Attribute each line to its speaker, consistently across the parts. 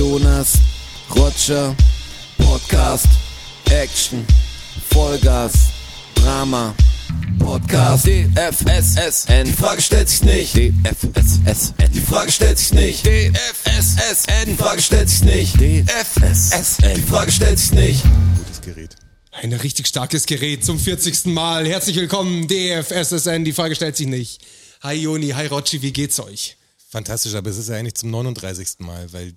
Speaker 1: Jonas, Roger, Podcast, Action, Vollgas, Drama, Podcast, DFSSN, die Frage stellt sich nicht, DFSSN, die Frage stellt sich nicht, DFSSN, die Frage stellt sich nicht, DFSSN, die Frage stellt sich nicht.
Speaker 2: Das Gerät.
Speaker 3: Ein richtig starkes Gerät zum 40. Mal. Herzlich willkommen, DFSSN. Die Frage stellt sich nicht. Hi Joni, hi Rocci, wie geht's euch?
Speaker 2: Fantastisch, aber es ist ja eigentlich zum 39. Mal, weil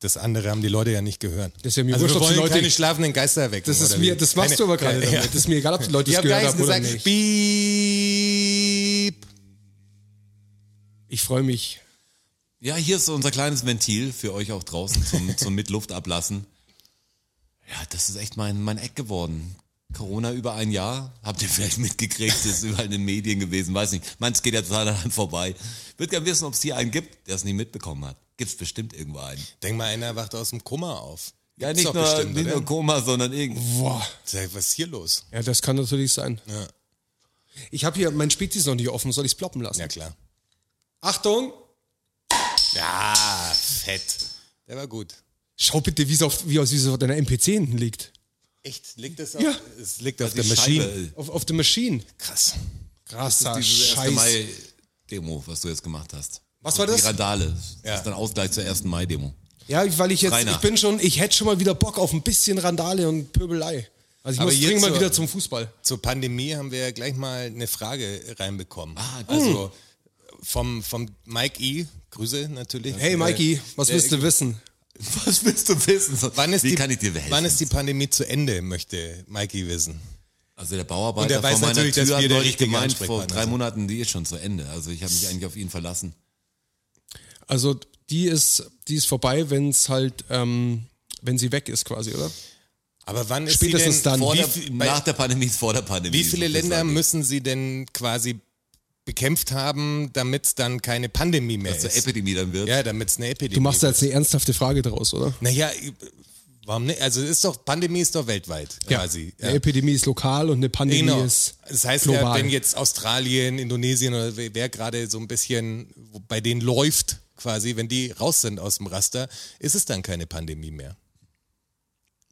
Speaker 2: das andere haben die Leute ja nicht gehört.
Speaker 3: Das ist ja mir
Speaker 2: also
Speaker 3: wurscht, ob
Speaker 2: wir
Speaker 3: die
Speaker 2: wollen
Speaker 3: Leute-
Speaker 2: keine schlafenden Geister erwecken.
Speaker 3: Das ist
Speaker 2: oder
Speaker 3: mir,
Speaker 2: wie?
Speaker 3: das machst du aber gerade
Speaker 2: Keine-
Speaker 3: damit. Das ist mir egal, ob die Leute
Speaker 2: Ich
Speaker 3: das
Speaker 2: habe
Speaker 3: gehört
Speaker 2: gar
Speaker 3: haben
Speaker 2: nichts
Speaker 3: oder
Speaker 2: gesagt.
Speaker 3: nicht.
Speaker 2: Piep.
Speaker 3: Ich freue mich.
Speaker 4: Ja, hier ist unser kleines Ventil für euch auch draußen zum, zum Mitluft ablassen. Ja, das ist echt mein, mein Eck geworden. Corona über ein Jahr, habt ihr vielleicht mitgekriegt, ist überall in den Medien gewesen, weiß nicht. Meins geht ja total daran vorbei. Würde gerne wissen, ob es hier einen gibt, der es nicht mitbekommen hat. Gibt's bestimmt irgendwo einen.
Speaker 2: Denk mal, einer wacht aus dem Kummer auf.
Speaker 4: Ja,
Speaker 2: Gibt's
Speaker 4: nicht
Speaker 2: doch
Speaker 4: nur,
Speaker 2: bestimmt,
Speaker 4: nicht
Speaker 2: oder?
Speaker 4: nur Koma, sondern irgend.
Speaker 3: Boah.
Speaker 2: Sag, was ist hier los?
Speaker 3: Ja, das kann natürlich sein.
Speaker 2: Ja.
Speaker 3: Ich habe hier mein Spätis noch nicht offen. Soll ich es ploppen lassen?
Speaker 2: Ja, klar.
Speaker 3: Achtung!
Speaker 2: Ja, fett. Der war gut.
Speaker 3: Schau bitte, wie es auf, wie aus, wie es auf deiner MPC hinten liegt.
Speaker 2: Echt? Liegt das
Speaker 3: Ja.
Speaker 2: Es liegt auf
Speaker 4: Die
Speaker 2: der Maschine.
Speaker 4: Scheibe. äh,
Speaker 3: Auf, auf der Maschine.
Speaker 2: Äh. Krass.
Speaker 3: Krasser
Speaker 4: Dieses 1.
Speaker 3: Scheiß.
Speaker 4: Mai-Demo, was du jetzt gemacht hast.
Speaker 3: Was war das?
Speaker 4: Die Randale. Das
Speaker 2: Ja.
Speaker 4: ist dann Ausgleich zur 1. Mai-Demo.
Speaker 3: Ja, weil ich jetzt,
Speaker 4: Rainer.
Speaker 3: ich bin schon, ich hätte schon mal wieder Bock auf ein bisschen Randale und Pöbelei. Also ich
Speaker 2: Aber
Speaker 3: muss
Speaker 2: jetzt
Speaker 3: dringend mal
Speaker 2: so-
Speaker 3: wieder zum Fußball.
Speaker 2: Zur Pandemie haben wir ja gleich mal eine Frage reinbekommen.
Speaker 3: Ah,
Speaker 2: also vom, vom Mike E. Grüße natürlich.
Speaker 3: Hey Mikey, was
Speaker 2: äh,
Speaker 3: willst du wissen?
Speaker 4: Was willst du wissen?
Speaker 2: Wann ist
Speaker 4: Wie
Speaker 2: die,
Speaker 4: kann ich dir helfen?
Speaker 2: Wann ist die Pandemie zu Ende, möchte Mikey wissen.
Speaker 4: Also der
Speaker 2: Und
Speaker 4: Bauarbeiter
Speaker 2: der weiß
Speaker 4: vor meiner
Speaker 2: natürlich, dass
Speaker 4: Tür
Speaker 2: wir
Speaker 4: hat
Speaker 2: der
Speaker 4: deutlich
Speaker 2: richtige
Speaker 4: gemeint, vor
Speaker 2: Ansprechpartner
Speaker 4: drei
Speaker 2: sind.
Speaker 4: Monaten, die ist schon zu Ende. Also ich habe mich eigentlich auf ihn verlassen.
Speaker 3: Also die ist, die ist vorbei, wenn es halt, ähm, wenn sie weg ist quasi, oder?
Speaker 2: Aber wann ist
Speaker 3: Spätestens
Speaker 2: sie denn,
Speaker 3: dann.
Speaker 4: Vor
Speaker 2: Wie,
Speaker 4: der,
Speaker 2: viel- bei,
Speaker 4: nach der Pandemie ist vor der Pandemie.
Speaker 2: wie viele
Speaker 4: so eh viel
Speaker 2: Länder
Speaker 4: sagen.
Speaker 2: müssen sie denn quasi bekämpft haben, damit es dann keine Pandemie mehr
Speaker 4: zur
Speaker 2: ist?
Speaker 4: Epidemie dann wird?
Speaker 2: Ja, damit es eine Epidemie
Speaker 3: Du machst da jetzt eine ernsthafte Frage draus, oder?
Speaker 2: Naja, warum nicht? Also es ist doch, Pandemie ist doch weltweit quasi.
Speaker 3: Eine Epidemie ist lokal und eine Pandemie
Speaker 2: Genau.
Speaker 3: ist
Speaker 2: Das heißt ja,
Speaker 3: global.
Speaker 2: wenn jetzt Australien, Indonesien oder wer wer gerade so ein bisschen wo- bei denen läuft quasi, wenn die raus sind aus dem Raster, ist es dann keine Pandemie mehr.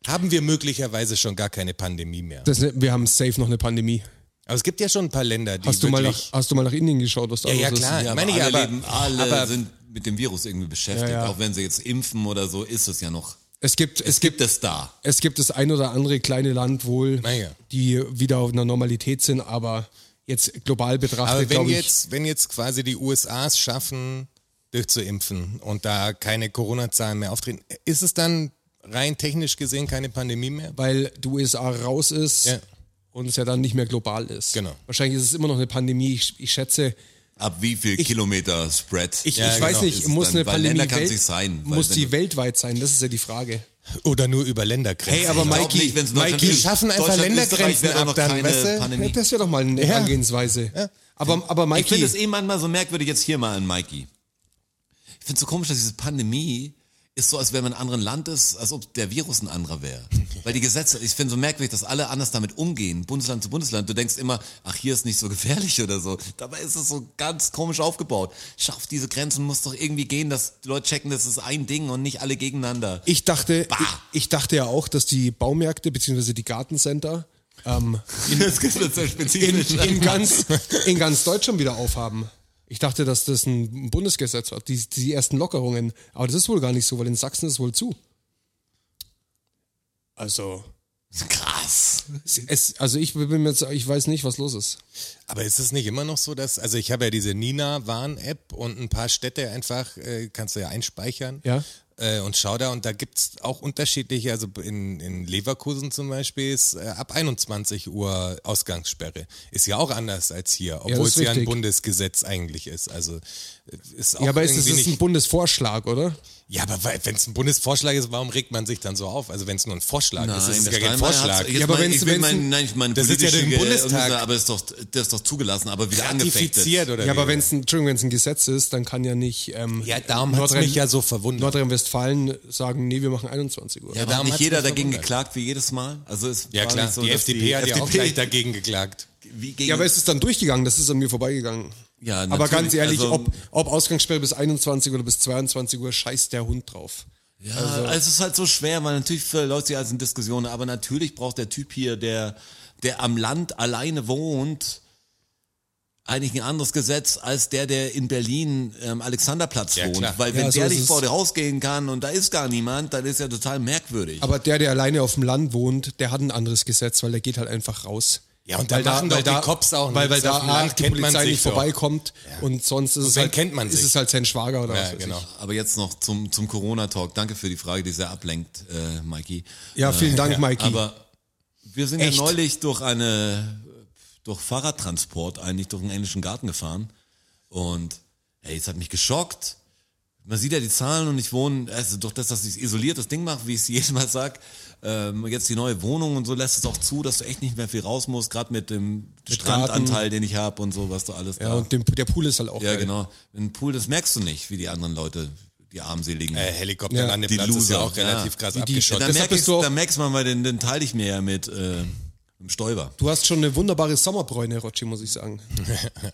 Speaker 2: Haben wir möglicherweise schon gar keine Pandemie mehr.
Speaker 3: das, ist eine- wir haben safe noch eine Pandemie.
Speaker 2: Aber es gibt ja schon ein paar Länder, die
Speaker 3: Hast du, mal nach,
Speaker 2: wirklich...
Speaker 3: hast du mal nach Indien geschaut, was da
Speaker 2: Ja, ja,
Speaker 3: los ist?
Speaker 2: klar.
Speaker 4: Ja,
Speaker 2: Meine
Speaker 4: meine
Speaker 2: ich
Speaker 4: alle,
Speaker 2: aber-
Speaker 4: leben, alle
Speaker 2: aber-
Speaker 4: sind mit dem Virus irgendwie beschäftigt.
Speaker 3: Ja, ja.
Speaker 4: Auch wenn sie jetzt impfen oder so, ist es ja noch.
Speaker 3: Es gibt, es,
Speaker 4: Es gibt es da.
Speaker 3: es gibt das ein oder andere kleine Land wohl,
Speaker 2: Na ja.
Speaker 3: die wieder auf einer Normalität sind, aber jetzt global
Speaker 2: Aber
Speaker 3: betrachtet,
Speaker 4: Also,
Speaker 2: wenn
Speaker 3: glaube ich,
Speaker 2: jetzt, wenn jetzt quasi die USA es schaffen, durchzuimpfen und da keine Corona-Zahlen mehr auftreten, ist es dann rein technisch gesehen keine Pandemie mehr?
Speaker 3: weil die USA raus ist
Speaker 2: Ja.
Speaker 3: und es ja dann nicht mehr global ist.
Speaker 2: Genau.
Speaker 3: Wahrscheinlich ist es immer noch eine Pandemie. Ich, ich schätze,
Speaker 4: Ab wie viel Kilometer Spread?
Speaker 3: Ich,
Speaker 2: Ja,
Speaker 3: ich weiß
Speaker 2: genau.
Speaker 3: nicht,
Speaker 4: Ist
Speaker 3: muss
Speaker 4: dann-
Speaker 3: eine
Speaker 4: weil
Speaker 3: Pandemie
Speaker 4: Länder kann's
Speaker 3: welt-
Speaker 4: nicht sein, weil
Speaker 3: muss
Speaker 4: wenn
Speaker 3: die
Speaker 4: du-
Speaker 3: weltweit sein? Das ist ja die Frage.
Speaker 2: Oder nur über Ländergrenzen?
Speaker 3: Hey, aber
Speaker 4: Ich glaub
Speaker 3: Mikey,
Speaker 4: nicht, wenn's Deutschland
Speaker 3: Mikey,
Speaker 4: ist.
Speaker 2: die schaffen einfach
Speaker 4: Deutschland,
Speaker 2: Ländergrenzen
Speaker 4: Österreich wäre doch
Speaker 2: ab
Speaker 4: noch
Speaker 2: dann,
Speaker 4: keine
Speaker 2: weißt du?
Speaker 3: Ja,
Speaker 4: Pandemie.
Speaker 3: das wäre doch mal eine
Speaker 2: Ja.
Speaker 3: Herangehensweise. Aber, aber
Speaker 4: Ich finde
Speaker 3: Mikey,
Speaker 4: es eh manchmal so merkwürdig jetzt hier mal an Mikey. Ich finde es so komisch, dass diese Pandemie ist so, als wenn man in einem anderen Land ist, als ob der Virus ein anderer wäre. Weil die Gesetze, ich finde so merkwürdig, dass alle anders damit umgehen, Bundesland zu Bundesland. Du denkst immer, ach, hier ist nicht so gefährlich oder so. Dabei ist es so ganz komisch aufgebaut. Schaff diese Grenzen, muss doch irgendwie gehen, dass die Leute checken, das ist ein Ding und nicht alle gegeneinander.
Speaker 3: ich, dachte,
Speaker 4: Bah.
Speaker 3: ich, ich dachte ja auch, dass die Baumärkte bzw. die Gartencenter ähm,
Speaker 4: Das ist jetzt sehr
Speaker 3: in,
Speaker 4: spezifisch.
Speaker 3: in, ganz, in ganz Deutschland wieder aufhaben. Ich dachte, dass das ein Bundesgesetz war, die, die ersten Lockerungen. Aber das ist wohl gar nicht so, weil in Sachsen ist es wohl zu. Also,
Speaker 4: Krass.
Speaker 3: es, also ich bin mir jetzt, ich weiß nicht, was los ist.
Speaker 2: Aber ist es nicht immer noch so, dass, also ich habe ja diese Nina-Warn-App und ein paar Städte einfach, äh, kannst du ja einspeichern.
Speaker 3: Ja.
Speaker 2: Äh, und schau da, und da gibt's auch unterschiedliche, also in, in Leverkusen zum Beispiel ist äh, ab 21 Uhr Ausgangssperre. Ist ja auch anders als hier, obwohl es ja ein
Speaker 3: richtig.
Speaker 2: Bundesgesetz eigentlich ist. Also äh, ist auch
Speaker 3: Ja, aber es ist,
Speaker 2: irgendwie
Speaker 3: es
Speaker 2: nicht,
Speaker 3: ist ein Bundesvorschlag, oder?
Speaker 2: Ja, aber wenn es ein Bundesvorschlag ist, warum regt man sich dann so auf? Also wenn es nur ein Vorschlag ist, ist es
Speaker 4: der
Speaker 2: ja kein
Speaker 4: Steinmeier
Speaker 2: Vorschlag.
Speaker 4: hat's- Jetzt
Speaker 3: Ja, aber
Speaker 4: mal,
Speaker 3: wenn's-
Speaker 4: ich will
Speaker 3: wenn's
Speaker 4: mein,
Speaker 3: ein-
Speaker 4: nein, ich meine
Speaker 2: Das ist ja
Speaker 4: politische
Speaker 2: durch den
Speaker 4: Ge-
Speaker 2: Bundestag.
Speaker 4: aber ist doch, das ist doch zugelassen, aber wieder angefechtet.
Speaker 2: Ratifiziert oder
Speaker 3: Ja, aber
Speaker 2: wie?
Speaker 3: wenn es ein, Entschuldigung, wenn's ein Gesetz ist, dann kann ja nicht ähm,
Speaker 2: Ja, darum hat's
Speaker 3: Nordrhein-
Speaker 2: mich ja so verwundert.
Speaker 3: Nordrhein-Westfalen sagen, nee, wir machen 21 Uhr.
Speaker 4: Ja,
Speaker 3: Ja,
Speaker 4: aber hat
Speaker 2: darum
Speaker 4: nicht
Speaker 2: hat's
Speaker 4: jeder
Speaker 2: mich
Speaker 4: dagegen
Speaker 2: verwundert.
Speaker 4: geklagt wie jedes Mal? Also es
Speaker 2: Ja
Speaker 4: war
Speaker 2: klar,
Speaker 4: nicht so,
Speaker 2: die
Speaker 4: dass
Speaker 2: FDP hat ja auch
Speaker 4: FDP
Speaker 2: gleich dagegen geklagt.
Speaker 4: Wie gegen,
Speaker 3: aber es ist dann durchgegangen, das ist an mir vorbeigegangen.
Speaker 4: Ja,
Speaker 3: aber
Speaker 4: natürlich,
Speaker 3: ganz ehrlich,
Speaker 4: also-
Speaker 3: ob, ob Ausgangssperre bis 21 oder bis 22 Uhr, scheißt der Hund drauf.
Speaker 4: Ja, also, es ist halt so schwer, weil natürlich verläuft sich als eine Diskussion, aber natürlich braucht der Typ hier, der, der am Land alleine wohnt, eigentlich ein anderes Gesetz als der, der in Berlin am Alexanderplatz
Speaker 2: Ja,
Speaker 4: wohnt.
Speaker 2: klar.
Speaker 4: Weil wenn
Speaker 3: Ja, so
Speaker 4: der
Speaker 3: ist
Speaker 4: nicht
Speaker 3: es.
Speaker 4: vor dir rausgehen kann und da ist gar niemand, dann ist ja total merkwürdig.
Speaker 3: Aber der, der alleine auf dem Land wohnt, der hat ein anderes Gesetz, weil der geht halt einfach raus.
Speaker 2: Ja, und da machen doch die Cops auch
Speaker 3: Weil, weil
Speaker 2: nichts.
Speaker 3: da
Speaker 2: Auf dem
Speaker 3: A,
Speaker 2: Land
Speaker 3: die
Speaker 2: kennt man
Speaker 3: Polizei
Speaker 2: sich
Speaker 3: nicht
Speaker 2: doch.
Speaker 3: vorbeikommt und sonst ist, es
Speaker 2: wen
Speaker 3: halt,
Speaker 2: kennt man
Speaker 3: ist
Speaker 2: sich?
Speaker 3: es halt sein Schwager oder was
Speaker 2: Ja,
Speaker 3: weiß
Speaker 2: genau.
Speaker 3: ich.
Speaker 4: Aber jetzt noch zum, zum Corona-Talk. Danke für die Frage, die sehr ablenkt, äh, Mikey.
Speaker 3: Ja, vielen Dank, Mikey.
Speaker 4: Aber wir sind
Speaker 3: Echt?
Speaker 4: ja neulich durch eine, durch Fahrradtransport eigentlich durch einen englischen Garten gefahren. Und, hey, es hat mich geschockt. Man sieht ja die Zahlen und ich wohne, also durch das, dass ich isoliert das Ding mache, wie ich es jedes Mal sag, ähm, jetzt die neue Wohnung und so lässt es auch zu, dass du echt nicht mehr viel raus musst, gerade mit dem Strandanteil, den ich habe und so, was du alles
Speaker 3: ja,
Speaker 4: da.
Speaker 3: und dem, der Pool ist halt auch
Speaker 4: Ja,
Speaker 3: geil.
Speaker 4: genau. Im Pool, das merkst du nicht, wie die anderen Leute, die Armseligen.
Speaker 2: Äh, Helikopter
Speaker 3: Ja,
Speaker 2: an dem
Speaker 4: die
Speaker 2: Platz ist ja
Speaker 4: Loser,
Speaker 2: auch relativ
Speaker 4: ja.
Speaker 2: krass
Speaker 3: Die- die-
Speaker 2: abgeschottet.
Speaker 4: da,
Speaker 3: deshalb
Speaker 4: merk
Speaker 3: bist
Speaker 4: ich,
Speaker 3: du auch-
Speaker 4: da merkst man mal, den, den teile ich mir ja mit äh, dem Stäuber.
Speaker 3: Du hast schon eine wunderbare Sommerbräune, Rotschi, muss ich sagen.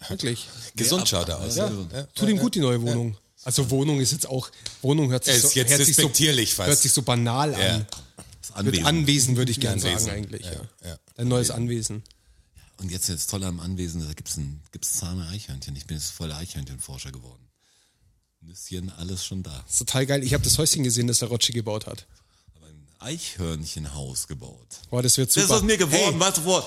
Speaker 3: Wirklich.
Speaker 2: Gesund schaut er aus.
Speaker 4: Ja.
Speaker 3: Tut ihm gut, die neue Wohnung. Also Wohnung ist jetzt auch, Wohnung hört sich
Speaker 2: Er ist
Speaker 3: so,
Speaker 2: jetzt
Speaker 3: hört sich so,
Speaker 2: despektierlich fast.
Speaker 3: hört sich so banal an.
Speaker 4: Das
Speaker 3: Mit
Speaker 4: Anwesen.
Speaker 3: Anwesen würde ich gerne
Speaker 2: Anwesen.
Speaker 3: sagen eigentlich. Ja,
Speaker 2: ja.
Speaker 3: Ein neues Anwesen.
Speaker 4: Und jetzt jetzt toll am Anwesen, da gibt's ein gibt's zahme Eichhörnchen. Ich bin jetzt voll der Eichhörnchenforscher geworden. Nüsschen, alles schon da.
Speaker 3: ist total geil. Ich habe das Häuschen gesehen, das der Rotschi gebaut hat.
Speaker 4: Aber ein Eichhörnchenhaus gebaut.
Speaker 3: Boah, das wird
Speaker 4: Das
Speaker 3: super.
Speaker 4: ist aus mir geworden, weißt du, vor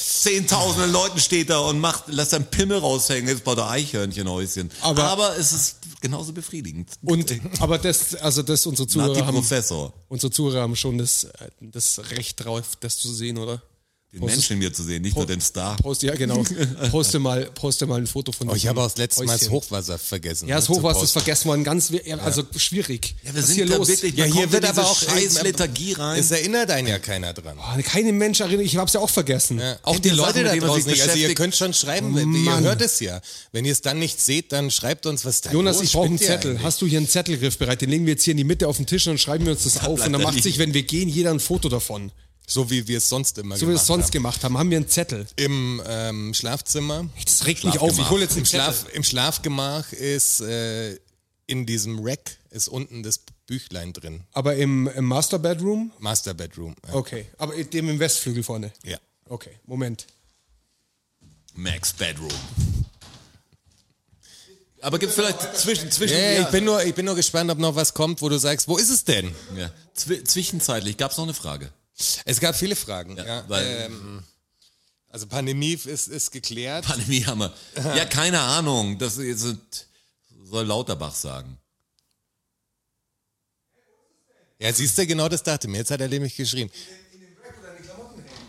Speaker 4: zehntausenden Leuten steht da und macht, lässt sein Pimmel raushängen, jetzt baut er Eichhörnchenhäuschen.
Speaker 3: Aber-
Speaker 4: Aber es ist genauso befriedigend.
Speaker 3: Und, aber das, also das, unsere
Speaker 4: Nati
Speaker 3: Zuhörer, haben,
Speaker 4: Professor,
Speaker 3: unsere Zuhörer haben schon das, äh, das Recht drauf, das zu sehen, oder?
Speaker 4: den Menschen hier zu sehen, nicht nur den Star.
Speaker 3: Post, ja, genau. Poste mal, poste mal ein Foto von
Speaker 2: Oh, ich
Speaker 3: diesem
Speaker 2: habe auch das letzte Mal das
Speaker 3: Häuschen.
Speaker 2: Hochwasser vergessen.
Speaker 3: Ja, das
Speaker 2: ne, zu
Speaker 3: Hochwasser ist
Speaker 2: posten.
Speaker 3: vergessen worden. Ganz, we- ja, also schwierig.
Speaker 4: Ja, wir
Speaker 3: Was ist
Speaker 4: sind
Speaker 3: hier
Speaker 4: da
Speaker 3: los?
Speaker 4: wirklich,
Speaker 2: Ja,
Speaker 4: man
Speaker 2: hier
Speaker 4: kommt
Speaker 2: wird
Speaker 4: in diese
Speaker 2: aber auch
Speaker 4: scheiß Lethargie rein.
Speaker 2: Es erinnert einen ja keiner dran.
Speaker 3: Boah, kein Mensch erinnert, ich hab's ja auch vergessen.
Speaker 2: Ja, auch
Speaker 4: Kennt
Speaker 2: die
Speaker 4: ihr
Speaker 2: Leute
Speaker 4: Sachen, mit
Speaker 2: da
Speaker 4: denen man
Speaker 2: draußen
Speaker 4: sich
Speaker 2: nicht. Also ihr
Speaker 4: beschäftigt?
Speaker 2: könnt schon schreiben, wenn- ihr
Speaker 3: Mann.
Speaker 2: hört es ja. Wenn ihr es dann nicht seht, dann schreibt uns, was da
Speaker 3: Jonas,
Speaker 2: los
Speaker 3: ich brauche einen
Speaker 2: Spinnt ihr
Speaker 3: Zettel.
Speaker 2: eigentlich?
Speaker 3: Hast du hier einen Zettelgriff bereit? Den legen wir jetzt hier in die Mitte auf den Tisch und dann schreiben wir uns das auf. Und
Speaker 4: bleibt
Speaker 3: dann
Speaker 4: er
Speaker 3: macht sich,
Speaker 4: liegen.
Speaker 3: wenn wir gehen, jeder ein Foto davon.
Speaker 2: So wie wir es sonst immer
Speaker 3: So wie wir
Speaker 2: gemacht
Speaker 3: es sonst
Speaker 2: haben.
Speaker 3: gemacht haben, haben wir einen Zettel.
Speaker 2: Im ähm, Schlafzimmer.
Speaker 3: Das regt mich auf. Ich
Speaker 4: Schlafgemach.
Speaker 3: hole jetzt einen
Speaker 2: Im,
Speaker 3: Schlaf.
Speaker 2: Schlaf, Im Schlafgemach ist äh, in diesem Rack ist unten das Büchlein drin.
Speaker 3: Aber im, im Master Bedroom?
Speaker 2: Master Bedroom. Ja.
Speaker 3: Okay. Aber in dem im Westflügel vorne?
Speaker 2: ja.
Speaker 3: Okay, Moment.
Speaker 4: Max Bedroom. Aber gibt vielleicht zwischen, zwischen,
Speaker 2: Yeah,
Speaker 4: ja,
Speaker 2: Ich, bin nur, ich bin nur gespannt, ob noch was kommt, wo du sagst, wo ist es denn?
Speaker 4: ja, zwi- zwischenzeitlich gab es noch eine Frage.
Speaker 2: Es gab viele Fragen. Ja,
Speaker 4: weil-
Speaker 2: ähm, also Pandemie ist, ist geklärt.
Speaker 4: Pandemie haben wir. Ja, keine Ahnung. Das ist, soll Lauterbach sagen.
Speaker 2: Ja, siehst du, genau das dachte ich mir. Jetzt hat er nämlich geschrieben.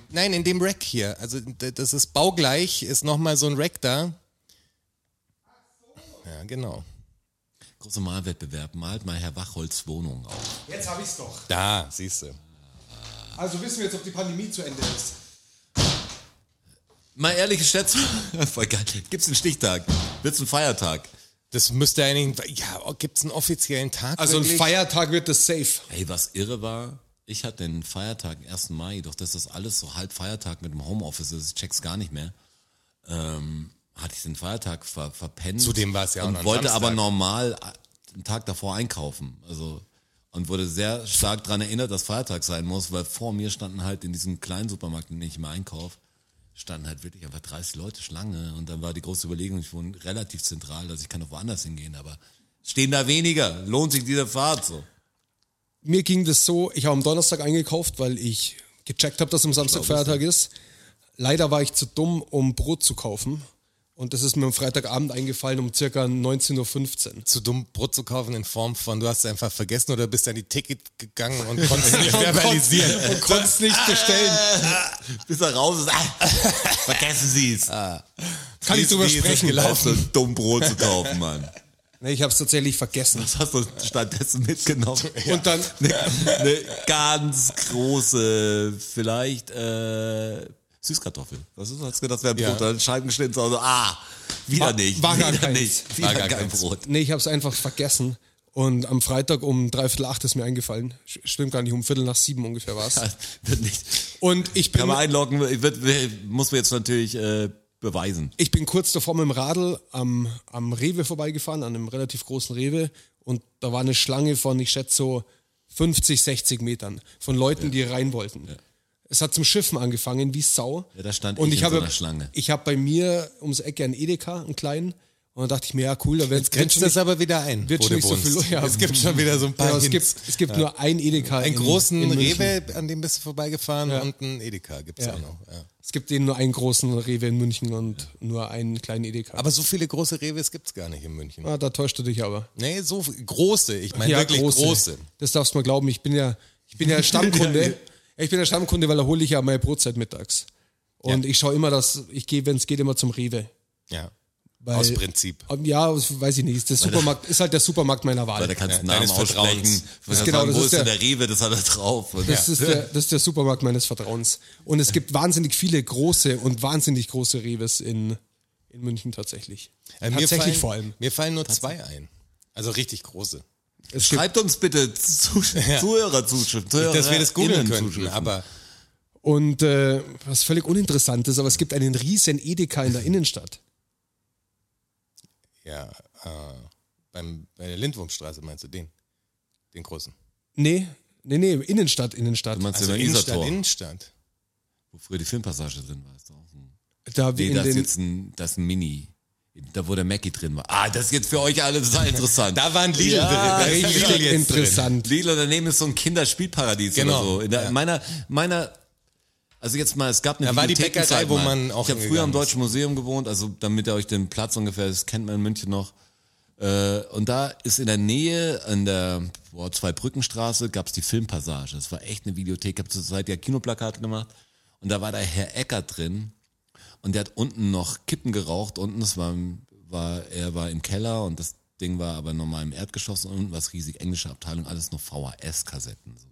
Speaker 2: Nein, in dem Rack hier. Also d- das ist baugleich, ist nochmal so ein Rack da. Ja, genau.
Speaker 4: Großer Malwettbewerb. Malt mal Herr Wachholz Wohnung auf.
Speaker 3: Jetzt habe ich's doch.
Speaker 2: Da, siehst du.
Speaker 3: Also wissen wir jetzt, ob die Pandemie zu Ende ist.
Speaker 4: Mal ehrliche Schätzung. Voll geil. Gibt's einen Stichtag? Wird's ein Feiertag?
Speaker 2: Das müsste eigentlich. Ja, oh, gibt's einen offiziellen Tag?
Speaker 3: Also ein
Speaker 2: wirklich?
Speaker 3: Feiertag wird das safe.
Speaker 4: Ey, was irre war, ich hatte den Feiertag, 1. Mai, doch dass das alles so halb Feiertag mit dem Homeoffice ist, ich check's gar nicht mehr, ähm, hatte ich den Feiertag ver verpennt.
Speaker 2: Zudem war es ja auch
Speaker 4: Und
Speaker 2: noch ein
Speaker 4: wollte
Speaker 2: Samstag.
Speaker 4: aber normal äh, einen Tag davor einkaufen. Also, und wurde sehr stark daran erinnert, dass Feiertag sein muss, weil vor mir standen halt in diesem kleinen Supermarkt, in dem ich immer einkaufe, standen halt wirklich einfach 30 Leute Schlange und dann war die große Überlegung, ich wohne relativ zentral, also ich kann auch woanders hingehen, aber stehen da weniger, lohnt sich diese Fahrt so.
Speaker 3: mir ging das so, ich habe am Donnerstag eingekauft, weil ich gecheckt habe, dass am Samstag Feiertag ist. Leider war ich zu dumm, um Brot zu kaufen. Und das ist mir am Freitagabend eingefallen um circa 19.15 Uhr.
Speaker 2: zu dumm, Brot zu kaufen in Form von, du hast es einfach vergessen oder bist an die Ticket gegangen und konntest nicht verbalisieren.
Speaker 3: Und konnte es nicht bestellen.
Speaker 4: bis er raus ist. Ah, vergessen Sie es.
Speaker 3: Kann ich drüber sprechen.
Speaker 4: Auf so ein dumm Brot zu kaufen, Mann.
Speaker 3: Nee, ich habe es tatsächlich vergessen.
Speaker 4: Was hast du stattdessen mitgenommen?
Speaker 3: Und dann,
Speaker 4: Eine ganz große, vielleicht äh, Süßkartoffel. Was ist, hast du gedacht, das wäre ein
Speaker 2: Ja.
Speaker 4: Brot? Dann Scheiben geschnitten, so, also, ah, wieder
Speaker 3: War-
Speaker 4: nicht.
Speaker 3: war gar
Speaker 4: wieder
Speaker 3: keins.
Speaker 4: nicht. Wieder
Speaker 2: War gar
Speaker 4: kein
Speaker 2: keins.
Speaker 4: Brot.
Speaker 3: nee, ich habe es einfach vergessen. Und am Freitag um dreiviertel acht ist mir eingefallen. Sch- Stimmt gar nicht, um viertel nach sieben ungefähr war es.
Speaker 4: Wird nicht.
Speaker 3: Und ich bin...
Speaker 4: Kann man einloggen, wird, wird, muss man jetzt natürlich äh, beweisen.
Speaker 3: ich bin kurz davor mit dem Radl am, am Rewe vorbeigefahren, an einem relativ großen Rewe. Und da war eine Schlange von, ich schätze so 50, 60 Metern von Leuten, die rein wollten. Es hat zum Schiffen angefangen, wie Sau.
Speaker 4: Ja, da stand
Speaker 3: und
Speaker 4: ich
Speaker 3: ich
Speaker 4: in
Speaker 3: habe,
Speaker 4: so einer Schlange.
Speaker 3: Ich habe bei mir ums Eck einen Edeka, einen kleinen. Und da dachte ich mir, ja cool, da werden
Speaker 2: Jetzt grenzt das aber wieder ein.
Speaker 3: wird
Speaker 2: wo
Speaker 3: schon
Speaker 2: du
Speaker 3: nicht so viel-
Speaker 2: wohnst.
Speaker 3: ja.
Speaker 2: Es gibt schon wieder so ein paar
Speaker 3: Genau, es
Speaker 2: Hints.
Speaker 3: gibt, es gibt nur ein Edeka.
Speaker 2: einen
Speaker 3: in-
Speaker 2: großen
Speaker 3: in München.
Speaker 2: Rewe, an dem bist du vorbeigefahren
Speaker 3: Ja.
Speaker 2: und einen Edeka gibt es
Speaker 3: Ja.
Speaker 2: auch noch. Ja.
Speaker 3: Es gibt eben nur einen großen Rewe in München und nur einen kleinen Edeka.
Speaker 2: Aber so viele große Rewes gibt es gar nicht in München.
Speaker 3: ah, da täuscht du dich aber.
Speaker 2: Nee, so f- große, ich meine wirklich große.
Speaker 3: Das darfst du mal glauben. Ich bin ja, ich bin ja Stammkunde. Ich bin ja Stammkunde, weil da hole ich ja meine Brotzeit mittags. Und ich schaue immer, dass ich gehe, wenn es geht, immer zum Rewe.
Speaker 2: Ja.
Speaker 3: Weil, Ähm,
Speaker 2: Aus Prinzip.
Speaker 3: Ja, aus- weiß ich nicht. Ist, der Supermarkt, ist halt der Supermarkt meiner Wahl.
Speaker 4: Weil da kannst du
Speaker 2: Ja,
Speaker 4: einen Namen
Speaker 2: deines
Speaker 4: aussprechen.
Speaker 2: Vertrauens.
Speaker 4: Du kannst
Speaker 3: genau,
Speaker 4: sagen,
Speaker 3: das
Speaker 4: wo
Speaker 3: ist
Speaker 4: ist denn
Speaker 3: der-
Speaker 4: der Rewe, das hat er drauf. Und
Speaker 3: Das, ist der, das ist der Supermarkt meines Vertrauens. Und es gibt wahnsinnig viele große und wahnsinnig große Reves in, in München tatsächlich.
Speaker 2: Äh, mir
Speaker 3: tatsächlich
Speaker 2: fallen,
Speaker 3: vor allem.
Speaker 2: Mir fallen nur zwei ein. Also richtig große.
Speaker 3: Es gibt,
Speaker 4: Schreibt uns bitte zu, Zuhörerzuschriften. Zuhörer
Speaker 2: Dass wir das googeln könnten, aber
Speaker 3: und äh, was völlig uninteressant ist, aber es gibt einen riesen Edeka in der Innenstadt.
Speaker 2: ja, äh, beim, bei der Lindwurmstraße meinst du den? Den großen.
Speaker 3: Nee, nee, nee, Innenstadt, Innenstadt.
Speaker 4: Du meinst
Speaker 2: Also
Speaker 4: also
Speaker 2: Innenstadt,
Speaker 4: Innenstadt,
Speaker 2: Innenstadt.
Speaker 4: wo früher die Filmpassage drin war. Ist doch auch ein
Speaker 3: da wir
Speaker 4: Nee,
Speaker 3: in
Speaker 4: das ist
Speaker 3: den,
Speaker 4: jetzt ein, das ist ein Mini. Da, wo der Mackie drin war. Ah, das ist jetzt für euch alle total interessant.
Speaker 2: Da war ein Lidl
Speaker 4: Ja,
Speaker 2: drin. Da ist
Speaker 3: richtig
Speaker 2: Lidl jetzt
Speaker 3: interessant.
Speaker 4: Lidl daneben ist so ein Kinderspielparadies
Speaker 2: Genau.
Speaker 4: oder so. In der,
Speaker 2: Ja.
Speaker 4: meiner, meiner, also jetzt mal, es gab eine
Speaker 2: Da war die
Speaker 4: Bibliothekenzeit
Speaker 2: Bäckerei, wo
Speaker 4: mal.
Speaker 2: man auch
Speaker 4: Ich habe früher
Speaker 2: hingegangen
Speaker 4: am
Speaker 2: ist.
Speaker 4: Deutschen Museum gewohnt, also damit ihr euch den Platz ungefähr, das kennt man in München noch. Äh, Und da ist in der Nähe, an der boah, Zweibrückenstraße, gab es die Filmpassage. Das war echt eine Videothek. Ich habe zur Zeit ja Kinoplakate gemacht. Und da war der Herr Eckert drin. Und der hat unten noch Kippen geraucht. Unten, das war, war, er war im Keller und das Ding war aber nochmal im Erdgeschoss und unten war es riesig, englische Abteilung, alles noch VHS-Kassetten. So.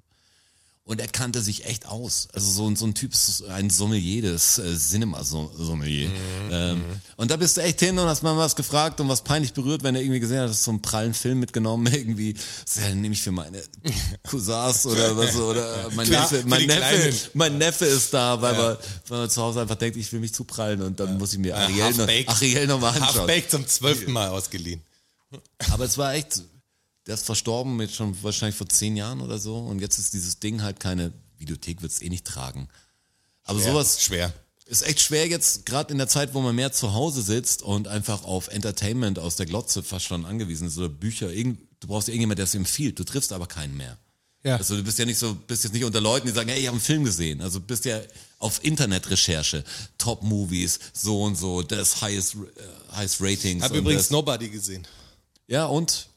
Speaker 4: Und er kannte sich echt aus. Also so, ein- so ein Typ, ist ein Sommelier, das äh,
Speaker 2: Mhm,
Speaker 4: Cinema-Sommelier. Ähm, und da bist du echt hin und hast mal was gefragt und was peinlich berührt, wenn er irgendwie gesehen hat, dass so einen prallen Film mitgenommen irgendwie. Das ja, nehme ich für meine Cousins oder was oder äh, mein
Speaker 2: Klar,
Speaker 4: Neffe,
Speaker 2: für die
Speaker 4: mein Neffe,
Speaker 2: Kleinen.
Speaker 4: mein Neffe ist da, weil, man, weil man zu Hause einfach denkt, ich will mich zuprallen und dann muss ich mir Ariel, noch,
Speaker 2: Half-Baked.
Speaker 4: Ariel noch mal anschauen.
Speaker 2: Halfback zum zwölften Mal ausgeliehen.
Speaker 4: Aber es war echt, der ist verstorben mit schon wahrscheinlich vor zehn Jahren oder so. Und jetzt ist dieses Ding halt keine Videothek, wird es eh nicht tragen. Aber Also sowas
Speaker 2: schwer.
Speaker 4: ist echt schwer jetzt, gerade in der Zeit, wo man mehr zu Hause sitzt und einfach auf Entertainment aus der Glotze fast schon angewiesen ist oder Bücher. Irgend, du brauchst irgendjemand, der es empfiehlt. Du triffst aber keinen mehr.
Speaker 3: ja.
Speaker 4: Also du bist ja nicht so, bist jetzt nicht unter Leuten, die sagen, hey, ich habe einen Film gesehen. Also du bist ja auf Internetrecherche, Top Movies, so und so, das highest, äh, highest Ratings.
Speaker 2: Hab
Speaker 4: und
Speaker 2: übrigens
Speaker 4: das.
Speaker 2: Nobody gesehen.
Speaker 4: Ja und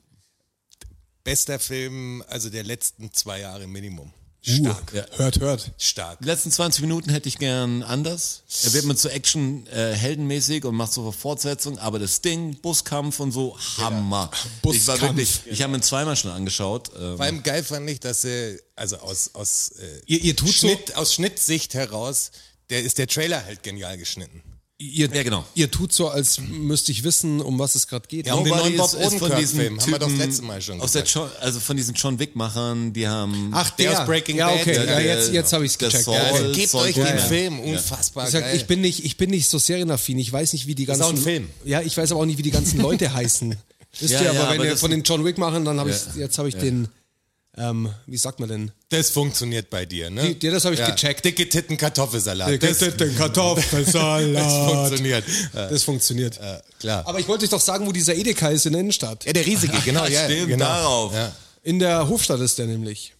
Speaker 2: Bester Film, also der letzten zwei Jahre Minimum.
Speaker 3: stark. Hört, hört.
Speaker 2: Stark.
Speaker 4: Die letzten 20 Minuten hätte ich gern anders. Er wird mit so Action äh, heldenmäßig und macht so Fortsetzung, aber das Ding, Buskampf und so, Hammer. Ich war
Speaker 3: Buskampf.
Speaker 4: wirklich, ich habe ihn zweimal schon angeschaut. Ähm,
Speaker 2: Vor allem geil fand ich, dass er, also aus, aus, äh,
Speaker 3: Ihr, ihr tut so,
Speaker 2: Schnitt, aus Schnittsicht heraus, der ist der Trailer halt genial geschnitten.
Speaker 3: ihr,
Speaker 4: Ja, genau.
Speaker 3: ihr tut so, als müsste ich wissen, um was es gerade geht.
Speaker 2: Ja, um den neuen Bob
Speaker 4: ist- ist von diesem
Speaker 2: Odenkirk-Film, haben wir doch das
Speaker 4: Typen
Speaker 2: letzte Mal schon
Speaker 4: Aus der
Speaker 2: gesagt.
Speaker 4: John, also von diesen John Wick-Machern, die haben.
Speaker 3: Ach,
Speaker 2: der
Speaker 3: der,
Speaker 2: aus Breaking
Speaker 3: ja,
Speaker 2: Bad,
Speaker 3: okay,
Speaker 2: der-
Speaker 3: ja, jetzt, jetzt habe ich es
Speaker 4: der
Speaker 3: gecheckt.
Speaker 4: Saul-
Speaker 3: Ja,
Speaker 2: Also
Speaker 3: ja.
Speaker 4: Voll,
Speaker 2: gebt
Speaker 4: voll
Speaker 2: euch den
Speaker 4: geil.
Speaker 2: Film, unfassbar
Speaker 3: Ich, sag,
Speaker 2: geil.
Speaker 3: ich, bin nicht, ich bin nicht so serienaffin. Ich weiß nicht, wie die ganzen.
Speaker 2: auch ein Film.
Speaker 3: Ja, ich weiß aber auch nicht, wie die ganzen Leute heißen. Wisst
Speaker 4: Ja,
Speaker 3: ihr,
Speaker 4: ja,
Speaker 3: aber wenn
Speaker 4: aber
Speaker 3: wir
Speaker 4: das-
Speaker 3: von den John Wick machen, dann habe ich jetzt habe ich den. Ähm, wie sagt man denn?
Speaker 2: das funktioniert bei dir, ne?
Speaker 3: Die- die- das hab ich gecheckt.
Speaker 2: Dicke Titten Kartoffelsalat. das,
Speaker 3: den Kartoffelsalat.
Speaker 2: das funktioniert. Äh,
Speaker 3: Das funktioniert.
Speaker 2: äh, klar.
Speaker 3: Aber ich wollte euch doch sagen, wo dieser Edeka ist in der Innenstadt.
Speaker 2: ja, der riesige, genau. ja,
Speaker 4: Stimmt,
Speaker 2: genau.
Speaker 4: darauf.
Speaker 2: Ja.
Speaker 3: In der Hofstadt ist der nämlich.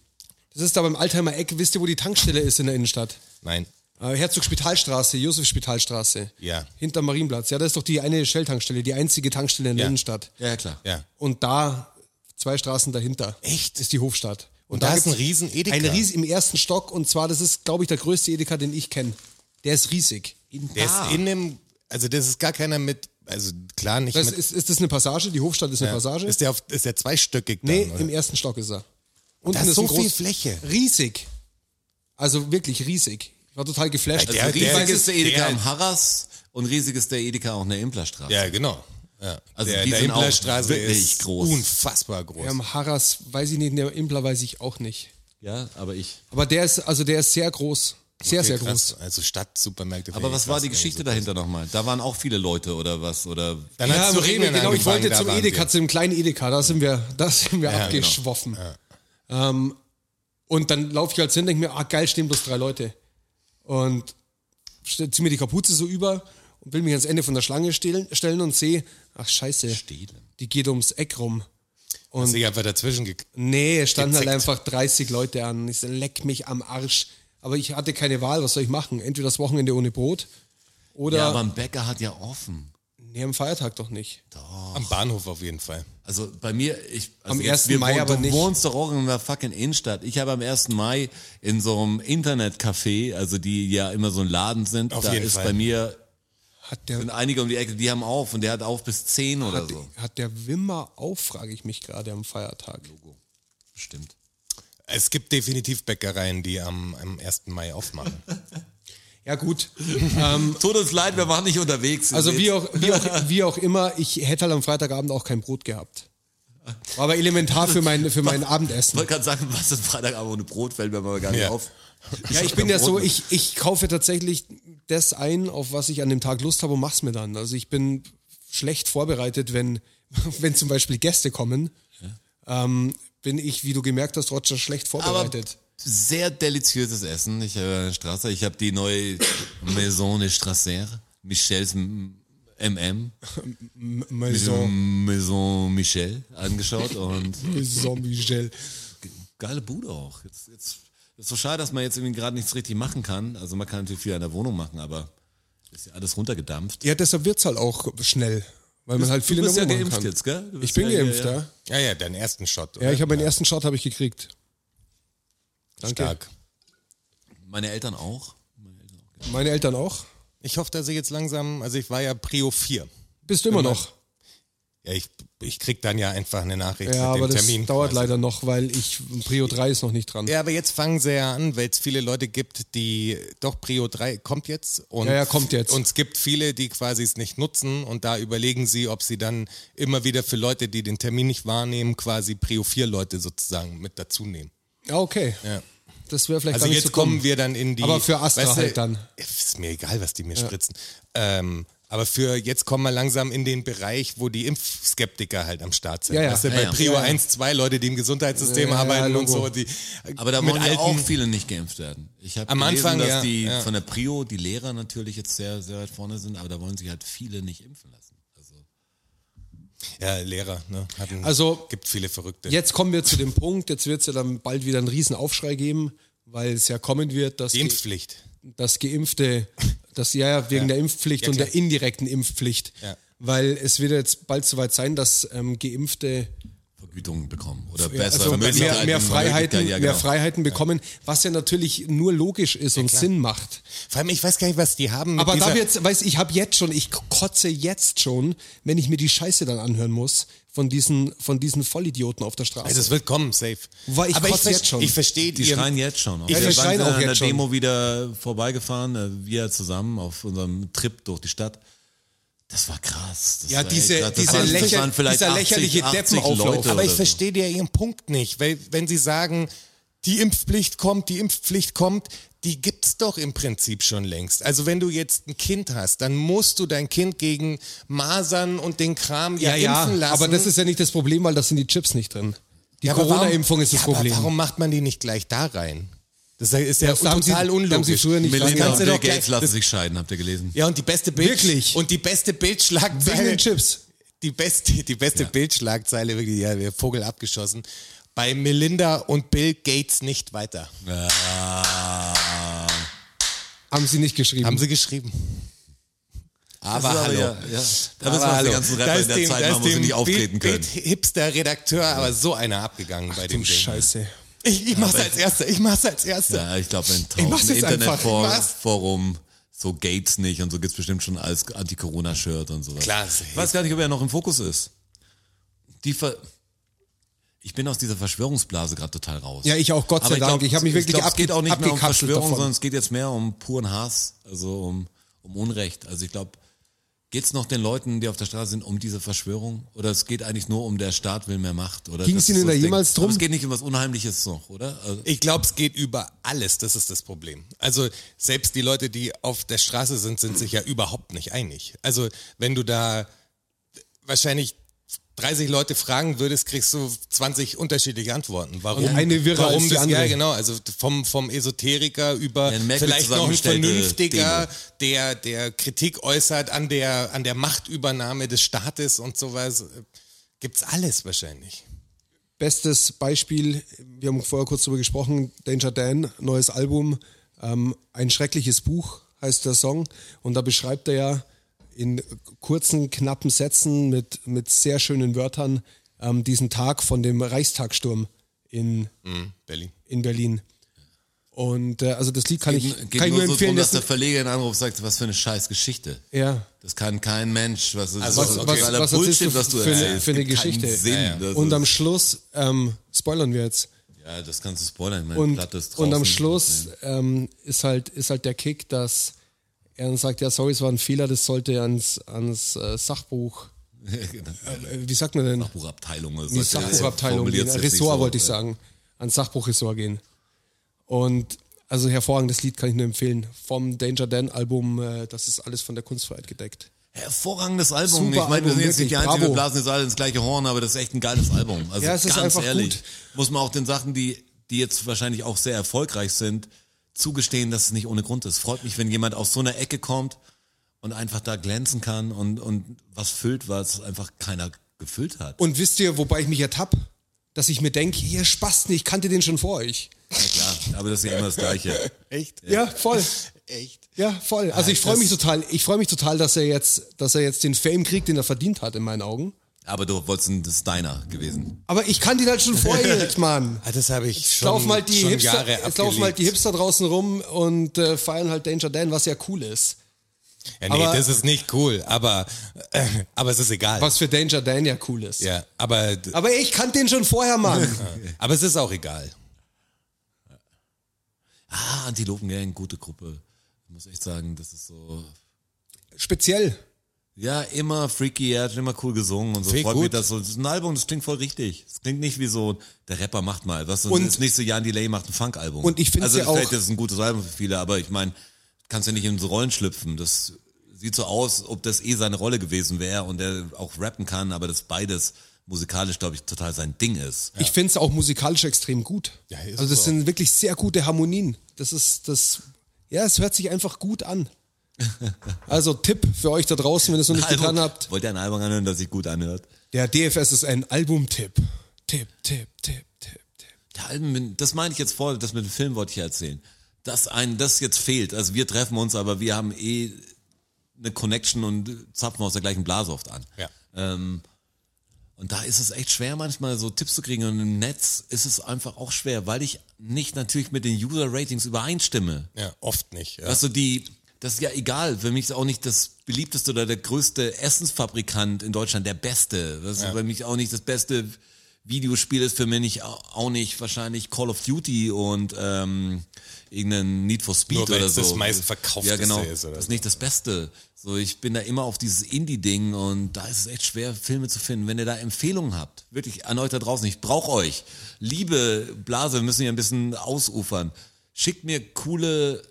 Speaker 3: Das ist da beim Altheimer Eck. Wisst ihr, wo die Tankstelle ist in der Innenstadt?
Speaker 2: Nein.
Speaker 3: Äh, Herzog-Spitalstraße, Josef-Spitalstraße.
Speaker 2: Ja.
Speaker 3: Hinter Marienplatz. Ja, das ist doch die eine Shell-Tankstelle, die einzige Tankstelle in der
Speaker 2: Ja.
Speaker 3: Innenstadt.
Speaker 4: Ja, klar.
Speaker 2: Ja.
Speaker 3: Und da, zwei Straßen dahinter,
Speaker 2: Echt?
Speaker 3: ist die Hofstadt. Und,
Speaker 2: da ist
Speaker 3: gibt's
Speaker 2: ein riesen Edeka.
Speaker 3: Ein Ries im ersten Stock. Und zwar, das ist, glaube ich, der größte Edeka, den ich kenne. Der ist riesig.
Speaker 2: Der
Speaker 4: Ah.
Speaker 2: ist in dem, also das ist gar keiner mit, also klar nicht
Speaker 3: Das
Speaker 2: mit.
Speaker 3: ist, ist das eine Passage? Die Hofstadt ist eine Passage?
Speaker 2: Ist der, auf, ist der zweistöckig dann,
Speaker 3: nee,
Speaker 2: oder?
Speaker 3: im ersten Stock ist er. Unten
Speaker 2: Da ist so
Speaker 3: ein
Speaker 2: viel Fläche.
Speaker 3: Riesig. Also wirklich riesig. Ich war total geflasht.
Speaker 2: Also
Speaker 4: Also
Speaker 2: Der- der-
Speaker 4: riesig ist der Edeka
Speaker 2: der-
Speaker 4: am Harras und riesig ist der Edeka auch in der Implerstraße.
Speaker 2: Ja, genau. Ja.
Speaker 4: Also
Speaker 2: der,
Speaker 4: die
Speaker 2: der
Speaker 4: sind auch
Speaker 2: Implerstraße
Speaker 4: wirklich
Speaker 2: ist
Speaker 4: groß.
Speaker 2: unfassbar groß.
Speaker 3: Ja, Am Harras weiß ich nicht, in der Impler weiß ich auch nicht.
Speaker 4: ja aber ich.
Speaker 3: Aber der ist, also der ist sehr groß. Sehr, sehr
Speaker 2: Okay, krass.
Speaker 3: groß.
Speaker 2: Also Stadtsupermärkte.
Speaker 4: Aber was war die Geschichte dahinter nochmal? Da waren auch viele Leute oder was? Oder
Speaker 2: Dann hat's
Speaker 3: Ja,
Speaker 2: zu
Speaker 3: wir reden,
Speaker 2: regnen
Speaker 3: genau, ich
Speaker 2: angefangen,
Speaker 3: wollte
Speaker 2: da
Speaker 3: zum
Speaker 2: waren
Speaker 3: Edeka,
Speaker 2: wir.
Speaker 3: zu dem kleinen Edeka, da sind wir, da sind wir
Speaker 2: Ja,
Speaker 3: abgeschwoffen. Ähm, Und dann laufe ich halt hin, denke mir, ah geil, stehen bloß drei Leute. Und ste- zieh mir die Kapuze so über und will mich ans Ende von der Schlange stehlen, stellen und sehe, ach scheiße, die geht ums Eck rum.
Speaker 2: Hast dich einfach dazwischen ge
Speaker 3: Nee, es standen halt
Speaker 2: Gezickt.
Speaker 3: einfach 30 Leute an. Ich so, leck mich am Arsch. Aber ich hatte keine Wahl, was soll ich machen? Entweder das Wochenende ohne Brot oder
Speaker 4: Ja, aber ein Bäcker hat ja offen.
Speaker 3: nee, am Feiertag doch nicht.
Speaker 2: am Bahnhof auf jeden Fall.
Speaker 4: Also bei mir, ich. Also
Speaker 3: Am
Speaker 4: jetzt,
Speaker 3: 1.
Speaker 4: wir
Speaker 3: Mai
Speaker 4: wohnen-
Speaker 3: aber
Speaker 4: du
Speaker 3: nicht.
Speaker 4: wohnst doch auch in der fucking Innenstadt. Ich habe am 1. Mai in so einem Internetcafé, also die ja immer so ein Laden sind,
Speaker 2: Auf
Speaker 4: da
Speaker 2: jeden
Speaker 4: ist
Speaker 2: Fall.
Speaker 4: bei mir,
Speaker 3: Hat der,
Speaker 4: sind einige um die Ecke, die haben auf und der hat auf bis 10 oder
Speaker 3: hat,
Speaker 4: so.
Speaker 3: hat der Wimmer auf, frage ich mich gerade am Feiertag.
Speaker 4: Bestimmt.
Speaker 2: Es gibt definitiv Bäckereien, die am, am 1. Mai aufmachen.
Speaker 3: Ja gut, ähm,
Speaker 4: Tut uns leid, wir waren nicht unterwegs.
Speaker 3: also
Speaker 4: Ihr
Speaker 3: wie
Speaker 4: seht.
Speaker 3: auch, wie, auch, wie auch immer, ich hätte halt am Freitagabend auch kein Brot gehabt. War aber elementar für mein, für mein
Speaker 4: Ich
Speaker 3: Abendessen.
Speaker 4: wollte gerade sagen, was ist Freitagabend ohne Brot, fällt mir aber gar nicht
Speaker 2: Ja.
Speaker 4: auf.
Speaker 3: Ja, ich bin ja so, ich, ich kaufe tatsächlich das ein, auf was ich an dem Tag Lust habe und mach's mir dann. Also ich bin schlecht vorbereitet, wenn, wenn zum Beispiel Gäste kommen, ähm, bin ich, wie du gemerkt hast, Roger, schlecht
Speaker 4: aber
Speaker 3: vorbereitet.
Speaker 4: sehr deliziöses Essen. Ich habe eine Straße, ich habe die neue Maison de Strassère, Michels M- MM,
Speaker 3: Maison,
Speaker 4: Maison Michel angeschaut und
Speaker 3: Maison Michel.
Speaker 4: geile Bude auch. Jetzt, jetzt ist so schade, dass man jetzt irgendwie gerade nichts richtig machen kann. Also man kann natürlich viel an der Wohnung machen, aber ist ja alles runtergedampft.
Speaker 3: Ja, deshalb wird's halt auch schnell, weil man halt viel
Speaker 4: du
Speaker 3: in der
Speaker 4: bist ja
Speaker 3: Wohnung machen
Speaker 4: geimpft
Speaker 3: kann.
Speaker 4: jetzt, gell? Du
Speaker 3: Ich
Speaker 4: bist
Speaker 3: bin
Speaker 4: ja hier,
Speaker 3: geimpft,
Speaker 4: ja.
Speaker 3: ja.
Speaker 2: ja, ja, deinen ersten Shot. Oder?
Speaker 3: Ja, ich habe meinen ersten Shot habe ich gekriegt. Danke.
Speaker 2: Stark.
Speaker 4: Meine Eltern auch.
Speaker 3: Meine Eltern auch.
Speaker 2: Ich hoffe, dass ich jetzt langsam, also ich war ja Prio 4.
Speaker 3: Bist du immer noch?
Speaker 2: Ja, ich, ich krieg dann ja einfach eine Nachricht
Speaker 3: Ja,
Speaker 2: mit
Speaker 3: aber
Speaker 2: dem
Speaker 3: das
Speaker 2: Termin.
Speaker 3: dauert
Speaker 2: quasi.
Speaker 3: leider noch, weil ich Prio 3 ist noch nicht dran.
Speaker 2: Ja, aber jetzt fangen sie ja an, weil es viele Leute gibt, die doch Prio 3 kommt jetzt und
Speaker 3: Ja, ja, kommt jetzt.
Speaker 2: Und es gibt viele, die quasi es nicht nutzen und da überlegen sie, ob sie dann immer wieder für Leute, die den Termin nicht wahrnehmen, quasi Prio 4 Leute sozusagen mit dazu nehmen.
Speaker 3: Ja, okay.
Speaker 2: Ja.
Speaker 3: Das wäre vielleicht
Speaker 2: Also
Speaker 3: gar nicht
Speaker 2: jetzt
Speaker 3: so
Speaker 2: kommen
Speaker 3: dumm.
Speaker 2: wir dann in die.
Speaker 3: Aber für Astra halt dann.
Speaker 2: Ist mir egal, was die mir spritzen. Ähm, aber für jetzt kommen wir langsam in den Bereich, wo die Impfskeptiker halt am Start sind.
Speaker 3: Ja, ja.
Speaker 2: Weißt du,
Speaker 3: Ja,
Speaker 2: bei
Speaker 4: ja.
Speaker 2: Prio
Speaker 3: Ja, ja.
Speaker 2: 1, 2 Leute, die im Gesundheitssystem
Speaker 3: Ja, ja,
Speaker 2: arbeiten
Speaker 3: Logo.
Speaker 2: und so. Die,
Speaker 4: Aber da
Speaker 2: mit
Speaker 4: wollen ja
Speaker 2: alten-
Speaker 4: auch viele nicht geimpft werden. Ich habe
Speaker 2: Am
Speaker 4: gelesen,
Speaker 2: Anfang,
Speaker 4: dass
Speaker 2: ja,
Speaker 4: die
Speaker 2: ja.
Speaker 4: von der Prio, die Lehrer natürlich jetzt sehr, sehr weit vorne sind, aber da wollen sich halt viele nicht impfen lassen. Also,
Speaker 2: Ja, Lehrer, ne? Hatten,
Speaker 3: Also-
Speaker 2: gibt viele Verrückte.
Speaker 3: Jetzt kommen wir zu dem Punkt, jetzt wird es ja dann bald wieder einen riesen Aufschrei geben, weil es ja kommen wird, dass,
Speaker 2: Die
Speaker 3: ge
Speaker 2: Impfpflicht.
Speaker 3: dass Geimpfte, dass ja, ja wegen
Speaker 2: Ja.
Speaker 3: der Impfpflicht
Speaker 2: Ja,
Speaker 3: und
Speaker 2: klar.
Speaker 3: der indirekten Impfpflicht,
Speaker 2: Ja.
Speaker 3: weil es wird ja jetzt bald soweit sein, dass ähm, Geimpfte
Speaker 4: Vergütungen bekommen oder besser
Speaker 3: also mehr,
Speaker 4: Möglichkeiten,
Speaker 3: mehr, Freiheiten,
Speaker 4: ja,
Speaker 3: mehr
Speaker 4: genau.
Speaker 3: Freiheiten bekommen, was ja natürlich nur logisch ist und Sinn macht.
Speaker 2: Vor allem, ich weiß gar nicht, was die haben. Mit
Speaker 3: Aber
Speaker 2: dieser,
Speaker 3: da wird's, weiß ich habe jetzt schon, ich kotze jetzt schon, wenn ich mir die Scheiße dann anhören muss von diesen von diesen Vollidioten auf der Straße.
Speaker 2: also es wird kommen, safe.
Speaker 3: Weil ich
Speaker 2: Aber ich,
Speaker 3: kotze
Speaker 2: ver-
Speaker 3: jetzt schon.
Speaker 2: ich verstehe
Speaker 4: Die schreien jetzt schon.
Speaker 3: Ja, die
Speaker 4: Wir
Speaker 3: schreien
Speaker 4: sind
Speaker 3: auch
Speaker 4: an der
Speaker 3: jetzt schon.
Speaker 4: Demo wieder vorbeigefahren, äh, wir zusammen auf unserem Trip durch die Stadt. Das war krass. Das
Speaker 3: Ja,
Speaker 4: war
Speaker 3: diese-
Speaker 4: echt krass. das
Speaker 3: diese
Speaker 4: waren, das
Speaker 3: lächer-
Speaker 4: waren vielleicht
Speaker 3: dieser
Speaker 4: 80,
Speaker 3: lächerliche
Speaker 4: 80
Speaker 3: Deppenauflauf.
Speaker 4: Leute
Speaker 2: Aber
Speaker 4: oder
Speaker 2: ich
Speaker 4: so.
Speaker 2: verstehe dir ihren Punkt nicht, weil wenn sie sagen, die Impfpflicht kommt, die Impfpflicht kommt, die gibt's doch im Prinzip schon längst. Also wenn du jetzt ein Kind hast, dann musst du dein Kind gegen Masern und den Kram ja,
Speaker 3: ja, ja,
Speaker 2: impfen lassen.
Speaker 3: aber das ist ja nicht das Problem, weil das sind die Chips nicht drin. Die
Speaker 2: Ja, aber warum-
Speaker 3: Corona-Impfung ist das
Speaker 2: ja,
Speaker 3: Problem.
Speaker 2: Aber warum macht man die nicht gleich da rein? Das ist ja,
Speaker 3: Ja, das haben sie-
Speaker 2: total
Speaker 3: haben
Speaker 2: unlogisch.
Speaker 3: sie früher nicht
Speaker 2: Das
Speaker 4: Melinda
Speaker 3: rein-
Speaker 4: und
Speaker 2: kannst du
Speaker 4: Bill
Speaker 2: doch
Speaker 4: Gates
Speaker 2: gleich,
Speaker 4: lassen
Speaker 2: das,
Speaker 4: sich scheiden, habt ihr gelesen?
Speaker 2: ja, und die beste Bild,
Speaker 3: Wirklich?
Speaker 2: Und die beste
Speaker 3: Wegen
Speaker 2: Bildschlagzeile.
Speaker 3: den Chips.
Speaker 2: Die beste, die beste Bildschlagzeile, wirklich, ja, der Vogel abgeschossen. Bei Melinda und Bill Gates nicht weiter.
Speaker 4: Ah.
Speaker 3: Haben sie nicht geschrieben.
Speaker 2: Haben sie geschrieben. Aber
Speaker 4: Das ist
Speaker 2: hallo.
Speaker 4: Ja, ja. Da müssen wir
Speaker 2: also,
Speaker 4: uns die ganzen Rapper in der Zeit machen, wo sie nicht auftreten können.
Speaker 2: Hipster-Redakteur, aber so einer abgegangen bei dem
Speaker 3: du
Speaker 2: Ding.
Speaker 3: Scheiße.
Speaker 2: Ich, ich mach's als Erster, ich mach's als Erster.
Speaker 4: Ja, ich glaube, in
Speaker 2: Ich mach's
Speaker 4: tausend
Speaker 2: jetzt einfach. Ich mach's.
Speaker 4: Internetforum, so Gates nicht und so gibt's bestimmt schon als Anti-Corona-Shirt und sowas.
Speaker 2: Klar, safe.
Speaker 4: Ich weiß gar nicht, ob er noch im Fokus ist. Die Ver ich bin aus dieser Verschwörungsblase gerade total raus.
Speaker 3: Ja, ich auch, Gott sei
Speaker 4: Aber
Speaker 3: Dank. Ich hab mich wirklich
Speaker 4: glaub, Es geht
Speaker 3: abge-
Speaker 4: auch nicht mehr um
Speaker 3: abgekapselt
Speaker 4: Verschwörung,
Speaker 3: davon.
Speaker 4: sondern es geht jetzt mehr um puren Hass, also um, um Unrecht. Also ich glaube, geht's noch den Leuten, die auf der Straße sind, um diese Verschwörung? Oder es geht eigentlich nur um der Staat will mehr Macht? Oder
Speaker 3: Ging's
Speaker 4: das ist
Speaker 3: Ihnen
Speaker 4: so
Speaker 3: da
Speaker 4: das Ding.
Speaker 3: jemals drum?
Speaker 4: Aber es geht nicht um was Unheimliches noch, oder? Also,
Speaker 2: Ich glaube, es geht über alles, das ist das Problem. Also selbst die Leute, die auf der Straße sind, sind sich ja überhaupt nicht einig. Also wenn du da wahrscheinlich 30 Leute fragen würdest, kriegst du 20 unterschiedliche Antworten. Warum?
Speaker 3: Und eine wirrer
Speaker 2: warum
Speaker 3: als die
Speaker 2: das,
Speaker 3: andere.
Speaker 2: Ja, genau. Also vom, vom Esoteriker über
Speaker 4: Ja, ein merkwürdig
Speaker 2: vielleicht noch ein
Speaker 4: zusammengestellte
Speaker 2: Vernünftiger, der, der Kritik äußert an der, an der Machtübernahme des Staates und sowas. Äh, Gibt's alles wahrscheinlich.
Speaker 3: Bestes Beispiel, wir haben vorher kurz drüber gesprochen, Danger Dan, neues Album, ähm, ein schreckliches Buch heißt der Song und da beschreibt er ja in kurzen, knappen Sätzen mit, mit sehr schönen Wörtern ähm, diesen Tag von dem Reichstagsturm in,
Speaker 2: Hm, Berlin.
Speaker 3: in Berlin. Und äh, also das Lied kann ich,
Speaker 4: Geht
Speaker 3: kann ich
Speaker 4: nur
Speaker 3: nur
Speaker 4: so drum,
Speaker 3: empfehlen.
Speaker 4: dass der
Speaker 3: das,
Speaker 4: Verleger in Anruf sagt, was für eine scheiß Geschichte.
Speaker 3: ja.
Speaker 4: Das kann kein Mensch. Was ist
Speaker 2: Also,
Speaker 4: das?
Speaker 2: was-
Speaker 4: ist
Speaker 2: was-
Speaker 4: totaler
Speaker 3: was erzählst
Speaker 4: Bullshit,
Speaker 3: du
Speaker 4: was du
Speaker 3: für eine-
Speaker 4: erzählst.
Speaker 3: für eine
Speaker 4: Gibt keinen
Speaker 3: Geschichte?
Speaker 4: Sinn.
Speaker 2: Ja, ja.
Speaker 4: Das
Speaker 3: Und am
Speaker 4: ist-
Speaker 3: Schluss ähm, spoilern wir jetzt.
Speaker 4: ja, das kannst du spoilern. Meine
Speaker 3: Und,
Speaker 4: Platte ist
Speaker 3: und am
Speaker 4: draußen.
Speaker 3: Schluss ähm, ist, halt, ist halt der Kick, dass er dann sagt, ja, sorry, es war ein Fehler, das sollte ans, ans äh, Sachbuch, äh, wie sagt man denn?
Speaker 4: Sachbuchabteilung. oder
Speaker 3: Die
Speaker 4: so.
Speaker 3: Sachbuchabteilung gehen,
Speaker 4: Formuliert's jetzt nicht
Speaker 3: Ressort
Speaker 4: so,
Speaker 3: wollte ich
Speaker 4: ja.
Speaker 3: sagen, ans Sachbuchressort gehen. Und also hervorragendes Lied kann ich nur empfehlen. Vom Danger Dan Album, äh, das ist alles von der Kunstfreiheit gedeckt.
Speaker 4: Hervorragendes Album.
Speaker 3: Super
Speaker 4: ich meine, wir
Speaker 3: Album,
Speaker 4: sind jetzt nicht die
Speaker 3: wirklich.
Speaker 4: Einzigen, wir
Speaker 3: Bravo.
Speaker 4: blasen jetzt alle ins gleiche Horn, aber das ist echt ein geiles Album. Also
Speaker 3: Ja, es ist
Speaker 4: ganz
Speaker 3: einfach
Speaker 4: ehrlich,
Speaker 3: gut.
Speaker 4: muss man auch den Sachen, die, die jetzt wahrscheinlich auch sehr erfolgreich sind, zugestehen, dass es nicht ohne Grund ist. Freut mich, wenn jemand aus so einer Ecke kommt und einfach da glänzen kann und, und was füllt, was einfach keiner gefüllt hat.
Speaker 3: Und wisst ihr, wobei ich mich ertapp, dass ich mir denke, ihr Spasten, ich kannte den schon vor euch.
Speaker 4: Ja, aber das ist ja immer das Gleiche.
Speaker 2: Echt?
Speaker 3: Ja, voll.
Speaker 2: Echt?
Speaker 3: Ja, voll. Also ich freue mich total, ich freue mich total, dass er jetzt, dass er jetzt den Fame kriegt, den er verdient hat in meinen Augen.
Speaker 4: Aber du wolltest, ein- das ist deiner gewesen.
Speaker 3: Aber ich kann den halt schon vorher, Mann.
Speaker 2: Ah, das habe ich
Speaker 3: Jetzt
Speaker 2: schon,
Speaker 3: laufen halt die
Speaker 2: schon
Speaker 3: Hipster,
Speaker 2: Jahre
Speaker 3: jetzt laufen halt die
Speaker 2: abgelegt.
Speaker 3: Hipster draußen rum und äh, feiern halt Danger Dan, was ja cool ist.
Speaker 2: Ja, nee,
Speaker 3: aber-
Speaker 2: das ist nicht cool, aber, äh, aber es ist egal.
Speaker 3: Was für Danger Dan ja cool ist.
Speaker 2: Ja, aber, äh,
Speaker 3: Aber ich kannte den schon vorher, Mann.
Speaker 2: aber es ist auch egal.
Speaker 4: Ah, Antilopen Gang, gute Gruppe. Ich muss echt sagen, das ist so,
Speaker 3: Speziell.
Speaker 4: Ja, immer freaky, er hat immer cool gesungen und so.
Speaker 2: Klingt
Speaker 4: Freut
Speaker 2: gut.
Speaker 4: mich das so. Das ist ein Album, das klingt voll richtig. Das klingt nicht wie so, der Rapper macht mal was. Und,
Speaker 3: Und-
Speaker 4: das nächste Jahr Delay macht ein Funk-Album.
Speaker 3: Und ich find's
Speaker 4: Also
Speaker 3: ja
Speaker 4: vielleicht
Speaker 3: auch-
Speaker 4: ist es ein gutes Album für viele, aber ich meine, kannst ja nicht in so Rollen schlüpfen. Das sieht so aus, ob das eh seine Rolle gewesen wäre und er auch rappen kann, aber das beides musikalisch, glaube ich, total sein Ding ist.
Speaker 3: Ich finde es auch musikalisch extrem gut.
Speaker 2: Ja, ist
Speaker 3: also das
Speaker 2: so.
Speaker 3: sind wirklich sehr gute Harmonien. Das ist das. Ja, es hört sich einfach gut an. Also Tipp für euch da draußen, wenn ihr es noch nicht
Speaker 4: Album-
Speaker 3: getan habt.
Speaker 4: Wollt ihr ein Album anhören, das sich gut anhört?
Speaker 3: Also, Der DFS ist ein Albumtipp. Tipp, Tipp, Tipp, Tipp, Tipp.
Speaker 4: Der Alben, das meine ich jetzt vor, das mit dem Film wollte ich ja erzählen. Dass ein, das jetzt fehlt. Also wir treffen uns, aber wir haben eh eine Connection und zapfen aus der gleichen Blase oft an.
Speaker 2: Ja.
Speaker 4: Ähm, und da ist es echt schwer, manchmal so Tipps zu kriegen. Und im Netz ist es einfach auch schwer, weil ich nicht natürlich mit den User-Ratings übereinstimme.
Speaker 2: Ja, oft nicht. Ja.
Speaker 4: Weißt du, die, das ist ja egal. Für mich ist auch nicht das beliebteste oder der größte Essensfabrikant in Deutschland der beste. Das ist für mich auch nicht das beste Videospiel ist für mich nicht, auch nicht wahrscheinlich Call of Duty und ähm, irgendein Need for Speed
Speaker 2: Nur weil
Speaker 4: oder
Speaker 2: es
Speaker 4: so.
Speaker 2: das meistverkaufteste
Speaker 4: ja, genau.
Speaker 2: ist oder
Speaker 4: das ist
Speaker 2: so.
Speaker 4: nicht das Beste. So, ich bin da immer auf dieses Indie-Ding und da ist es echt schwer, Filme zu finden. Wenn ihr da Empfehlungen habt, wirklich an euch da draußen, ich brauche euch. Liebe Blase, wir müssen hier ein bisschen ausufern. Schickt mir coole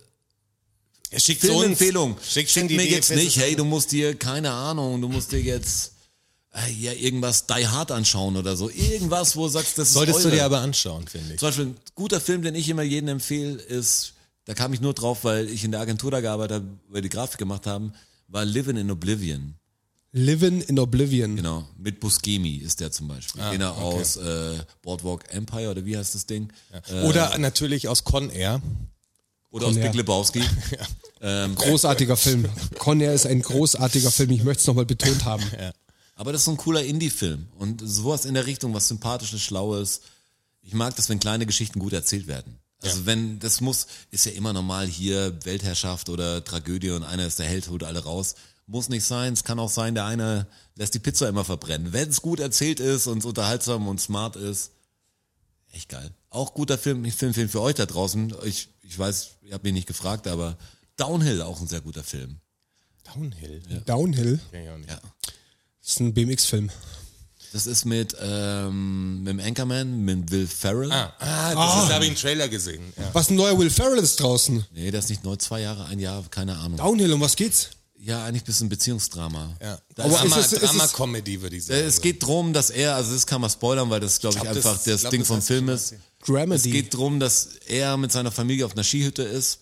Speaker 2: Ja, schickt uns-
Speaker 4: Filmempfehlung.
Speaker 2: Schickt
Speaker 4: Schick
Speaker 2: die
Speaker 4: mir
Speaker 2: Idee
Speaker 4: jetzt
Speaker 2: fest.
Speaker 4: nicht, hey, du musst dir, keine Ahnung, du musst dir jetzt äh, ja, irgendwas Die Hard anschauen oder so. Irgendwas, wo du sagst, das
Speaker 2: Solltest
Speaker 4: ist
Speaker 2: du
Speaker 4: eure.
Speaker 2: dir aber anschauen, finde ich.
Speaker 4: Zum Beispiel ein guter Film, den ich immer jedem empfehle, ist, da kam ich nur drauf, weil ich in der Agentur da gearbeitet habe, weil die Grafik gemacht haben, war Living in Oblivion.
Speaker 3: Living in Oblivion.
Speaker 4: Genau, mit Buscemi ist der zum Beispiel. Ah, Einer
Speaker 2: okay.
Speaker 4: aus äh, Boardwalk Empire oder wie heißt das Ding?
Speaker 2: Äh, Oder natürlich aus Con Air.
Speaker 4: Oder aus
Speaker 3: Komm her.
Speaker 4: Big Lebowski.
Speaker 3: Großartiger Film. Con Air ist ein großartiger Film. Ich möchte es nochmal betont haben.
Speaker 4: Aber das ist so ein cooler Indie-Film. Und sowas in der Richtung, was Sympathisches, Schlaues. Ich mag das, wenn kleine Geschichten gut erzählt werden. Also wenn, das muss, ist ja immer normal hier Weltherrschaft oder Tragödie und einer ist der Held, holt alle raus. Muss nicht sein. Es kann auch sein, der eine lässt die Pizza immer verbrennen. Wenn es gut erzählt ist und unterhaltsam und smart ist, echt geil. Auch guter Film, Film, Film für euch da draußen. Ich, ich weiß, ihr habt mich nicht gefragt, aber Downhill auch ein sehr guter Film.
Speaker 2: Downhill.
Speaker 3: Downhill
Speaker 4: Ja.
Speaker 3: ist ein BMX-Film.
Speaker 4: Das ist mit, ähm, mit dem Anchorman, mit Will Ferrell.
Speaker 2: Ah, ah, das ist, da habe ich einen Trailer gesehen. Ja.
Speaker 3: Was ein neuer Will Ferrell ist draußen.
Speaker 4: Nee, der ist nicht neu, zwei Jahre, ein Jahr, keine Ahnung.
Speaker 3: Downhill, um was geht's?
Speaker 4: Ja, eigentlich ein bisschen Beziehungsdrama.
Speaker 2: Ja.
Speaker 4: Da ist
Speaker 2: Drama,
Speaker 4: es,
Speaker 3: es-
Speaker 2: Drama-Comedy, würde ich sagen.
Speaker 4: es geht drum, dass er, also das kann man spoilern, weil das, glaube ich,
Speaker 2: glaub, das-
Speaker 4: einfach das,
Speaker 2: ich glaub,
Speaker 4: Ding
Speaker 2: das
Speaker 4: vom
Speaker 2: hast du
Speaker 4: Film
Speaker 2: schon
Speaker 4: ist.
Speaker 2: erzählt.
Speaker 4: Es
Speaker 3: Dramedy.
Speaker 4: geht drum, dass er mit seiner Familie auf einer Skihütte ist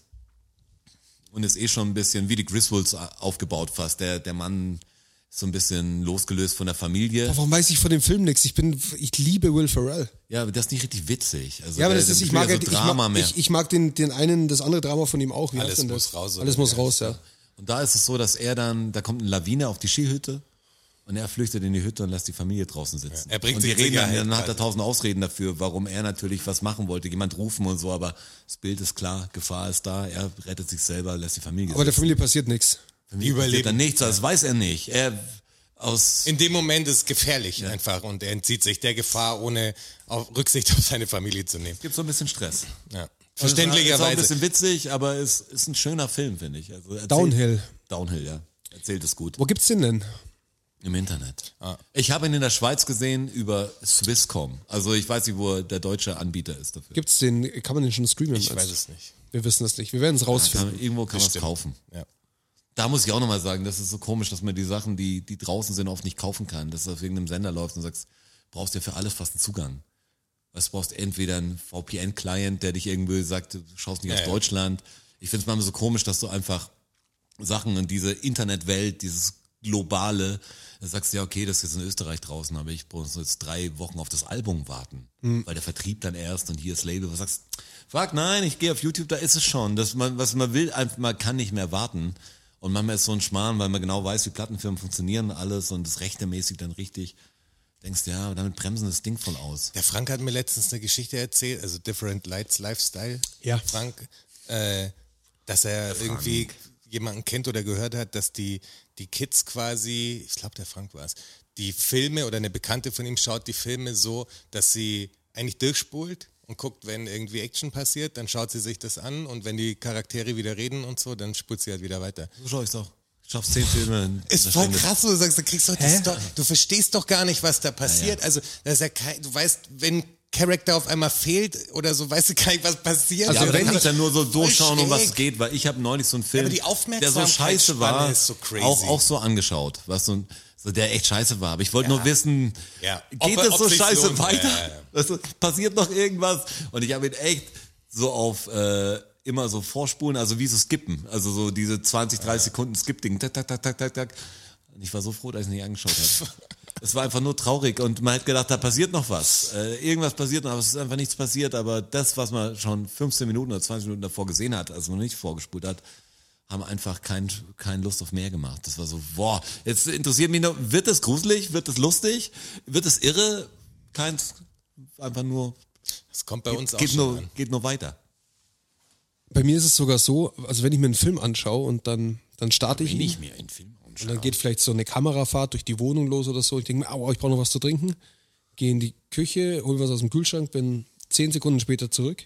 Speaker 4: und ist eh schon ein bisschen wie die Griswolds aufgebaut fast. Der, der Mann ist so ein bisschen losgelöst von der Familie.
Speaker 3: Warum weiß ich von dem Film nichts? Ich bin, ich liebe Will Ferrell.
Speaker 4: Ja, aber das ist nicht richtig witzig. Also
Speaker 3: Ja, aber
Speaker 4: der-
Speaker 3: das
Speaker 4: der
Speaker 3: ist, ich mag,
Speaker 4: macht ja
Speaker 3: halt-
Speaker 4: so
Speaker 3: ich
Speaker 4: Drama
Speaker 3: mag,
Speaker 4: mehr.
Speaker 3: ich, ich mag den, den einen, das andere Drama von ihm auch. Wie heißt
Speaker 2: Alles
Speaker 3: denn das?
Speaker 2: muss raus, oder
Speaker 3: Alles
Speaker 2: wie
Speaker 3: muss
Speaker 2: heißt
Speaker 3: raus, ja.
Speaker 4: Und da ist es so, dass er dann, da kommt eine Lawine auf die Skihütte und er flüchtet in die Hütte und lässt die Familie draußen sitzen.
Speaker 2: Ja, er bringt
Speaker 4: und
Speaker 2: sie
Speaker 4: die
Speaker 2: in
Speaker 4: reden dann,
Speaker 2: Sicherheit
Speaker 4: dann hat er
Speaker 2: quasi.
Speaker 4: tausend Ausreden dafür, warum er natürlich was machen wollte, jemand rufen und so, aber das Bild ist klar, Gefahr ist da, er rettet sich selber, lässt die Familie
Speaker 3: Aber der
Speaker 4: sitzen.
Speaker 3: Familie passiert nichts.
Speaker 4: Familie
Speaker 2: Die
Speaker 4: passiert Dann
Speaker 2: überleben.
Speaker 4: nichts, das weiß er nicht. Er aus
Speaker 2: In dem Moment ist es gefährlich einfach und er entzieht sich der Gefahr, ohne auf Rücksicht auf seine Familie zu nehmen.
Speaker 4: gibt so ein bisschen Stress.
Speaker 2: Ja.
Speaker 4: Ist auch ein
Speaker 2: Verständlicherweise.
Speaker 4: bisschen witzig, aber es ist, ein schöner Film, finde ich. Also erzählt-
Speaker 3: Downhill.
Speaker 4: Downhill, ja. Erzählt es gut.
Speaker 3: Wo gibt's den denn?
Speaker 4: Im Internet. Ah. Ich habe ihn in der Schweiz gesehen über Swisscom. Also ich weiß nicht, wo der deutsche Anbieter ist dafür. Ah,
Speaker 3: Gibt's den, kann man den schon streamen? Also,
Speaker 2: Ich weiß es nicht.
Speaker 3: Wir wissen es nicht. Wir werden es
Speaker 4: Kann,
Speaker 3: rausfinden.
Speaker 4: man- irgendwo kann man es kaufen.
Speaker 2: Ja.
Speaker 4: Da muss ich auch nochmal sagen, das ist so komisch, dass man die Sachen, die, die draußen sind, oft nicht kaufen kann. Dass du auf irgendeinem Sender läuft und sagst, brauchst ja für alles fast einen Zugang. Was brauchst entweder einen VPN-Client, der dich irgendwie sagt, du schaust nicht aus
Speaker 2: ja.
Speaker 4: Deutschland. Ich finde es manchmal so komisch, dass du einfach Sachen in diese Internetwelt, dieses globale, da sagst du ja, okay, das ist jetzt in Österreich draußen, aber ich muss jetzt drei Wochen auf das Album warten, weil der Vertrieb dann erst und hier das Label, was sagst fuck, nein, ich gehe auf YouTube, da ist es schon, das, man, was man will, einfach, man kann nicht mehr warten und manchmal ist so ein Schmarrn, weil man genau weiß, wie Plattenfirmen funktionieren und alles und das rechtemäßig dann richtig, denkst du, ja, damit bremsen das Ding voll aus.
Speaker 2: Der Frank hat mir letztens eine Geschichte erzählt, also Different Lights Lifestyle.
Speaker 3: Ja.
Speaker 2: Frank, äh, dass er irgendwie jemanden kennt oder gehört hat, dass die, die Kids quasi, ich glaube, der Frank war es, die Filme oder eine Bekannte von ihm schaut die Filme so, dass sie eigentlich durchspult und guckt, wenn irgendwie Action passiert, dann schaut sie sich das an und wenn die Charaktere wieder reden und so, dann spult sie halt wieder weiter.
Speaker 4: So schau ich's doch. Ich schaff's zehn Filme. in
Speaker 2: Ist
Speaker 4: einer
Speaker 2: voll
Speaker 4: Stunde.
Speaker 2: krass, wo du sagst, du kriegst doch die
Speaker 3: Hä?
Speaker 2: Story. Du verstehst doch gar nicht, was da passiert. Also, das ist ja kein, du weißt, wenn Charakter auf einmal fehlt oder so, weißt du gar nicht, was passiert.
Speaker 4: Ja,
Speaker 3: Also
Speaker 4: aber
Speaker 3: wenn
Speaker 4: dann kann
Speaker 3: ich-
Speaker 4: ich dann nur so
Speaker 2: Voll
Speaker 4: durchschauen, um was es
Speaker 2: schräg.
Speaker 4: geht, weil ich habe neulich so einen Film,
Speaker 2: aber die
Speaker 4: der so scheiße
Speaker 2: Aufmerksamkeitsspanne
Speaker 4: war,
Speaker 2: ist so crazy.
Speaker 4: Auch, auch so angeschaut, was so, ein- so der echt scheiße war. Aber ich wollte nur wissen,
Speaker 2: Ja. Ob-
Speaker 4: geht es
Speaker 2: ob
Speaker 4: so
Speaker 2: sich's
Speaker 4: scheiße
Speaker 2: lohnt.
Speaker 4: weiter?
Speaker 2: Ja, ja, ja.
Speaker 4: Weißt du, passiert noch irgendwas? Und ich habe ihn echt so auf äh, immer so vorspulen, also wie so skippen, also so diese 20, 30 Sekunden Skip-Ding, tak, tak, tak, tak, tak, tak. Und ich war so froh, dass ich ihn nicht angeschaut habe. Es war einfach nur traurig und man hat gedacht, da passiert noch was. Äh, irgendwas passiert noch, aber es ist einfach nichts passiert. Aber das, was man schon 15 Minuten oder 20 Minuten davor gesehen hat, also noch nicht vorgespult hat, haben einfach keinen kein Lust auf mehr gemacht. Das war so, boah, jetzt interessiert mich nur, wird es gruselig, wird es lustig, wird es irre? Keins, einfach nur,
Speaker 2: Das kommt bei uns auch
Speaker 4: geht,
Speaker 2: schon
Speaker 4: nur
Speaker 2: an.
Speaker 4: geht nur weiter.
Speaker 3: Bei mir ist es sogar so, also wenn ich mir einen Film anschaue und dann, dann starte ich ihn.
Speaker 4: mir einen Film
Speaker 3: Und dann geht vielleicht so eine Kamerafahrt durch die Wohnung los oder so. Ich denke mir, aua, ich brauche noch was zu trinken. Gehe in die Küche, hole was aus dem Kühlschrank, bin zehn Sekunden später zurück.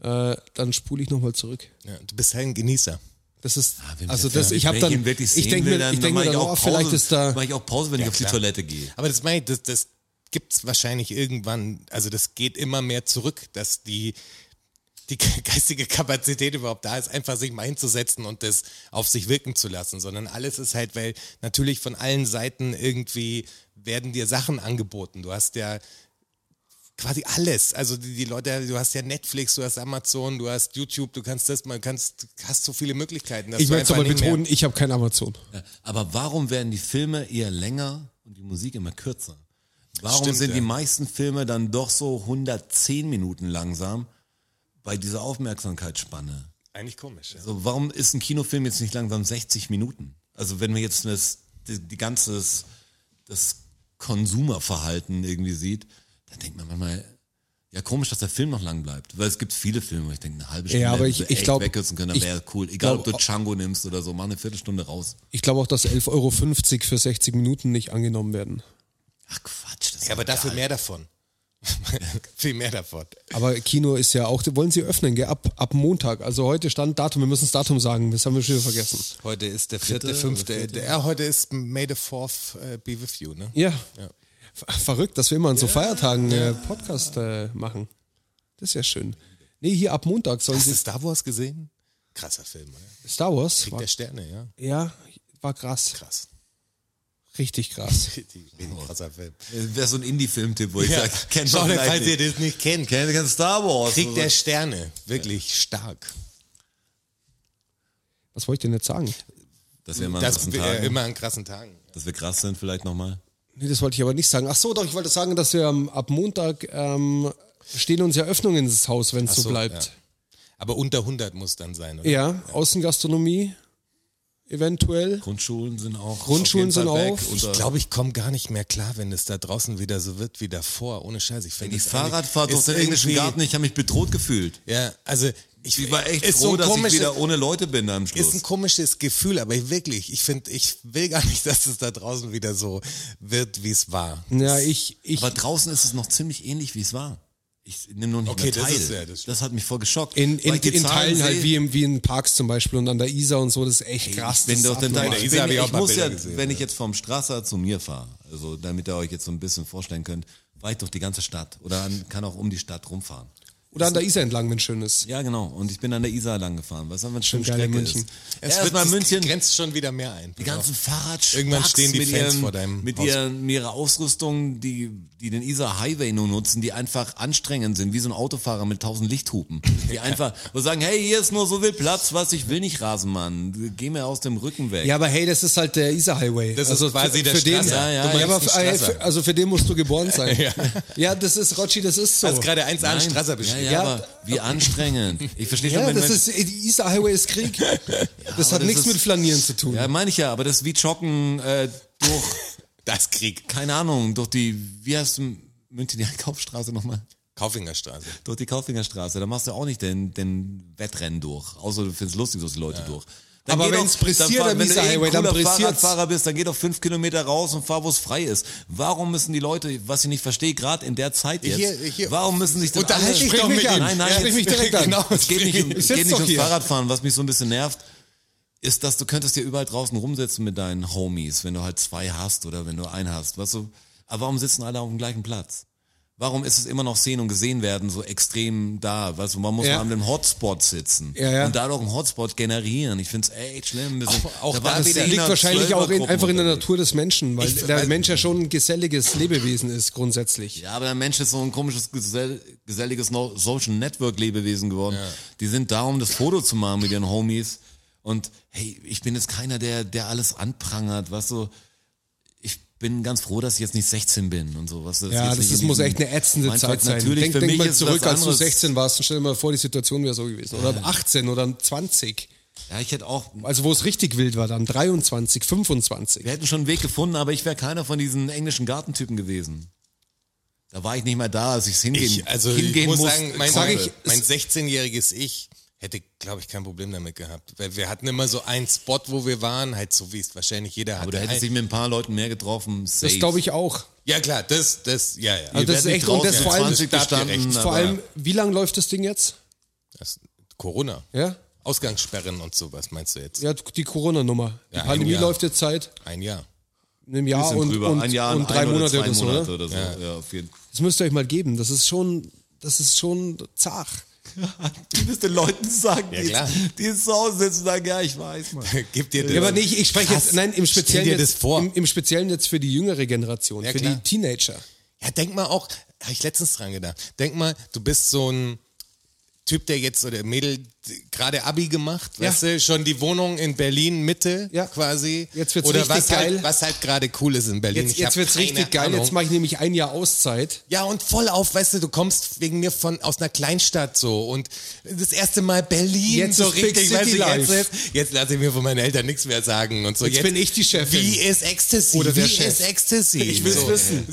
Speaker 3: Äh, dann spule ich nochmal zurück.
Speaker 2: Ja, du bist halt ein Genießer.
Speaker 3: Das ist,
Speaker 4: Ah, wenn
Speaker 3: also
Speaker 4: der Film-
Speaker 3: das, ich habe
Speaker 4: wenn
Speaker 3: dann,
Speaker 4: ihn wirklich
Speaker 3: ich
Speaker 4: sehen
Speaker 3: denke
Speaker 4: will,
Speaker 3: mir, ich
Speaker 4: dann
Speaker 3: denk
Speaker 4: mach
Speaker 3: mir dann,
Speaker 4: auch
Speaker 3: oh, vielleicht
Speaker 4: Pause,
Speaker 3: ist da,
Speaker 4: Mach ich auch Pause, wenn ich auf die
Speaker 2: klar.
Speaker 4: Toilette gehe.
Speaker 2: Aber das meine ich, das, das gibt es wahrscheinlich irgendwann, also das geht immer mehr zurück, dass die, die geistige Kapazität überhaupt da ist, einfach sich mal hinzusetzen und das auf sich wirken zu lassen, sondern alles ist halt, weil natürlich von allen Seiten irgendwie werden dir Sachen angeboten. Du hast ja quasi alles. Also die, die Leute, du hast ja Netflix, du hast Amazon, du hast YouTube, du kannst das, man kannst, hast so viele Möglichkeiten. dass
Speaker 3: ich
Speaker 2: du
Speaker 3: möchte aber
Speaker 2: einfach nicht mehr-
Speaker 3: betonen, ich habe kein Amazon.
Speaker 4: Ja, Aber warum werden die Filme eher länger und die Musik immer kürzer? Warum
Speaker 2: Stimmt,
Speaker 4: sind
Speaker 2: ja.
Speaker 4: die meisten Filme dann doch so 110 Minuten langsam bei dieser Aufmerksamkeitsspanne?
Speaker 2: Eigentlich komisch. Ja.
Speaker 4: So, warum ist ein Kinofilm jetzt nicht langsam 60 Minuten? Also wenn man jetzt das, die, die ganze das Konsumerverhalten irgendwie sieht, dann denkt man manchmal, ja komisch, dass der Film noch lang bleibt. Weil es gibt viele Filme, wo ich denke, eine halbe Stunde
Speaker 3: aber
Speaker 4: hätten
Speaker 3: ich-
Speaker 4: sie
Speaker 3: ich
Speaker 4: echt
Speaker 3: glaub-
Speaker 4: wegkürzen können, dann
Speaker 3: ich
Speaker 4: wäre cool. Egal, ob du
Speaker 3: glaub-
Speaker 4: Django nimmst oder so, mach eine Viertelstunde raus.
Speaker 3: Ich glaube auch, dass 11,50 Euro für 60 Minuten nicht angenommen werden.
Speaker 4: Ach Quatsch, das ist
Speaker 2: ja, aber dafür
Speaker 4: egal.
Speaker 2: mehr davon. Viel mehr davon.
Speaker 3: Aber Kino ist ja auch, wollen sie öffnen, gell? Ab, ab Montag. Also heute stand Datum, wir müssen das Datum sagen, das haben wir schon wieder vergessen.
Speaker 2: Heute ist der vierte,
Speaker 4: Dritte,
Speaker 2: fünfte.
Speaker 4: vierte.
Speaker 2: Der, ja, heute ist May the Fourth äh, be with you, ne?
Speaker 3: Ja. Ver- Verrückt, dass wir immer an so Feiertagen äh, Podcast äh, machen. Das ist ja schön. Nee, hier ab Montag sollen
Speaker 2: Hast du
Speaker 3: sie.
Speaker 2: Star Wars gesehen? Krasser Film, oder?
Speaker 3: Star Wars
Speaker 2: Krieg
Speaker 3: war,
Speaker 2: der Sterne, ja.
Speaker 3: ja, war krass.
Speaker 2: Krass. Oh.
Speaker 3: Richtig krass.
Speaker 2: Ein krasser Film.
Speaker 4: Das wäre so ein Indie-Film-Tipp, wo ich
Speaker 2: Ja,
Speaker 4: sage, kennt
Speaker 2: schau,
Speaker 4: man
Speaker 2: falls
Speaker 4: vielleicht
Speaker 2: ihr
Speaker 4: nicht.
Speaker 2: das nicht kennt.
Speaker 4: Kennt kein Star Wars.
Speaker 2: Krieg
Speaker 4: oder?
Speaker 2: der Sterne. Wirklich stark.
Speaker 3: Was wollte ich denn jetzt sagen?
Speaker 4: dass wir immer, das,
Speaker 2: Das wär
Speaker 4: Tagen,
Speaker 2: immer an krassen Tagen.
Speaker 4: dass wir krass sind vielleicht nochmal.
Speaker 3: Nee, das wollte ich aber nicht sagen. Ach so, doch, ich wollte sagen, dass wir ähm, ab Montag ähm, stehen uns ja Öffnungen ins Haus, wenn es so,
Speaker 2: so,
Speaker 3: bleibt.
Speaker 2: Aber unter 100 muss dann sein, oder?
Speaker 3: Ja. Außengastronomie eventuell.
Speaker 4: Grundschulen sind auch.
Speaker 3: Grundschulen
Speaker 4: auf jeden Fall
Speaker 3: sind
Speaker 4: weg.
Speaker 3: auf.
Speaker 4: Unter-
Speaker 2: Ich glaube, ich komme gar nicht mehr klar, wenn es da draußen wieder so wird wie davor. Ohne Scheiß. Ich
Speaker 4: Wenn
Speaker 2: finde
Speaker 4: ich
Speaker 2: das eigentlich-
Speaker 4: Fahrradfahrt durch
Speaker 2: ist
Speaker 4: den englischen
Speaker 2: irgendwie-
Speaker 4: Garten, ich habe mich bedroht gefühlt.
Speaker 2: Ja, also ich,
Speaker 4: Ich war echt
Speaker 2: ist
Speaker 4: froh,
Speaker 2: so ein
Speaker 4: dass ich
Speaker 2: komisches-
Speaker 4: wieder ohne Leute bin am Schluss.
Speaker 2: Ist ein komisches Gefühl, aber ich wirklich, ich finde, ich will gar nicht, dass es da draußen wieder so wird, wie es war.
Speaker 3: Ja, ich, ich
Speaker 4: Aber draußen ist es noch ziemlich ähnlich, wie es war. Ich nehme noch nicht
Speaker 2: Okay,
Speaker 4: mehr
Speaker 2: das
Speaker 4: teil.
Speaker 2: ist ja- das-
Speaker 4: hat mich voll geschockt.
Speaker 3: in, in,
Speaker 4: Weil ich die
Speaker 3: in
Speaker 4: Zahlen
Speaker 3: Teilen halt
Speaker 4: sehe,
Speaker 3: wie, im, wie in Parks zum Beispiel und an der Isar und so, das ist echt krass.
Speaker 4: Wenn
Speaker 3: das
Speaker 4: doch
Speaker 3: ist
Speaker 4: denn da,
Speaker 3: abnormal.
Speaker 2: der
Speaker 4: ich,
Speaker 2: Isar
Speaker 4: bin,
Speaker 2: habe ich auch
Speaker 4: ich
Speaker 2: mal
Speaker 4: muss
Speaker 2: Bilder
Speaker 4: ja,
Speaker 2: gesehen,
Speaker 4: wenn ich jetzt vom Strasser zu mir fahre, also damit ihr euch jetzt so ein bisschen vorstellen könnt, fahre ich durch die ganze Stadt oder an- kann auch um die Stadt rumfahren.
Speaker 3: Oder an der Isar entlang, wenn schön ist.
Speaker 4: Ja, genau. Und ich bin an der Isar lang gefahren. Weißt du, wenn es schön
Speaker 3: Schon geil in
Speaker 4: Strecke
Speaker 3: München.
Speaker 4: ist.
Speaker 2: Es
Speaker 4: Erst
Speaker 2: wird
Speaker 4: mal
Speaker 2: es
Speaker 4: München,
Speaker 2: grenzt schon wieder mehr ein.
Speaker 4: die ganzen Fahrradspacken.
Speaker 2: Genau. Irgendwann stehen die Fans vor deinem
Speaker 4: Mit,
Speaker 2: Haus.
Speaker 4: ihren, mit ihrer Ausrüstung, die, die den Isar Highway nur nutzen, die einfach anstrengend sind, wie so ein Autofahrer mit tausend Lichthupen. Die einfach wo sagen, hey, hier ist nur so viel Platz, was ich will nicht rasen, Mann. Geh mir aus dem Rücken weg.
Speaker 3: Ja, aber hey, das ist halt der Isar-Highway.
Speaker 2: Das ist quasi der
Speaker 3: den,
Speaker 2: Strasser.
Speaker 4: Ja, ja,
Speaker 3: ja,
Speaker 4: ja,
Speaker 3: aber
Speaker 4: ist ein
Speaker 3: äh,
Speaker 4: Strasser.
Speaker 3: für, also für den musst du geboren sein. ja. das ist, Rotschi, das ist so.
Speaker 2: Du hast gerade eins an
Speaker 4: Nein.
Speaker 2: Strasser
Speaker 4: ja,
Speaker 2: beschrieben.
Speaker 4: ja,
Speaker 3: Ja.
Speaker 4: aber wie anstrengend. Ich verstehe schon,
Speaker 3: ja,
Speaker 4: wenn
Speaker 3: das
Speaker 4: man-
Speaker 3: ist, die Isar-Highway ist Krieg. das hat
Speaker 4: das
Speaker 3: nichts
Speaker 4: ist-
Speaker 3: mit Flanieren zu tun.
Speaker 4: Ja, meine ich ja, aber das ist wie Joggen äh, durch,
Speaker 2: Das Krieg.
Speaker 4: keine Ahnung, durch die, wie heißt München die Einkaufsstraße nochmal?
Speaker 2: Kaufingerstraße.
Speaker 4: durch die Kaufingerstraße. Da machst du auch nicht den, den Wettrennen durch. Außer du findest lustig, dass die Leute durch. Dann
Speaker 3: Aber
Speaker 4: geh doch-
Speaker 3: wenn's pressiert
Speaker 4: dann fahr-
Speaker 3: am
Speaker 4: wenn du eh ein
Speaker 3: Isar-Highway, dann
Speaker 4: cooler
Speaker 3: pressiert's.
Speaker 4: Fahrradfahrer bist, dann geh doch fünf Kilometer raus und fahr, wo es frei ist. Warum müssen die Leute, was ich nicht verstehe, gerade in der Zeit jetzt,
Speaker 2: Hier- hier-
Speaker 4: warum müssen sich denn
Speaker 2: Unterhalte
Speaker 4: alle...
Speaker 2: dich
Speaker 4: Sprich
Speaker 2: doch
Speaker 4: mich
Speaker 2: mit
Speaker 4: an.
Speaker 2: ihm.
Speaker 4: Nein, nein,
Speaker 3: Sprich
Speaker 4: jetzt-
Speaker 3: mich direkt an.
Speaker 2: Genau.
Speaker 4: es geht nicht, um,
Speaker 3: Ich
Speaker 4: es
Speaker 3: sitz
Speaker 4: geht nicht
Speaker 3: doch
Speaker 4: ums
Speaker 3: hier.
Speaker 4: Fahrradfahren, was mich so ein bisschen nervt, ist, dass du könntest ja überall draußen rumsitzen mit deinen Homies, wenn du halt zwei hast oder wenn du einen hast. Weißt du? Aber warum sitzen alle auf dem gleichen Platz? Warum ist es immer noch sehen und gesehen werden so extrem da? Weißt du, man muss
Speaker 3: Ja.
Speaker 4: mal an dem Hotspot sitzen
Speaker 3: Ja, ja.
Speaker 4: und dadurch einen Hotspot generieren. Ich find's echt schlimm. Wir sind-
Speaker 2: auch da
Speaker 4: waren
Speaker 2: wieder-
Speaker 4: Zehner-
Speaker 3: Das liegt wahrscheinlich auch in,
Speaker 4: Zwölfergruppen
Speaker 3: einfach in der
Speaker 4: unterwegs.
Speaker 3: Natur des Menschen, weil
Speaker 2: Ich-
Speaker 3: der
Speaker 2: weil-
Speaker 3: Mensch ja schon ein geselliges Lebewesen ist, grundsätzlich.
Speaker 4: Ja, aber der Mensch ist so ein komisches, gesell geselliges no Social Network-Lebewesen geworden. Die sind da, um das Foto zu machen mit ihren Homies. Und hey, ich bin jetzt keiner, der, der alles anprangert, was so. Ich bin ganz froh, dass ich jetzt nicht 16 bin und so. Was
Speaker 3: Ja, das ist, muss echt eine ätzende Zeit sein.
Speaker 4: Natürlich,
Speaker 3: denk
Speaker 4: für
Speaker 3: denk
Speaker 4: mich
Speaker 3: mal
Speaker 4: ist
Speaker 3: zurück,
Speaker 4: was
Speaker 3: als du
Speaker 4: anderes.
Speaker 3: 16 warst und stell dir mal vor, die Situation wäre so gewesen. Oder 18 oder 20.
Speaker 4: Ja, ich hätte auch.
Speaker 3: Also wo es richtig wild war dann, 23, 25.
Speaker 4: Wir hätten schon einen Weg gefunden, aber ich wäre keiner von diesen englischen Gartentypen gewesen. Da war ich nicht mehr da, als ich's hingehen,
Speaker 2: Ich, also ich
Speaker 4: hingehen
Speaker 2: muss
Speaker 4: musste.
Speaker 2: sagen, mein,
Speaker 3: Sag
Speaker 2: mein-
Speaker 3: ich,
Speaker 2: mein 16-jähriges Ich hätte, glaube ich, kein Problem damit gehabt. Weil wir hatten immer so einen Spot, wo wir waren, halt so wie es wahrscheinlich jeder hat.
Speaker 4: aber du hättest dich mit ein paar Leuten mehr getroffen. Safe.
Speaker 3: Das glaube ich auch.
Speaker 2: ja klar, das, das, ja, ja.
Speaker 3: Also das ist
Speaker 4: Wären die
Speaker 3: echt, und das
Speaker 4: draußen
Speaker 3: vor allem,
Speaker 4: 20
Speaker 2: da habt ihr
Speaker 4: gestanden,
Speaker 2: recht.
Speaker 3: vor
Speaker 4: aber-
Speaker 3: allem, wie lang läuft das Ding jetzt?
Speaker 2: das, Corona.
Speaker 3: Ja?
Speaker 2: Ausgangssperren und sowas meinst du jetzt?
Speaker 3: Ja, die Corona-Nummer. Die
Speaker 2: Ja, ein
Speaker 3: Pandemie
Speaker 2: Jahr.
Speaker 3: läuft jetzt seit
Speaker 2: Ein Jahr.
Speaker 3: einem Jahr
Speaker 4: bisschen
Speaker 3: Ah, und,
Speaker 4: drüber.
Speaker 3: und,
Speaker 4: ein Jahr
Speaker 3: und drei
Speaker 4: ein oder
Speaker 3: Monate
Speaker 4: zwei
Speaker 3: oder so, ne?
Speaker 4: Monate
Speaker 3: oder?
Speaker 4: oder so. Ja. auf jeden Fall.
Speaker 3: Das müsst ihr euch mal geben. Das ist schon, das ist schon zart.
Speaker 4: Du bist den Leuten sagen,
Speaker 2: Ja,
Speaker 4: die-
Speaker 2: klar.
Speaker 4: die zu Hause sitzen und sagen, ja, ich weiß, Mann.
Speaker 2: Gib dir das.
Speaker 3: Ja, aber nicht, ich spreche
Speaker 2: Krass.
Speaker 3: jetzt, nein, im Speziellen,
Speaker 2: Stell dir
Speaker 3: jetzt,
Speaker 2: das vor.
Speaker 3: Im, im Speziellen jetzt für die jüngere Generation,
Speaker 2: Ja,
Speaker 3: für
Speaker 2: klar.
Speaker 3: die Teenager.
Speaker 2: Ja, denk mal auch, habe ich letztens dran gedacht. Denk mal, du bist so ein Typ, der jetzt oder Mädel d- gerade Abi gemacht,
Speaker 3: Ja.
Speaker 2: weißt du, schon die Wohnung in Berlin Mitte
Speaker 3: Ja.
Speaker 2: quasi.
Speaker 3: Jetzt wird's
Speaker 2: oder
Speaker 3: richtig
Speaker 2: was
Speaker 3: geil.
Speaker 2: Halt, was halt gerade cool ist in Berlin.
Speaker 3: Jetzt,
Speaker 2: Ich hab
Speaker 3: jetzt wird's
Speaker 2: keine
Speaker 3: richtig geil.
Speaker 2: Ahnung.
Speaker 3: Jetzt mache ich nämlich ein Jahr Auszeit.
Speaker 2: Ja, und voll auf, weißt du, du kommst wegen mir von aus einer Kleinstadt so und das erste Mal Berlin
Speaker 3: Jetzt
Speaker 2: so
Speaker 3: ist Big
Speaker 2: richtig,
Speaker 3: City
Speaker 2: weißt du, jetzt,
Speaker 3: Life.
Speaker 2: jetzt, jetzt lasse ich mir von meinen Eltern nichts mehr sagen und so.
Speaker 3: Jetzt bin ich die Chefin.
Speaker 2: Wie ist Ecstasy?
Speaker 3: Oder der
Speaker 2: wie
Speaker 3: Chef.
Speaker 2: ist Ecstasy?
Speaker 3: Ich will's
Speaker 2: so.
Speaker 3: wissen.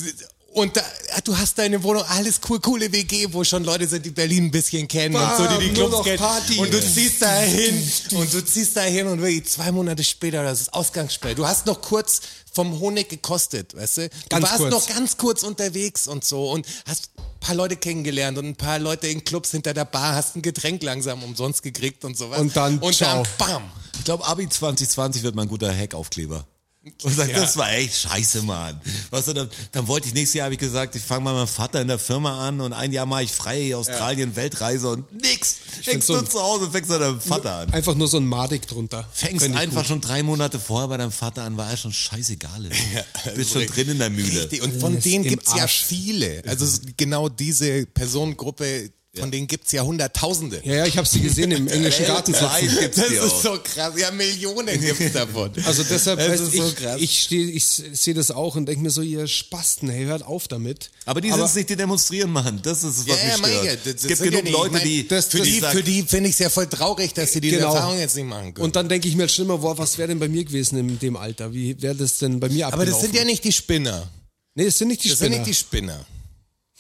Speaker 2: Und da, ah, du hast deine Wohnung, alles cool, coole WG, wo schon Leute sind, die Berlin ein bisschen kennen und so, die die
Speaker 3: Bam, nur
Speaker 2: Clubs
Speaker 3: noch
Speaker 2: kennen.
Speaker 3: Party.
Speaker 2: Und du ziehst da hin und du ziehst da hin und wirklich zwei Monate später, das ist Ausgangssperre. Du hast noch kurz vom Honig gekostet, weißt du? Du
Speaker 3: Ganz
Speaker 2: warst
Speaker 3: kurz.
Speaker 2: noch ganz kurz unterwegs und so und hast ein paar Leute kennengelernt und ein paar Leute in Clubs hinter der Bar, hast ein Getränk langsam umsonst gekriegt und sowas.
Speaker 3: Und dann
Speaker 2: und
Speaker 3: ciao.
Speaker 2: dann bam.
Speaker 4: Ich glaube, Abi 2020 wird mein guter Heckaufkleber. Und sagt,
Speaker 2: Ja.
Speaker 4: das war echt scheiße, Mann. Weißt du, dann, dann wollte ich nächstes Jahr, habe ich gesagt, ich fange mal meinen Vater in der Firma an und ein Jahr mache ich frei Australien Weltreise und nix.
Speaker 3: find's
Speaker 4: Hängst du
Speaker 3: so-
Speaker 4: zu Hause, fängst du deinem Vater an.
Speaker 3: Einfach nur so ein Madig drunter.
Speaker 4: Fängst
Speaker 3: Fänd ich
Speaker 4: einfach
Speaker 3: gut.
Speaker 4: schon drei Monate vorher bei deinem Vater an, weil er schon scheißegal ist. Bist schon drin in der Mühle.
Speaker 2: also Richtig, und von
Speaker 3: Alles
Speaker 2: denen
Speaker 3: im
Speaker 2: gibt's ja
Speaker 3: Arsch.
Speaker 2: viele. Also es- genau diese Personengruppe, von denen gibt's ja Hunderttausende.
Speaker 3: Ja, ja, ich habe sie gesehen im englischen Garten sitzen.
Speaker 4: gibt's
Speaker 2: Das
Speaker 4: die
Speaker 2: ist
Speaker 4: auch.
Speaker 2: so krass. Ja, Millionen gibt's davon.
Speaker 3: Also deshalb,
Speaker 2: Das
Speaker 3: weißt,
Speaker 2: ist
Speaker 3: ich,
Speaker 2: so krass.
Speaker 3: ich, steh- ich sehe das auch und denke mir so, ihr Spasten, hey, hört auf damit.
Speaker 4: Aber die sind es nicht, die demonstrieren, Mann. Das ist, was
Speaker 2: ja, ja,
Speaker 4: mich
Speaker 2: mein Gott, das-
Speaker 4: stört. Es
Speaker 2: das
Speaker 4: gibt
Speaker 2: sind ja
Speaker 4: genug Leute,
Speaker 2: ich mein,
Speaker 4: die...
Speaker 3: das-
Speaker 2: für
Speaker 3: das
Speaker 2: die,
Speaker 3: sagt-
Speaker 2: für die finde ich es ja voll traurig, dass sie diese
Speaker 3: Genau.
Speaker 2: Erfahrung jetzt nicht machen können.
Speaker 3: Und dann denke ich mir halt schon immer, boah, was wäre denn bei mir gewesen in dem Alter? Wie wäre das denn bei mir
Speaker 2: Aber
Speaker 3: abgelaufen?
Speaker 2: das sind ja nicht die Spinner.
Speaker 3: nee, das sind nicht die
Speaker 2: Das
Speaker 3: Genau. Spinner.
Speaker 2: sind nicht die Spinner.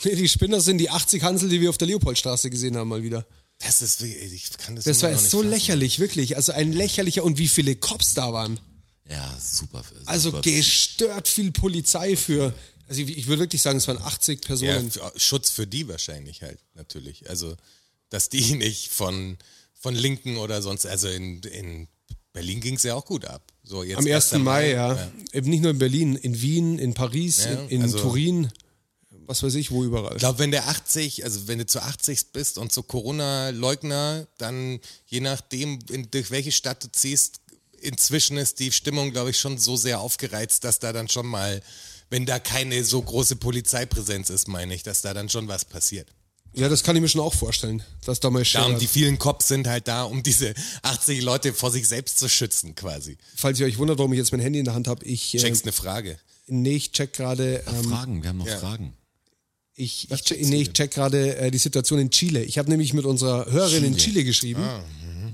Speaker 3: Nee, die Spinner sind die 80 Hansel, die wir auf der Leopoldstraße gesehen haben mal wieder.
Speaker 2: Das ist, wie- ich kann das,
Speaker 3: Das
Speaker 2: immer
Speaker 3: war
Speaker 2: noch
Speaker 3: jetzt
Speaker 2: nicht
Speaker 3: so
Speaker 2: fassen.
Speaker 3: lächerlich, wirklich. Also ein lächerlicher und wie viele Cops da waren.
Speaker 4: Ja, super. super.
Speaker 3: Also gestört viel Polizei für. Also ich, ich würde wirklich sagen, es waren 80
Speaker 2: Ja,
Speaker 3: Personen.
Speaker 2: für, äh, Schutz für die wahrscheinlich halt, natürlich. Also, dass die nicht von, von Linken oder sonst, also in, in Berlin ging es ja auch gut ab. So, jetzt
Speaker 3: Am 1.
Speaker 2: 1.
Speaker 3: Mai, ja. Eben nicht nur in Berlin, in Wien, in Paris,
Speaker 2: Ja,
Speaker 3: in, in
Speaker 2: also-
Speaker 3: Turin, was weiß ich, wo überall.
Speaker 2: Ich glaube, wenn der 80, also wenn du zu 80 bist und zu Corona-Leugner, dann je nachdem, in, durch welche Stadt du ziehst, inzwischen ist die Stimmung, glaube ich, schon so sehr aufgereizt, dass da dann schon mal, wenn da keine so große Polizeipräsenz ist, meine ich, dass da dann schon was passiert.
Speaker 3: Ja, das kann ich mir schon auch vorstellen, dass da mal
Speaker 2: Da,
Speaker 3: Schäden.
Speaker 2: und die vielen Cops sind halt da, um diese 80 Leute vor sich selbst zu schützen, quasi.
Speaker 3: Falls ihr euch wundert, warum ich jetzt mein Handy in der Hand habe, ich, äh,
Speaker 2: Checkst eine Frage.
Speaker 3: nee, ich check gerade, ähm,
Speaker 4: Fragen, wir haben noch
Speaker 2: ja.
Speaker 4: Fragen.
Speaker 3: ich, ich, check- nee, ich check gerade äh, die Situation in Chile. Ich habe nämlich mit unserer Hörerin in Chile geschrieben,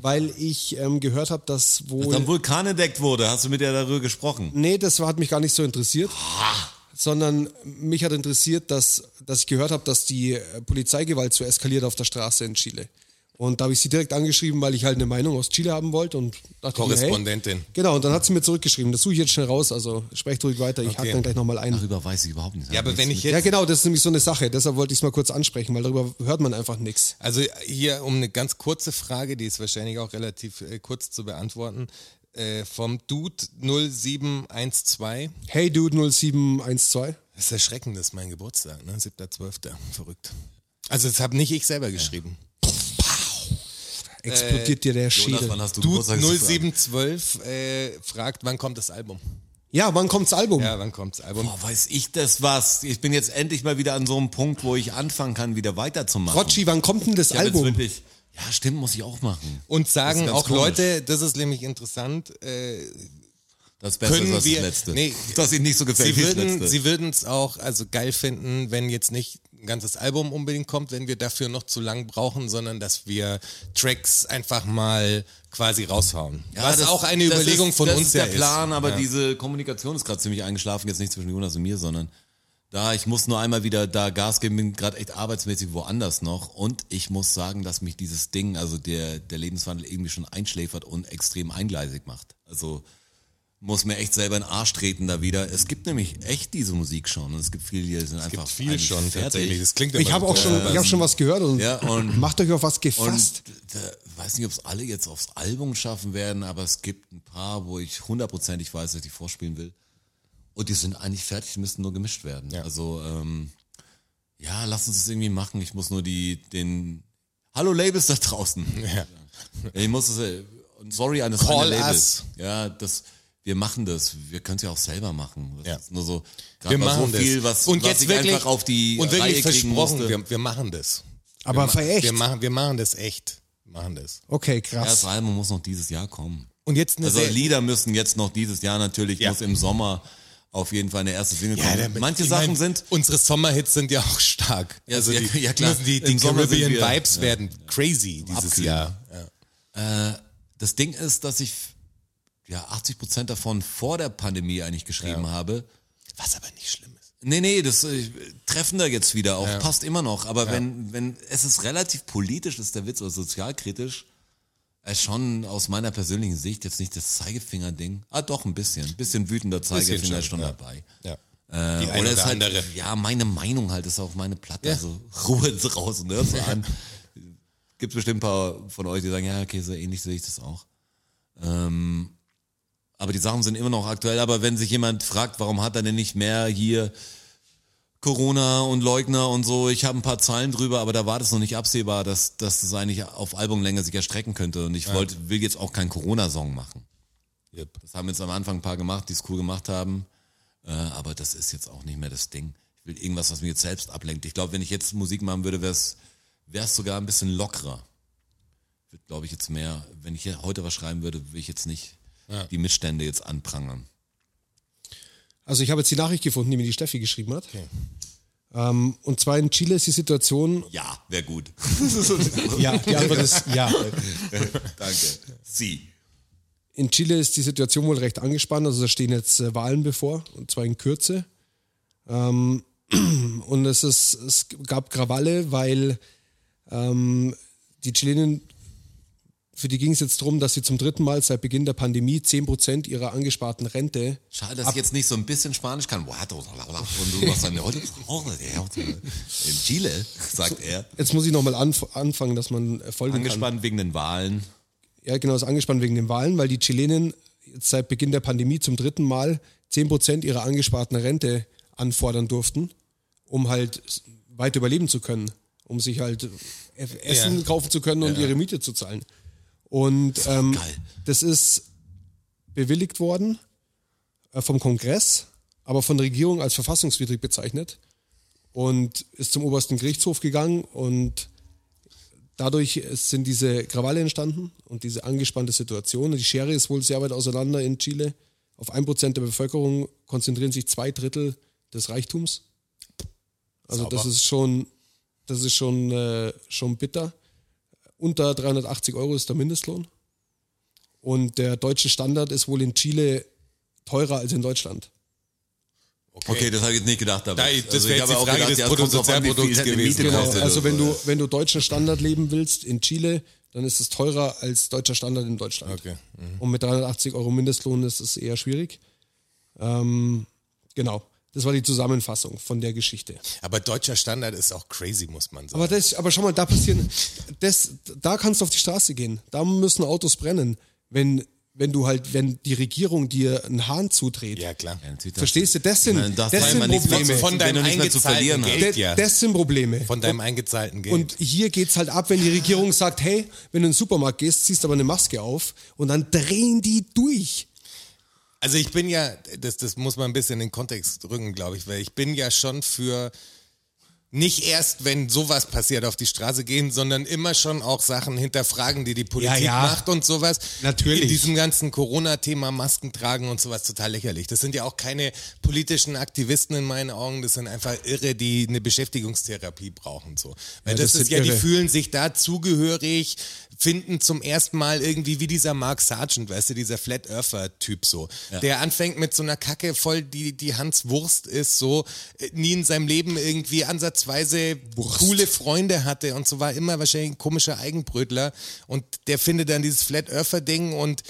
Speaker 3: weil ich ähm, gehört habe, dass wohl,
Speaker 4: Dann Vulkan entdeckt wurde, hast du mit der darüber gesprochen?
Speaker 3: nee, das war, hat mich gar nicht so interessiert, sondern mich hat interessiert, dass, dass ich gehört habe, dass die äh, Polizeigewalt so eskaliert auf der Straße in Chile. Und da habe ich sie direkt angeschrieben, weil ich halt eine Meinung aus Chile haben wollte und dachte mir, hey,
Speaker 2: Korrespondentin.
Speaker 3: Genau, und dann hat sie mir zurückgeschrieben. Das suche ich jetzt schnell raus, also sprecht ruhig weiter. Ich hake dann gleich nochmal ein.
Speaker 4: Darüber weiß ich überhaupt nicht.
Speaker 2: Ja, aber wenn ich
Speaker 3: Ja,
Speaker 2: jetzt,
Speaker 3: genau, das ist nämlich so eine Sache. Deshalb wollte ich es mal kurz ansprechen, weil darüber hört man einfach nichts.
Speaker 2: also hier um eine ganz kurze Frage, die ist wahrscheinlich auch relativ äh, kurz zu beantworten, äh, vom Dude 0712.
Speaker 3: Hey Dude 0712.
Speaker 2: Das ist erschreckend, das ist mein Geburtstag, ne? 7.12. Verrückt. Also das habe nicht ich selber geschrieben.
Speaker 3: Explodiert dir der
Speaker 4: Äh, Jonas,
Speaker 3: Schädel.
Speaker 4: wann hast du
Speaker 2: Dude
Speaker 4: Geburtstag?
Speaker 2: 0712 äh, fragt, wann kommt das Album?
Speaker 3: ja, wann kommt's Album?
Speaker 2: Ja, wann kommt das Album?
Speaker 4: Boah, weiß ich das was? Ich bin jetzt endlich mal wieder an so einem Punkt, wo ich anfangen kann, wieder weiterzumachen.
Speaker 3: Rotschi, wann kommt denn das
Speaker 4: Ich hab jetzt
Speaker 3: Album?
Speaker 4: Wirklich, ja, stimmt, muss ich auch machen.
Speaker 2: Und
Speaker 4: Das
Speaker 2: sagen
Speaker 4: ist ganz
Speaker 2: auch
Speaker 4: komisch.
Speaker 2: Leute, das ist nämlich interessant, äh,
Speaker 4: Das Beste
Speaker 2: Können
Speaker 4: ist was
Speaker 2: wir-
Speaker 4: das Letzte.
Speaker 2: nee,
Speaker 4: das ihnen nicht so gefällt
Speaker 2: Sie
Speaker 4: wie das
Speaker 2: würden,
Speaker 4: Letzte.
Speaker 2: sie würden es auch also geil finden, wenn jetzt nicht ein ganzes Album unbedingt kommt, wenn wir dafür noch zu lang brauchen, sondern dass wir Tracks einfach mal quasi raushauen.
Speaker 4: Ja,
Speaker 2: Was
Speaker 4: das-
Speaker 2: auch eine
Speaker 4: das
Speaker 2: Überlegung
Speaker 4: ist,
Speaker 2: von
Speaker 4: das
Speaker 2: uns
Speaker 4: ist
Speaker 2: ja
Speaker 4: der Plan,
Speaker 2: ist.
Speaker 4: aber
Speaker 2: ja.
Speaker 4: diese Kommunikation ist gerade ziemlich eingeschlafen, jetzt nicht zwischen Jonas und mir, sondern da ich muss nur einmal wieder da Gas geben, bin gerade echt arbeitsmäßig woanders noch und ich muss sagen, dass mich dieses Ding, also der der Lebenswandel irgendwie schon einschläfert und extrem eingleisig macht. Also muss mir echt selber in den Arsch treten da wieder. Es gibt nämlich echt diese Musik schon und es gibt viele, die sind
Speaker 2: Es
Speaker 4: einfach
Speaker 2: gibt viel
Speaker 4: eigentlich
Speaker 2: schon tatsächlich. Das klingt
Speaker 3: Ich
Speaker 2: immer
Speaker 3: habe auch
Speaker 2: so,
Speaker 3: schon,
Speaker 2: äh,
Speaker 3: ich hab schon was gehört und,
Speaker 4: Ja, und-
Speaker 3: macht euch auf was
Speaker 4: Und
Speaker 3: gefasst.
Speaker 4: da, weiß nicht, ob es alle jetzt aufs Album schaffen werden, aber es gibt ein paar, wo ich hundertprozentig weiß, dass ich die vorspielen will. Und die sind eigentlich fertig, die müssen nur gemischt werden.
Speaker 2: Ja.
Speaker 4: Also, ähm, ja, lass uns das irgendwie machen. Ich muss nur die, den, hallo Labels da draußen.
Speaker 2: Ja.
Speaker 4: Ich muss das, äh, und sorry an das
Speaker 2: Call
Speaker 4: eine Label.
Speaker 2: us.
Speaker 4: Ja, das, wir machen das. Wir können es ja auch selber machen. Das
Speaker 2: Ja.
Speaker 4: ist nur so, grad
Speaker 2: wir
Speaker 4: war
Speaker 2: machen
Speaker 4: so viel,
Speaker 2: das.
Speaker 4: was,
Speaker 2: und
Speaker 4: was
Speaker 2: jetzt
Speaker 4: ich
Speaker 2: wirklich
Speaker 4: einfach auf die
Speaker 2: und wirklich
Speaker 4: Reihe kriegen
Speaker 2: versprochen,
Speaker 4: musste.
Speaker 2: wir, wir machen das.
Speaker 3: Aber verächt.
Speaker 2: Wir machen, wir machen das echt. Wir machen das.
Speaker 3: Okay,
Speaker 4: Ja, das
Speaker 3: krass.
Speaker 4: Album muss noch dieses Jahr kommen.
Speaker 2: Und jetzt eine
Speaker 4: Also
Speaker 2: sehr-
Speaker 4: Lieder müssen jetzt noch dieses Jahr natürlich,
Speaker 2: Ja.
Speaker 4: muss im Sommer auf jeden Fall eine erste Single
Speaker 2: Ja,
Speaker 4: kommen.
Speaker 2: damit-
Speaker 4: Manche
Speaker 2: ich
Speaker 4: Sachen
Speaker 2: mein,
Speaker 4: sind,
Speaker 2: Unsere Sommerhits sind ja auch stark.
Speaker 4: Ja,
Speaker 2: also
Speaker 4: ja,
Speaker 2: die,
Speaker 4: ja, klar.
Speaker 2: müssen die, die
Speaker 4: Im Sommer sind
Speaker 2: Caribbean
Speaker 4: wir-
Speaker 2: Vibes
Speaker 4: ja.
Speaker 2: werden crazy dieses
Speaker 4: Abkühlen.
Speaker 2: Jahr. Ja.
Speaker 4: das Ding ist, dass ich ja 80 Prozent davon vor der Pandemie eigentlich geschrieben habe.
Speaker 2: Was aber nicht schlimm ist.
Speaker 4: Nee, nee, das äh, treffender jetzt wieder auch, passt immer noch. Aber wenn, wenn, es ist relativ politisch, ist der Witz, oder sozialkritisch, äh, schon aus meiner persönlichen Sicht jetzt nicht das Zeigefinger-Ding. Ah, doch, ein bisschen. Ein bisschen wütender Zeigefinger ist
Speaker 2: schon,
Speaker 4: schon
Speaker 2: ja.
Speaker 4: dabei.
Speaker 2: Ja.
Speaker 4: Äh,
Speaker 2: Die eine
Speaker 4: oder
Speaker 2: oder
Speaker 4: ist halt,
Speaker 2: andere.
Speaker 4: ja, meine Meinung halt ist auch meine Platte. Also Ruhe draußen, ne? So an. Gibt bestimmt ein paar von euch, die sagen, ja, okay, so ähnlich sehe ich das auch. Ähm, aber die Sachen sind immer noch aktuell. Aber wenn sich jemand fragt, warum hat er denn nicht mehr hier Corona und Leugner und so. Ich habe ein paar Zahlen drüber, aber da war das noch nicht absehbar, dass, dass das eigentlich auf Albumlänge sich erstrecken könnte. Und ich wollte, will jetzt auch keinen Corona-Song machen.
Speaker 2: Yep.
Speaker 4: Das haben jetzt am Anfang ein paar gemacht, die es cool gemacht haben. Äh, aber das ist jetzt auch nicht mehr das Ding. Ich will irgendwas, was mich jetzt selbst ablenkt. Ich glaube, wenn ich jetzt Musik machen würde, wäre es sogar ein bisschen lockerer. Wird, glaube ich, jetzt mehr, wenn ich hier heute was schreiben würde, will ich jetzt nicht
Speaker 2: Ja.
Speaker 4: die Missstände jetzt anprangern.
Speaker 3: Also ich habe jetzt die Nachricht gefunden, die mir die Steffi geschrieben hat. Ähm, und zwar in Chile ist die Situation.
Speaker 4: Ja, wäre gut.
Speaker 3: Ja, die Antwort ist ja.
Speaker 4: Danke. Sie.
Speaker 3: In Chile ist die Situation wohl recht angespannt. Also da stehen jetzt äh, Wahlen bevor, und zwar in Kürze. Ähm, und es, ist, es gab Krawalle, weil ähm, die Chilenen, für die ging es jetzt darum, dass sie zum dritten Mal seit Beginn der Pandemie 10% ihrer angesparten Rente
Speaker 4: Schade, dass ich jetzt nicht so ein bisschen Spanisch kann. Guato, blablabla. Und du machst dann heute Brauche, ja. In Chile, sagt er.
Speaker 3: Jetzt muss ich nochmal anf anfangen, dass man äh, folgen kann.
Speaker 4: Angespannt wegen den Wahlen.
Speaker 3: Ja, genau, ist angespannt wegen den Wahlen, weil die Chilenen jetzt seit Beginn der Pandemie zum dritten Mal 10% ihrer angesparten Rente anfordern durften, um halt s- weiter überleben zu können, um sich halt äh, Essen
Speaker 2: Ja.
Speaker 3: kaufen zu können und ihre Miete zu zahlen. Und ähm,
Speaker 4: geil.
Speaker 3: das ist bewilligt worden äh, vom Kongress, aber von der Regierung als verfassungswidrig bezeichnet und ist zum obersten Gerichtshof gegangen und dadurch sind diese Krawalle entstanden und diese angespannte Situation. Die Schere ist wohl sehr weit auseinander in Chile. Auf ein Prozent der Bevölkerung konzentrieren sich zwei Drittel des Reichtums. Also das ist schon, das ist schon, äh, schon bitter. Unter 380 Euro ist der Mindestlohn. Und der deutsche Standard ist wohl in Chile teurer als in Deutschland.
Speaker 4: Okay, das habe ich jetzt nicht gedacht. Aber also
Speaker 2: Da- das wäre jetzt die Frage des
Speaker 4: es kommt drauf an, wie viel
Speaker 2: Bruttosozialprodukts
Speaker 4: halt die
Speaker 2: gewesen.
Speaker 4: Miete
Speaker 2: Genau,
Speaker 4: kostet
Speaker 3: Also
Speaker 4: oder
Speaker 3: wenn
Speaker 4: so,
Speaker 3: du,
Speaker 4: ja.
Speaker 3: wenn du deutschen Standard leben willst in Chile, dann ist es teurer als deutscher Standard in Deutschland.
Speaker 2: Okay.
Speaker 3: Und mit 380 Euro Mindestlohn ist es eher schwierig. Ähm, genau. Das war die Zusammenfassung von der Geschichte.
Speaker 2: Aber deutscher Standard ist auch crazy, muss man sagen.
Speaker 3: Aber das, aber schau mal, da passieren, das, da kannst du auf die Straße gehen. Da müssen Autos brennen, wenn, wenn du halt, wenn die Regierung dir einen Hahn zudreht.
Speaker 2: ja, klar.
Speaker 4: Ja, natürlich, das-
Speaker 3: Verstehst du? Das sind,
Speaker 4: Ich meine, das
Speaker 3: das
Speaker 4: weiß
Speaker 3: sind
Speaker 4: man nichts mehr
Speaker 3: Probleme.
Speaker 4: zu-
Speaker 2: Von
Speaker 4: wenn du
Speaker 2: deinem
Speaker 4: nichts mehr zu
Speaker 2: eingezahlten
Speaker 4: verlieren hast.
Speaker 2: Geld,
Speaker 3: Das,
Speaker 2: ja.
Speaker 3: das sind Probleme.
Speaker 2: Von deinem eingezahlten Geld.
Speaker 3: Und hier geht's halt ab, wenn die Regierung sagt, hey, wenn du in den Supermarkt gehst, ziehst aber eine Maske auf und dann drehen die durch.
Speaker 2: Also ich bin ja, das, das muss man ein bisschen in den Kontext rücken, glaube ich, weil ich bin ja schon für nicht erst, wenn sowas passiert, auf die Straße gehen, sondern immer schon auch Sachen hinterfragen, die die Politik
Speaker 3: Ja, ja.
Speaker 2: macht und sowas.
Speaker 3: Natürlich.
Speaker 2: In diesem ganzen Corona-Thema Masken tragen und sowas total lächerlich. Das sind ja auch keine politischen Aktivisten in meinen Augen, das sind einfach Irre, die eine Beschäftigungstherapie brauchen. So. Weil
Speaker 3: Ja,
Speaker 2: das,
Speaker 3: das
Speaker 2: ist
Speaker 3: sind
Speaker 2: ja, die
Speaker 3: Irre.
Speaker 2: fühlen sich da zugehörig, finden zum ersten Mal irgendwie wie dieser Mark Sargent, weißt du, dieser Flat Earther-Typ so, der anfängt mit so einer Kacke voll, die, die Hans Wurst ist, so, äh, nie in seinem Leben irgendwie ansatzweise coole Freunde hatte und so war immer wahrscheinlich ein komischer Eigenbrötler und der findet dann dieses Flat Earther-Ding und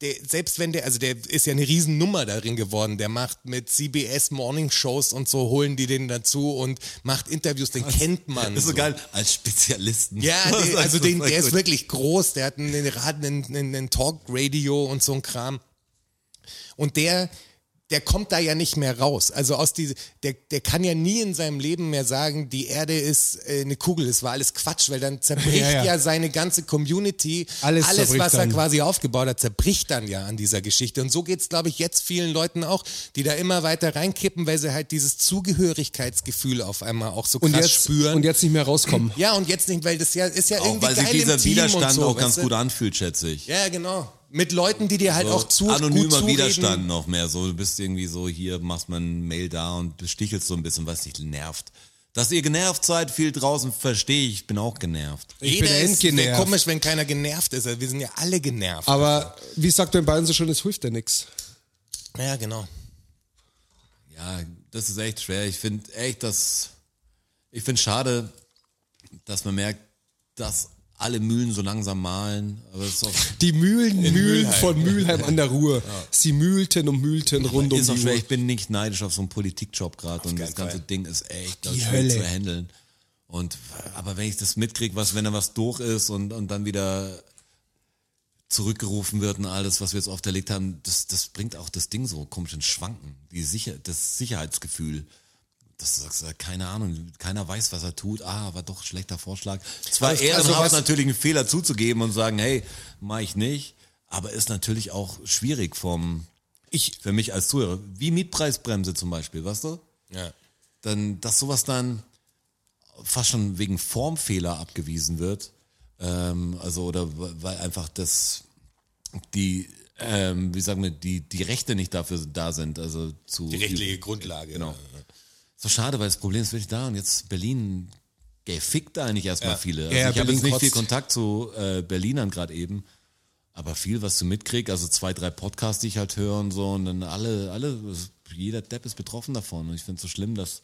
Speaker 2: der, selbst wenn der, also der ist ja eine Riesennummer darin geworden, der macht mit CBS Morning Shows und so, holen die den dazu und macht Interviews, den kennt man.
Speaker 4: Das ist so
Speaker 2: so.
Speaker 4: geil, als Spezialisten.
Speaker 2: Ja,
Speaker 4: Das
Speaker 2: der,
Speaker 4: ist
Speaker 2: also den,
Speaker 4: voll
Speaker 2: der ist
Speaker 4: gut.
Speaker 2: wirklich groß, der hat einen, Rad- einen, einen, einen Talk-Radio und so ein Kram. Und der, der kommt da ja nicht mehr raus. Also aus diese, der, der kann ja nie in seinem Leben mehr sagen, die Erde ist äh, eine Kugel, es war alles Quatsch, weil dann zerbricht ja,
Speaker 3: Ja, ja.
Speaker 2: seine ganze Community.
Speaker 3: Alles zerbricht
Speaker 2: was er
Speaker 3: dann.
Speaker 2: quasi aufgebaut hat, zerbricht dann ja an dieser Geschichte. Und so geht's, glaube ich, jetzt vielen Leuten auch, die da immer weiter reinkippen, weil sie halt dieses Zugehörigkeitsgefühl auf einmal auch so krass
Speaker 3: Und jetzt,
Speaker 2: spüren.
Speaker 3: und jetzt nicht mehr rauskommen.
Speaker 2: Ja, und jetzt nicht, weil das ja ist ja
Speaker 4: Auch
Speaker 2: irgendwie
Speaker 4: weil
Speaker 2: geil
Speaker 4: sich dieser
Speaker 2: im Team und
Speaker 4: Widerstand
Speaker 2: so,
Speaker 4: auch ganz
Speaker 2: weißt du?
Speaker 4: gut anfühlt, schätze ich.
Speaker 2: Ja, genau. Mit Leuten, die dir halt
Speaker 4: So
Speaker 2: auch zu gut
Speaker 4: anonymer
Speaker 2: zureden.
Speaker 4: Widerstand noch mehr. So, du bist irgendwie so, hier machst man ein Mail da und bestichelst so ein bisschen, was dich nervt. Dass ihr genervt seid, viel draußen, verstehe ich, ich bin auch genervt.
Speaker 3: Ich
Speaker 2: Jeder
Speaker 3: bin
Speaker 2: ist
Speaker 3: endgenervt. Ah.
Speaker 2: wär komisch, wenn keiner genervt ist. Also wir sind ja alle genervt.
Speaker 3: Aber wie sagt man in Bayern so schön, es hilft ja nix.
Speaker 2: ja, genau.
Speaker 4: Ja, das ist echt schwer. Ich finde echt, dass ich finde schade, dass man merkt, dass alle Mühlen so langsam mahlen. Aber es ist auch,
Speaker 3: Die Mühlen, Mühlen
Speaker 2: Mülheim.
Speaker 3: von Mühlheim an der Ruhr. Sie mühlten und mühlten rund um
Speaker 4: ist
Speaker 3: die
Speaker 4: auch schwer.
Speaker 3: Uhr.
Speaker 4: Ich bin nicht neidisch auf so einen Politikjob gerade und das
Speaker 2: keinen
Speaker 4: ganze
Speaker 2: Fall.
Speaker 4: Ding ist echt das
Speaker 3: die
Speaker 4: ist
Speaker 3: Hölle.
Speaker 4: schwer zu handeln. Und aber wenn ich das mitkriege, was wenn da was durch ist und und dann wieder zurückgerufen wird und alles, was wir jetzt oft erlegt haben, das, das bringt auch das Ding so komisch ins Schwanken. Die Sicher das Sicherheitsgefühl. dass du sagst, äh, keine Ahnung, keiner weiß, was er tut. Ah, war doch schlechter Vorschlag. Zwar
Speaker 3: Also,
Speaker 4: ehrenhaft
Speaker 3: was-
Speaker 4: natürlich einen Fehler zuzugeben und sagen, hey, mach ich nicht, aber ist natürlich auch schwierig vom,
Speaker 3: Ich,
Speaker 4: für mich als Zuhörer. Wie Mietpreisbremse zum Beispiel, weißt du?
Speaker 2: Ja.
Speaker 4: dann, dass sowas dann fast schon wegen Formfehler abgewiesen wird. Ähm, also, oder we- weil einfach das, die, ähm, wie sagen wir, die, die Rechte nicht dafür da sind. Also zu,
Speaker 2: Die rechtliche Grundlage.
Speaker 4: Genau. So schade, weil das Problem ist wirklich da und jetzt Berlin gefickt da eigentlich erstmal
Speaker 2: Ja.
Speaker 4: viele. Also
Speaker 3: Ja,
Speaker 4: ich habe
Speaker 3: Berlin
Speaker 4: jetzt nicht viel
Speaker 3: kotzt.
Speaker 4: Kontakt zu äh, Berlinern gerade eben, aber viel, was du mitkriegst, also zwei, drei Podcasts, die ich halt höre und so und dann alle, alle, jeder Depp ist betroffen davon und ich finde es so schlimm, dass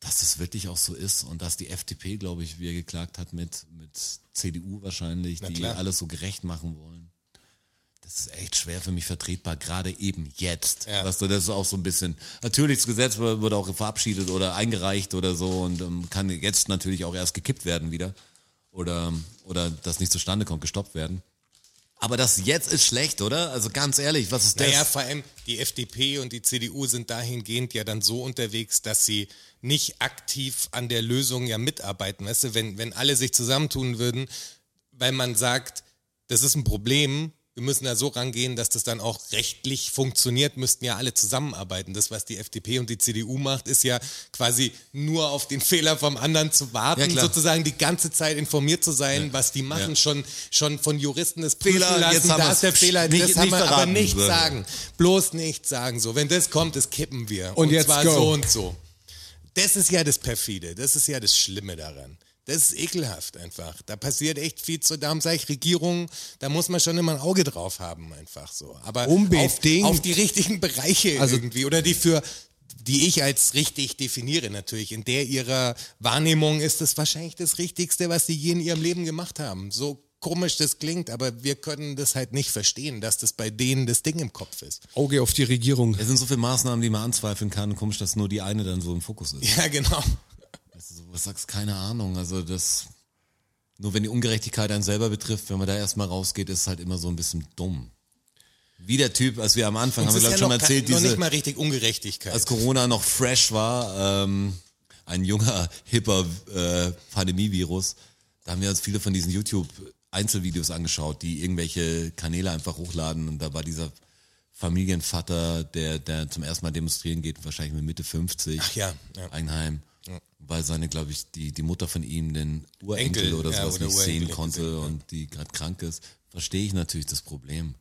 Speaker 4: dass das wirklich auch so ist und dass die FDP, glaube ich, wie er geklagt hat, mit, mit CDU wahrscheinlich, die
Speaker 2: klar.
Speaker 4: alles so gerecht machen wollen. Das ist echt schwer für mich vertretbar, gerade eben jetzt.
Speaker 2: Ja.
Speaker 4: Weißt du, das ist auch so ein bisschen, natürlich, das Gesetz wurde wurde auch verabschiedet oder eingereicht oder so und ähm, kann jetzt natürlich auch erst gekippt werden wieder oder, oder das nicht zustande kommt, gestoppt werden. Aber das jetzt ist schlecht, oder? Also ganz ehrlich, was ist das?
Speaker 2: Naja, vor allem die FDP und die CDU sind dahingehend ja dann so unterwegs, dass sie nicht aktiv an der Lösung ja mitarbeiten. Weißt du, wenn, wenn alle sich zusammentun würden, weil man sagt, das ist ein Problem, wir müssen da so rangehen, dass das dann auch rechtlich funktioniert, müssten ja alle zusammenarbeiten. Das, was die FDP und die CDU macht, ist ja quasi nur auf den Fehler vom anderen zu
Speaker 4: Ja,
Speaker 2: warten,
Speaker 4: klar.
Speaker 2: sozusagen die ganze Zeit informiert zu sein, was die machen,
Speaker 4: Ja.
Speaker 2: schon, schon von Juristen das
Speaker 4: Fehler,
Speaker 2: prüfen lassen,
Speaker 4: jetzt haben
Speaker 2: da
Speaker 4: wir's.
Speaker 2: ist der Fehler,
Speaker 4: Nicht-
Speaker 2: das haben
Speaker 4: nicht
Speaker 2: wir, aber
Speaker 4: verraten.
Speaker 2: nichts
Speaker 4: So.
Speaker 2: sagen. Bloß nichts sagen so. Wenn das kommt, das kippen wir.
Speaker 3: Und jetzt
Speaker 2: zwar
Speaker 3: go.
Speaker 2: so und so. Das ist ja das Perfide, das ist ja das Schlimme daran. Das ist ekelhaft einfach. Da passiert echt viel zu, darum sage ich Regierung, da muss man schon immer ein Auge drauf haben einfach so. Aber
Speaker 3: Unbedingt.
Speaker 2: Auf, auf die richtigen Bereiche
Speaker 3: Also-
Speaker 2: irgendwie oder die für die ich als richtig definiere natürlich. In der ihrer Wahrnehmung ist das wahrscheinlich das Richtigste, was sie je in ihrem Leben gemacht haben. So komisch das klingt, aber wir können das halt nicht verstehen, dass das bei denen das Ding im Kopf ist.
Speaker 3: Auge auf die Regierung.
Speaker 4: Es sind so viele Maßnahmen, die man anzweifeln kann und komisch, dass nur die eine dann so im Fokus ist.
Speaker 2: Ja, genau.
Speaker 4: Also, was sagst keine Ahnung. Also das nur wenn die Ungerechtigkeit einen selber betrifft, wenn man da erstmal rausgeht, ist es halt immer so ein bisschen dumm. Wie der Typ, als wir am Anfang haben wir
Speaker 2: Das ist ja
Speaker 4: glaube ich
Speaker 2: noch
Speaker 4: schon mal erzählt,
Speaker 2: kein- noch
Speaker 4: diese,
Speaker 2: nicht mal richtig Ungerechtigkeit.
Speaker 4: als Corona noch fresh war, ähm, ein junger hipper äh, Pandemievirus, da haben wir uns viele von diesen YouTube Einzelvideos angeschaut, die irgendwelche Kanäle einfach hochladen und da war dieser Familienvater, der, der zum ersten Mal demonstrieren geht, wahrscheinlich mit Mitte 50.
Speaker 2: Ach ja, ja.
Speaker 4: Eigenheim, weil seine, glaube ich, die, die Mutter von ihm den Urenkel
Speaker 2: Enkel,
Speaker 4: oder
Speaker 2: ja,
Speaker 4: sowas
Speaker 2: oder
Speaker 4: nicht
Speaker 2: Urenkel
Speaker 4: sehen
Speaker 2: hat
Speaker 4: konnte
Speaker 2: gesehen, ja.
Speaker 4: und die gerade krank ist, verstehe ich natürlich das Problem.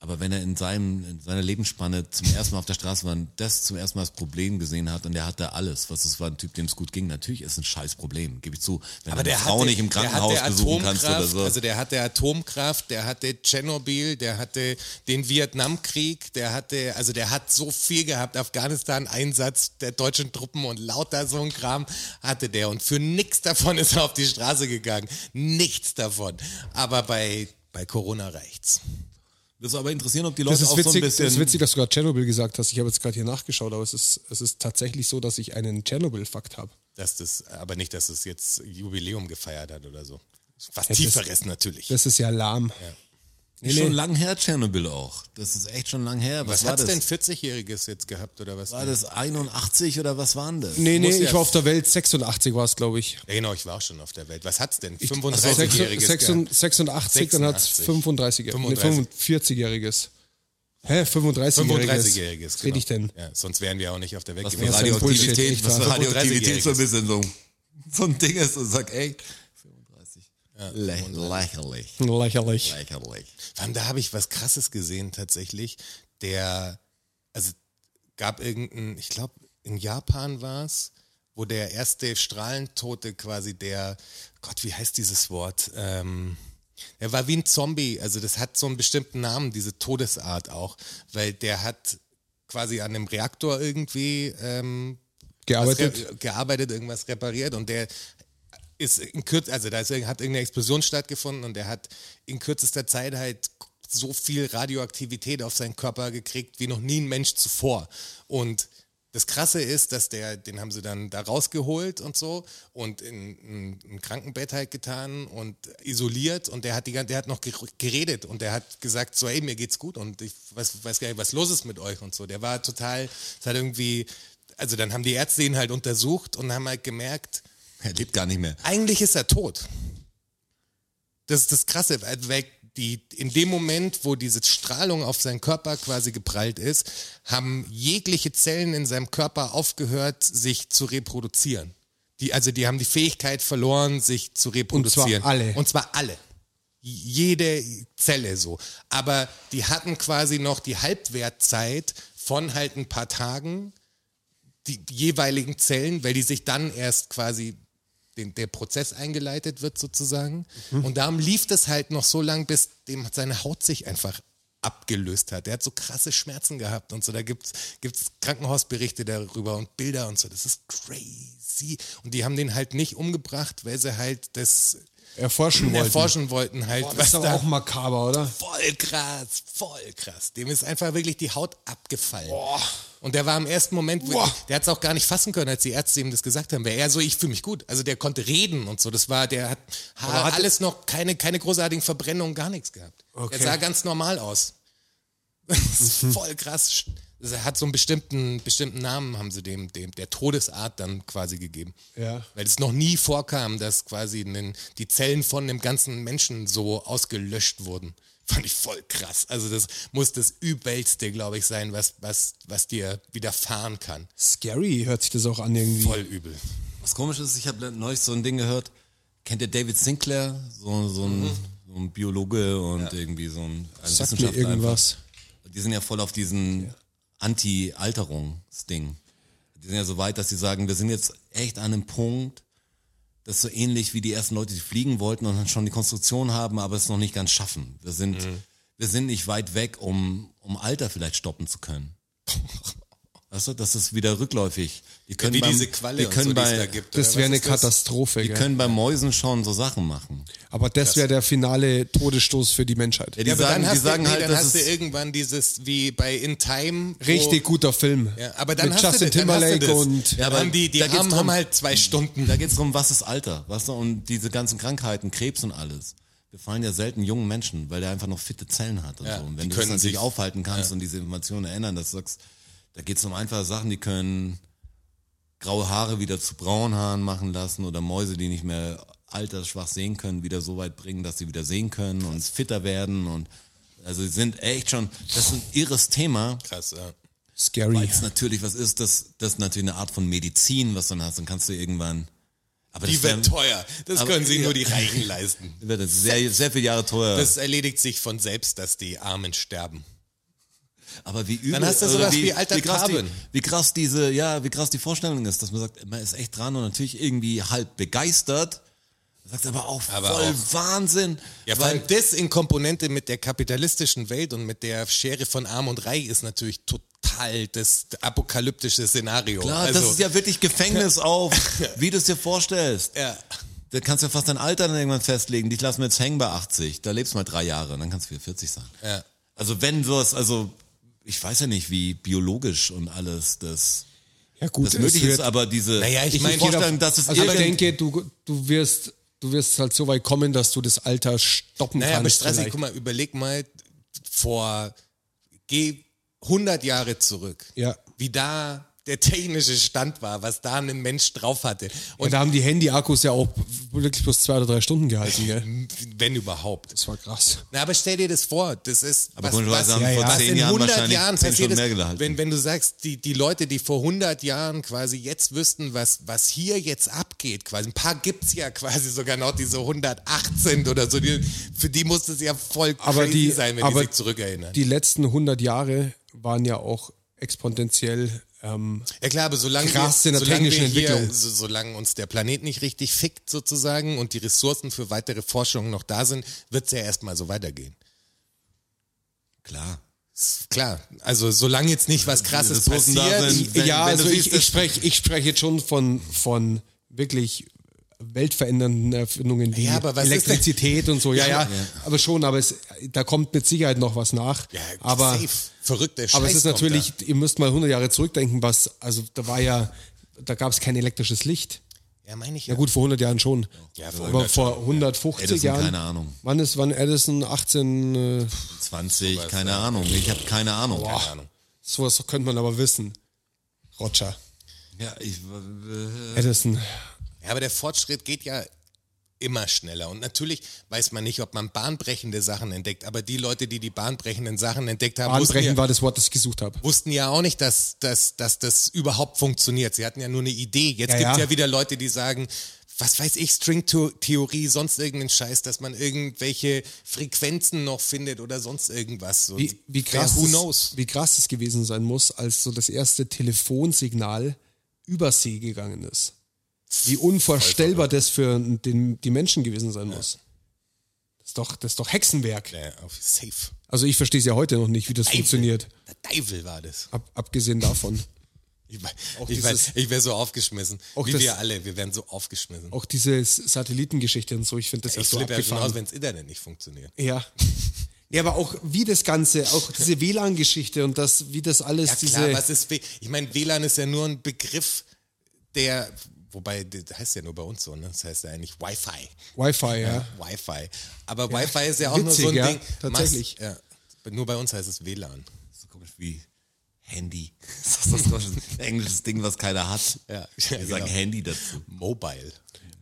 Speaker 4: Aber wenn er in, seinem, in seiner Lebensspanne zum ersten Mal auf der Straße war und das zum ersten Mal als Problem gesehen hat und der hatte alles, was es war, ein Typ, dem es gut ging, natürlich ist ein scheiß Problem, gebe ich zu. Wenn
Speaker 2: Aber
Speaker 4: du
Speaker 2: der
Speaker 4: eine Frau
Speaker 2: hatte,
Speaker 4: nicht im
Speaker 2: der
Speaker 4: Krankenhaus
Speaker 2: hatte
Speaker 4: besuchen kannst oder
Speaker 2: Atomkraft,
Speaker 4: so.
Speaker 2: Also der hatte Atomkraft, der hatte Tschernobyl, der hatte den Vietnamkrieg, der hatte, also der hat so viel gehabt, Afghanistan, Einsatz der deutschen Truppen und lauter so ein Kram hatte der. Und für nichts davon ist er auf die Straße gegangen. Nichts davon. Aber bei, bei Corona reicht's.
Speaker 4: das würde aber interessieren, ob die Leute
Speaker 3: Das ist,
Speaker 4: auch
Speaker 3: witzig,
Speaker 4: so ein
Speaker 3: das
Speaker 4: bisschen...
Speaker 3: ist witzig, dass du gerade Tschernobyl gesagt hast. Ich habe jetzt gerade hier nachgeschaut, aber es ist, es ist tatsächlich so, dass ich einen Tschernobyl-Fakt habe.
Speaker 2: Dass das, aber nicht, dass es jetzt Jubiläum gefeiert hat oder so. Was
Speaker 3: Ja, das-
Speaker 2: Tieferes natürlich.
Speaker 3: Das ist ja lahm.
Speaker 4: Ist schon lang her, Tschernobyl auch. Das ist echt schon lang her. Was,
Speaker 2: was
Speaker 4: war
Speaker 2: hat's
Speaker 4: das?
Speaker 2: denn 40-Jähriges jetzt gehabt oder was?
Speaker 4: war das 81 oder was waren das?
Speaker 3: Nee, nee,
Speaker 2: Muss ja-
Speaker 3: ich war auf der Welt, 86 war es, glaube ich.
Speaker 2: Ja, genau, ich war auch schon auf der Welt. Was hat's denn?
Speaker 3: Also
Speaker 2: 35-jähriges.
Speaker 3: 86, 86, dann hat es 35 45-jähriges. Hä, 35-jähriges?
Speaker 2: 35-jähriges.
Speaker 3: Was rede ich denn?
Speaker 2: genau. Ja, sonst wären wir auch nicht auf der Welt
Speaker 4: Was für
Speaker 2: gewesen.
Speaker 3: ist denn Bullshit,
Speaker 4: Radioaktivität,
Speaker 3: echt
Speaker 4: was für
Speaker 3: wahr?
Speaker 4: Radioaktivität
Speaker 2: 35-Jähriges.
Speaker 4: so ein bisschen so, so ein Ding ist und sag, ey, 35. Lä lächerlich.
Speaker 3: Lächerlich.
Speaker 4: Lächerlich.
Speaker 2: Vor allem, da habe ich was Krasses gesehen tatsächlich. Der, also gab irgendein, ich glaube, in Japan war es, wo der erste Strahlentote quasi der, Gott, wie heißt dieses Wort? Ähm, er war wie ein Zombie, also das hat so einen bestimmten Namen, diese Todesart auch, weil der hat quasi an dem Reaktor irgendwie ähm,
Speaker 3: Gearbeitet.
Speaker 2: Was re- gearbeitet, irgendwas repariert und der ist in kürz, also da ist, irg- hat irgendeine Explosion stattgefunden und der hat in kürzester Zeit halt so viel Radioaktivität auf seinen Körper gekriegt wie noch nie ein Mensch zuvor. Und das Krasse ist, dass der, den haben sie dann da rausgeholt und so und in, in, in ein Krankenbett halt getan und isoliert und der hat die ganze, der hat noch ger- geredet und der hat gesagt so, ey, mir geht's gut und ich weiß, weiß gar nicht, was los ist mit euch und so. Der war total, es hat irgendwie also dann haben die Ärzte ihn halt untersucht und haben halt gemerkt,
Speaker 4: Er lebt gar nicht mehr.
Speaker 2: eigentlich ist er tot. Das ist das Krasse, weil die, in dem Moment, wo diese Strahlung auf seinen Körper quasi geprallt ist, haben jegliche Zellen in seinem Körper aufgehört, sich zu reproduzieren. Die, also die haben die Fähigkeit verloren, sich zu reproduzieren.
Speaker 3: alle.
Speaker 2: Und zwar alle. Jede Zelle so. Aber die hatten quasi noch die Halbwertzeit von halt ein paar Tagen, die, die jeweiligen Zellen, weil die sich dann erst quasi den, der Prozess eingeleitet wird sozusagen.
Speaker 3: Mhm.
Speaker 2: Und darum lief das halt noch so lang, bis dem seine Haut sich einfach abgelöst hat. Der hat so krasse Schmerzen gehabt und so. Da gibt's gibt's Krankenhausberichte darüber und Bilder und so. Das ist crazy. Und die haben den halt nicht umgebracht, weil sie halt das
Speaker 3: Erforschen wollten.
Speaker 2: erforschen wollten halt.
Speaker 3: Boah, das
Speaker 2: was
Speaker 3: ist aber
Speaker 2: da
Speaker 3: auch makaber, oder?
Speaker 2: voll krass, voll krass. Dem ist einfach wirklich die Haut abgefallen. Und der war im ersten Moment,
Speaker 3: Boah.
Speaker 2: der hat es auch gar nicht fassen können, als die Ärzte ihm das gesagt haben. Weil er so, ich fühle mich gut. Also der konnte reden und so. Das war, der hat, Haare,
Speaker 3: hat-
Speaker 2: alles noch, keine, keine großartigen Verbrennungen, gar nichts gehabt.
Speaker 3: Okay.
Speaker 2: Er sah ganz normal aus. Das
Speaker 4: Mhm.
Speaker 2: ist voll krass. Er hat so einen bestimmten, bestimmten Namen, haben sie dem, dem, der Todesart dann quasi gegeben.
Speaker 3: Ja.
Speaker 2: Weil es noch nie vorkam, dass quasi nen- die Zellen von dem ganzen Menschen so ausgelöscht wurden. Fand ich voll krass. Also das muss das Übelste, glaube ich, sein, was, was, was dir widerfahren kann.
Speaker 3: Scary hört sich das auch an irgendwie.
Speaker 2: Voll übel.
Speaker 4: Was komisch ist, ich habe neulich so ein Ding gehört. Kennt ihr David Sinclair? So, so,
Speaker 2: Mhm.
Speaker 4: ein, so ein Biologe und irgendwie so ein, ein
Speaker 3: Sagt mir irgendwas.
Speaker 4: Einfach. Die sind ja voll auf diesen Anti-Alterungsding. Die sind ja so weit, dass sie sagen, wir sind jetzt echt an einem Punkt, das ist so ähnlich wie die ersten Leute, die fliegen wollten und dann schon die Konstruktion haben, aber es noch nicht ganz schaffen. Wir sind,
Speaker 2: Mhm.
Speaker 4: wir sind nicht weit weg, um, um Alter vielleicht stoppen zu können. Weißt du, das ist wieder rückläufig. Wir können
Speaker 2: Wie
Speaker 4: beim,
Speaker 2: diese Qualle
Speaker 4: wir
Speaker 2: und
Speaker 4: können
Speaker 2: so, die es
Speaker 4: bei,
Speaker 2: da gibt.
Speaker 3: Das
Speaker 2: oder
Speaker 3: wäre
Speaker 2: was
Speaker 3: eine
Speaker 2: ist das?
Speaker 3: Katastrophe,
Speaker 4: Wir
Speaker 3: gell?
Speaker 4: können bei Mäusen schon so Sachen machen.
Speaker 3: Aber das wäre der finale Todesstoß für die Menschheit.
Speaker 4: Ja, die
Speaker 2: Ja, aber
Speaker 4: sagen,
Speaker 2: dann
Speaker 4: die
Speaker 2: hast,
Speaker 4: sagen
Speaker 2: du, nee,
Speaker 4: halt,
Speaker 2: dann
Speaker 4: dass
Speaker 2: hast du
Speaker 4: es,
Speaker 2: irgendwann dieses, wie bei In Time. wo-
Speaker 3: Richtig guter Film.
Speaker 2: Oh. Ja, aber dann
Speaker 3: Mit
Speaker 2: hast
Speaker 3: Justin
Speaker 2: du, dann hast
Speaker 3: Timberlake
Speaker 2: du das.
Speaker 3: und
Speaker 2: ja, aber die, die
Speaker 4: da geht's
Speaker 2: Armen
Speaker 4: drum.
Speaker 2: haben halt zwei Stunden.
Speaker 4: da geht's drum, was ist Alter, weißt du, und diese ganzen Krankheiten, Krebs und alles. Wir fallen ja selten jungen Menschen, weil der einfach noch fitte Zellen hat und
Speaker 2: Ja,
Speaker 4: so. Und
Speaker 2: die
Speaker 4: wenn du das
Speaker 2: können
Speaker 4: natürlich
Speaker 2: sich-
Speaker 4: aufhalten kannst und diese Informationen erinnern, dass du sagst, da geht's um einfache Sachen, die können graue Haare wieder zu braunen Haaren machen lassen oder Mäuse, die nicht mehr altersschwach sehen können, wieder so weit bringen, dass sie wieder sehen können und fitter werden und also sie sind echt schon, das ist ein irres Thema.
Speaker 2: Krass, ja.
Speaker 3: Scary.
Speaker 4: Weil es natürlich was ist, das, das ist natürlich eine Art von Medizin, was du dann hast. Dann kannst du irgendwann. Aber
Speaker 2: Die
Speaker 4: das
Speaker 2: wird
Speaker 4: wär-
Speaker 2: teuer. Das
Speaker 4: aber-
Speaker 2: können sich
Speaker 4: ja.
Speaker 2: nur die Reichen leisten.
Speaker 4: wird das sehr, sehr viele Jahre teuer.
Speaker 2: Das erledigt sich von selbst, dass die Armen sterben.
Speaker 4: aber wie übel.
Speaker 2: Dann hast du
Speaker 4: also
Speaker 2: sowas wie Alter
Speaker 4: wie krass, die,
Speaker 2: Carbon.
Speaker 4: wie krass diese, ja, wie krass die Vorstellung ist, dass man sagt, man ist echt dran und natürlich irgendwie halb begeistert. Sagt aber auch
Speaker 2: Aber
Speaker 4: voll
Speaker 2: auch-
Speaker 4: Wahnsinn.
Speaker 2: Ja, vor
Speaker 4: weil
Speaker 2: allem das in Komponente mit der kapitalistischen Welt und mit der Schere von Arm und Reich ist natürlich total das apokalyptische Szenario.
Speaker 4: klar,
Speaker 2: also,
Speaker 4: das ist ja wirklich Gefängnis auf, wie du es dir vorstellst.
Speaker 2: ja.
Speaker 4: Da kannst du ja fast dein Alter dann irgendwann festlegen. Dich lassen wir jetzt hängen bei 80. Da lebst du mal drei Jahre, dann kannst du wieder 40 sein.
Speaker 2: Ja.
Speaker 4: Also wenn sowas, also ich weiß ja nicht, wie biologisch und alles das,
Speaker 3: Ja, gut,
Speaker 4: das
Speaker 3: es
Speaker 4: möglich
Speaker 3: wird-
Speaker 4: ist, aber diese
Speaker 2: Naja, ich meine,
Speaker 4: Vorstellung, dass es
Speaker 3: Also ich
Speaker 4: irgend-
Speaker 3: denke, du, du wirst du wirst halt so weit kommen, dass du das Alter stoppen
Speaker 2: Naja, aber
Speaker 3: kannst.
Speaker 2: Strassi,
Speaker 3: vielleicht.
Speaker 2: guck mal, überleg mal, vor, geh 100 Jahre zurück,
Speaker 3: Ja.
Speaker 2: wie da der technische Stand war, was da ein Mensch drauf hatte.
Speaker 3: Und
Speaker 2: Und
Speaker 3: da haben die Handy-Akkus ja auch wirklich bloß zwei oder drei Stunden gehalten, gell?
Speaker 2: wenn überhaupt.
Speaker 3: Das war krass.
Speaker 2: Na, aber stell dir das vor, das ist
Speaker 4: Aber komischerweise haben
Speaker 3: ja, ja.
Speaker 4: vor
Speaker 3: Was
Speaker 4: zehn
Speaker 2: in
Speaker 4: Jahren
Speaker 2: 100
Speaker 4: wahrscheinlich
Speaker 2: Jahren
Speaker 4: zehn
Speaker 2: passiert
Speaker 4: Stunden
Speaker 2: ist,
Speaker 4: mehr gehalten.
Speaker 2: wenn, wenn du sagst, die, die Leute, die vor 100 Jahren quasi jetzt wüssten, was, was hier jetzt abgeht, quasi, ein paar gibt's ja quasi sogar noch, die so 108 sind oder so, die, für die muss es ja voll
Speaker 3: Aber
Speaker 2: crazy
Speaker 3: die,
Speaker 2: sein, wenn
Speaker 3: aber
Speaker 2: die sich zurückerinnern.
Speaker 3: die letzten 100 Jahre waren ja auch exponentiell. Ähm,
Speaker 2: ja klar, aber solange,
Speaker 3: krass in der
Speaker 2: wir, solange, wir
Speaker 3: technischen
Speaker 2: hier,
Speaker 3: Entwicklung.
Speaker 2: so, solange uns der Planet nicht richtig fickt sozusagen und die Ressourcen für weitere Forschung noch da sind, wird's ja erstmal so weitergehen.
Speaker 4: klar.
Speaker 2: Klar, also solange jetzt nicht was krasses
Speaker 4: Ressourcen da
Speaker 2: passiert,
Speaker 4: sind, Wenn-
Speaker 3: ja,
Speaker 4: wenn du
Speaker 3: also
Speaker 4: siehst,
Speaker 3: ich, ich spreche ich sprech jetzt schon von, von wirklich weltverändernden Erfindungen wie
Speaker 2: Ja, aber was ist
Speaker 3: Elektrizität und so. Ja, ja, aber schon, aber es, da kommt mit Sicherheit noch was nach.
Speaker 2: Ja,
Speaker 3: aber
Speaker 2: safe. Verrückter Scheiß
Speaker 3: Aber es ist
Speaker 2: kommt
Speaker 3: natürlich, ihr müsst mal 100 Jahre zurückdenken, was, also da war ja, da gab es kein elektrisches Licht.
Speaker 2: Da. Ja, meine ich
Speaker 3: Ja gut, vor 100 Jahren schon.
Speaker 2: Ja, vor
Speaker 3: Aber
Speaker 2: 100
Speaker 3: vor 150
Speaker 4: Edison,
Speaker 3: Jahren.
Speaker 4: keine Ahnung.
Speaker 3: Wann ist, wann Edison 18, äh,
Speaker 4: 20,
Speaker 3: Oh.
Speaker 4: keine Ahnung. Ich habe keine Ahnung.
Speaker 2: Keine Ahnung.
Speaker 3: sowas könnte man aber wissen. Roger.
Speaker 4: Ja, ich. äh,
Speaker 3: Edison.
Speaker 2: Ja, aber der Fortschritt geht ja immer schneller. Und natürlich weiß man nicht, ob man bahnbrechende Sachen entdeckt, aber die Leute, die die bahnbrechenden Sachen entdeckt haben, wussten
Speaker 3: Anbrechen
Speaker 2: ja,
Speaker 3: war das Wort, das ich gesucht habe.
Speaker 2: wussten ja auch nicht, dass, dass, dass das überhaupt funktioniert. Sie hatten ja nur eine Idee. Jetzt
Speaker 3: Ja,
Speaker 2: gibt's
Speaker 3: ja.
Speaker 2: ja. wieder Leute, die sagen, was weiß ich, Stringtheorie, sonst irgendeinen Scheiß, dass man irgendwelche Frequenzen noch findet oder sonst irgendwas. Und
Speaker 3: Wie, wie,
Speaker 2: wer-
Speaker 3: krass
Speaker 2: who
Speaker 3: es,
Speaker 2: knows?
Speaker 3: wie krass es gewesen sein muss, als so das erste Telefonsignal über See gegangen ist. Wie unvorstellbar das für den, die Menschen gewesen sein muss. Das ist doch, das ist doch Hexenwerk.
Speaker 2: Ja, auf safe.
Speaker 3: Also ich verstehe es ja heute noch nicht, wie das funktioniert.
Speaker 2: Der Teufel war das.
Speaker 3: Ab, abgesehen davon.
Speaker 2: Ich, wei-
Speaker 3: Auch
Speaker 2: ich,
Speaker 3: dieses-
Speaker 2: wei- ich wäre so aufgeschmissen.
Speaker 3: Auch
Speaker 2: Wie
Speaker 3: das-
Speaker 2: wir alle, wir wären so aufgeschmissen.
Speaker 3: Auch diese S- Satellitengeschichte und so, ich finde das ja
Speaker 2: ich
Speaker 3: so
Speaker 2: flippe ja schon aus,
Speaker 3: abgefahren.
Speaker 2: wenn das Internet nicht funktioniert.
Speaker 3: Ja. Ja, aber auch wie das Ganze, auch diese WLAN-Geschichte und das, wie das alles,
Speaker 2: Ja klar,
Speaker 3: diese.
Speaker 2: was ist W- Ich meine, WLAN ist ja nur ein Begriff, der, wobei, das heißt ja nur bei uns so, ne? Das heißt ja eigentlich Wi-Fi.
Speaker 3: Wi-Fi, ja.
Speaker 2: Wi-Fi. Aber Wi-Fi ist ja auch nur
Speaker 3: witzig,
Speaker 2: so ein
Speaker 3: ja,
Speaker 2: Ding.
Speaker 3: tatsächlich.
Speaker 2: Mas- ja. Nur bei uns heißt es WLAN.
Speaker 4: so komisch wie Handy. Das ist das komische, ein englisches Ding, was keiner hat.
Speaker 2: Ja,
Speaker 4: Wir
Speaker 2: ja,
Speaker 4: sagen
Speaker 2: genau.
Speaker 4: Handy dazu.
Speaker 2: Mobile.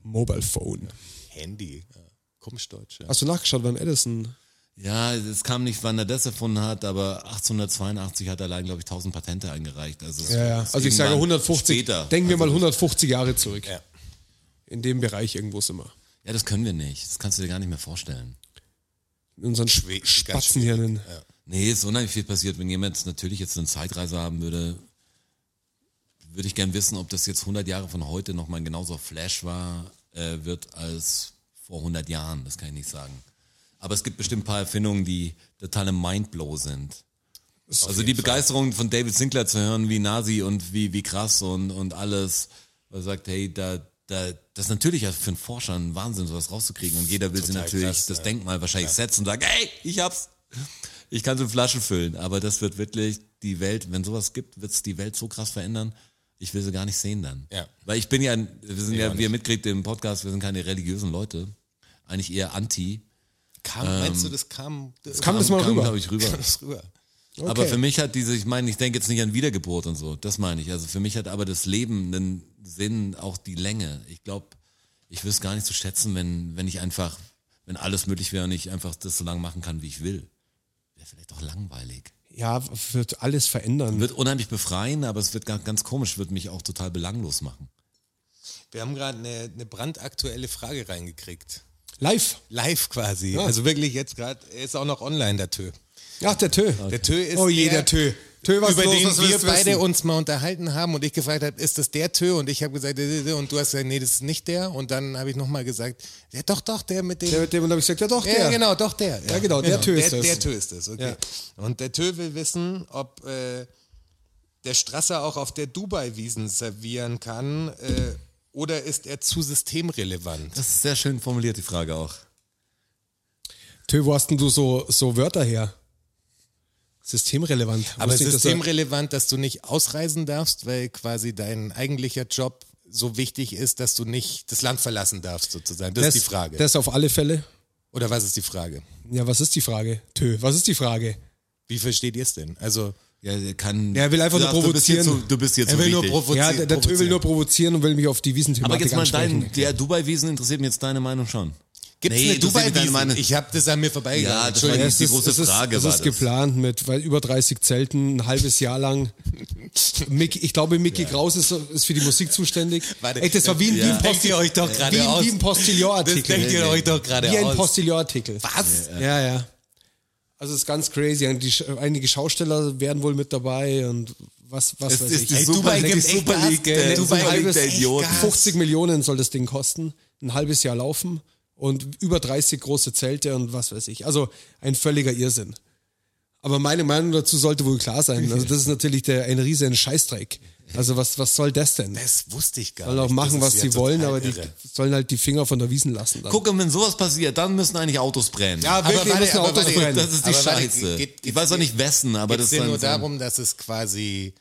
Speaker 3: Mobile Phone.
Speaker 2: Handy. Ja. Komisch Deutsch. Ja.
Speaker 3: Hast du nachgeschaut, wann Edison?
Speaker 4: Ja, es kam nicht, wann er das erfunden hat, aber 1882 hat er allein, glaube ich, 1000 Patente eingereicht. Also, es
Speaker 3: Ja, ja.
Speaker 4: ist
Speaker 3: Also ich sage
Speaker 4: irgendwann
Speaker 3: 150.
Speaker 4: Später.
Speaker 3: Denken wir mal 150 Jahre zurück.
Speaker 2: Also Ja.
Speaker 3: In dem Bereich irgendwo sind wir.
Speaker 4: ja, das können wir nicht. Das kannst du dir gar nicht mehr vorstellen.
Speaker 3: In unseren Sch-
Speaker 2: Schwierig, ganz
Speaker 3: Spatzenhirnen.
Speaker 4: Nee, ist unheimlich viel passiert. Wenn jemand natürlich jetzt eine Zeitreise haben würde, würde ich gern wissen, ob das jetzt 100 Jahre von heute nochmal genauso Flash war, äh, wird als vor 100 Jahren. Das kann ich nicht sagen. Aber es gibt bestimmt ein paar Erfindungen, die totale Mindblow sind. Also die Begeisterung von David Sinclair zu hören, wie Nazi und wie, wie krass und, und alles, was sagt, hey, da, da, das ist natürlich ja für einen Forscher ein Wahnsinn, sowas rauszukriegen. Und jeder will sie
Speaker 2: Total
Speaker 4: natürlich
Speaker 2: krass,
Speaker 4: das
Speaker 2: ja.
Speaker 4: Denkmal wahrscheinlich setzen und sagen, hey, ich hab's. Ich kann so eine Flasche füllen. Aber das wird wirklich die Welt, wenn sowas gibt, wird's die Welt so krass verändern. Ich will sie gar nicht sehen dann.
Speaker 2: Ja.
Speaker 4: Weil ich bin ja, ein- wir sind
Speaker 2: auch
Speaker 4: ja,
Speaker 2: nicht.
Speaker 4: wir Mitglied im Podcast, wir sind keine religiösen Leute. Eigentlich eher anti.
Speaker 2: Kam, meinst du, das kam, Ähm, das
Speaker 3: Kam das mal rüber?
Speaker 4: glaube ich, rüber.
Speaker 2: das rüber?
Speaker 4: Aber für mich hat diese, ich meine, ich denke jetzt nicht an Wiedergeburt und so, das meine ich. Also für mich hat aber das Leben einen Sinn, auch die Länge. Ich glaube, ich würde es gar nicht zu schätzen, wenn, wenn ich einfach, wenn alles möglich wäre und ich einfach das so lange machen kann, wie ich will. Wäre vielleicht auch langweilig.
Speaker 3: Ja, wird alles verändern.
Speaker 4: Wird unheimlich befreien, aber es wird ganz, ganz komisch, wird mich auch total belanglos machen.
Speaker 2: Wir haben gerade eine, eine brandaktuelle Frage reingekriegt.
Speaker 3: Live.
Speaker 2: Live quasi.
Speaker 3: Ja.
Speaker 2: Also wirklich jetzt gerade, er ist auch noch online, der Tö.
Speaker 3: Ach, der Tö.
Speaker 2: Der Tö ist
Speaker 3: oh je,
Speaker 2: der,
Speaker 3: der Tö. Tö, was
Speaker 2: über
Speaker 3: los,
Speaker 2: den
Speaker 3: was
Speaker 2: wir
Speaker 3: willst du
Speaker 2: beide
Speaker 3: wissen?
Speaker 2: uns mal unterhalten haben und ich gefragt habe, ist das der Tö? Und ich habe gesagt, äh, äh, äh, und du hast gesagt, nee, das ist nicht der. Und dann habe ich nochmal gesagt, ja doch, doch, der mit dem...
Speaker 3: Der mit dem und habe ich gesagt, ja doch, der.
Speaker 2: Ja, genau, doch der. Ja,
Speaker 3: genau, der Tö ist
Speaker 2: der,
Speaker 3: es.
Speaker 2: Der Tö ist es, okay. Und der Tö will wissen, ob äh, der Strasser auch auf der Dubai-Wiesen servieren kann äh, oder ist er zu systemrelevant?
Speaker 4: Das ist sehr schön formuliert, die Frage auch.
Speaker 3: Tö, wo hast denn du so, so Wörter her? Systemrelevant.
Speaker 2: Aber
Speaker 3: Wusste ich, dass er-
Speaker 2: systemrelevant, dass du nicht ausreisen darfst, weil quasi dein eigentlicher Job so wichtig ist, dass du nicht das Land verlassen darfst, sozusagen. Das, ist die Frage.
Speaker 3: Das auf alle Fälle.
Speaker 2: Oder was ist die Frage?
Speaker 3: Ja, was ist die Frage? Tö, was ist die Frage?
Speaker 2: Wie versteht ihr es denn? Also,
Speaker 4: Ja, der kann.
Speaker 3: Ja, er will einfach nur
Speaker 4: Ja, du bist hier
Speaker 3: provozieren.
Speaker 4: zu- Du bist hier zu
Speaker 2: will nur
Speaker 4: wichtig.
Speaker 2: provozieren.
Speaker 3: ja, der, der Tö will nur provozieren und will mich auf die Wiesenthematik
Speaker 4: Aber jetzt mal
Speaker 3: ansprechen.
Speaker 4: dein, der Dubai-Wiesen interessiert mich jetzt deine Meinung schon.
Speaker 2: gibt's
Speaker 4: Nee,
Speaker 2: eine
Speaker 4: das ist deine
Speaker 2: Dubai-Wiesen?
Speaker 4: Meinung.
Speaker 2: Ich habe das an mir vorbeigegangen.
Speaker 4: Ja, das war
Speaker 2: Entschuldigung.
Speaker 4: die-
Speaker 3: es
Speaker 4: die große
Speaker 3: es
Speaker 4: Frage
Speaker 3: Ist,
Speaker 4: war
Speaker 3: es ist
Speaker 4: das.
Speaker 3: geplant mit weit über 30 Zelten, ein halbes Jahr lang. Mick, ich glaube, Mickey Kraus ist, ist für die Musik zuständig.
Speaker 2: Warte,
Speaker 3: Ey, das war wie ein, wie
Speaker 2: ja.
Speaker 3: ein
Speaker 2: Denkt ihr
Speaker 3: Postil-
Speaker 2: euch doch gerade
Speaker 3: wie ein-
Speaker 2: aus.
Speaker 3: Wie ein Postillon-Artikel.
Speaker 2: Das denkt ihr euch doch gerade
Speaker 3: Wie ein
Speaker 2: aus.
Speaker 3: Postillon-Artikel. Was? Ja, ja. Also es ist ganz crazy. Die, Sch- einige Schausteller werden wohl mit dabei und was, was
Speaker 4: Es
Speaker 3: weiß
Speaker 4: ist
Speaker 3: ich.
Speaker 4: die
Speaker 2: Ey,
Speaker 4: Super
Speaker 2: Dubai
Speaker 4: League,
Speaker 2: gibt
Speaker 4: die
Speaker 2: echt
Speaker 4: Super
Speaker 2: Gas,
Speaker 4: League,
Speaker 2: gell?
Speaker 4: der
Speaker 2: Dubai
Speaker 4: Super
Speaker 2: gibt
Speaker 4: League der
Speaker 2: echt
Speaker 4: Idioten.
Speaker 2: Gas.
Speaker 3: 50 Millionen soll das Ding kosten, ein halbes Jahr laufen und über 30 große Zelte und was weiß ich. Also ein völliger Irrsinn. Aber meine Meinung dazu sollte wohl klar sein. Also das ist natürlich der, ein riesen Scheißdreck. Also was, was soll das denn?
Speaker 2: Das wusste ich gar
Speaker 3: Sollen auch
Speaker 2: nicht.
Speaker 3: machen,
Speaker 2: Das
Speaker 3: was
Speaker 2: ist
Speaker 3: sie
Speaker 2: ja
Speaker 3: wollen,
Speaker 2: total
Speaker 3: aber die
Speaker 2: irre.
Speaker 3: sollen halt die Finger von der Wiesen lassen. Dann.
Speaker 4: Guck, und wenn sowas passiert, dann müssen eigentlich Autos brennen.
Speaker 3: ja,
Speaker 2: aber
Speaker 3: wirklich
Speaker 2: warte,
Speaker 3: müssen
Speaker 2: aber
Speaker 3: Autos
Speaker 2: warte,
Speaker 3: brennen.
Speaker 4: das ist die
Speaker 2: Aber warte,
Speaker 4: Scheiße.
Speaker 2: geht- geht-
Speaker 4: ich weiß auch nicht wessen, aber das
Speaker 2: Es
Speaker 4: ist
Speaker 2: geht
Speaker 4: dann
Speaker 2: nur
Speaker 4: so ein-
Speaker 2: darum, dass es quasi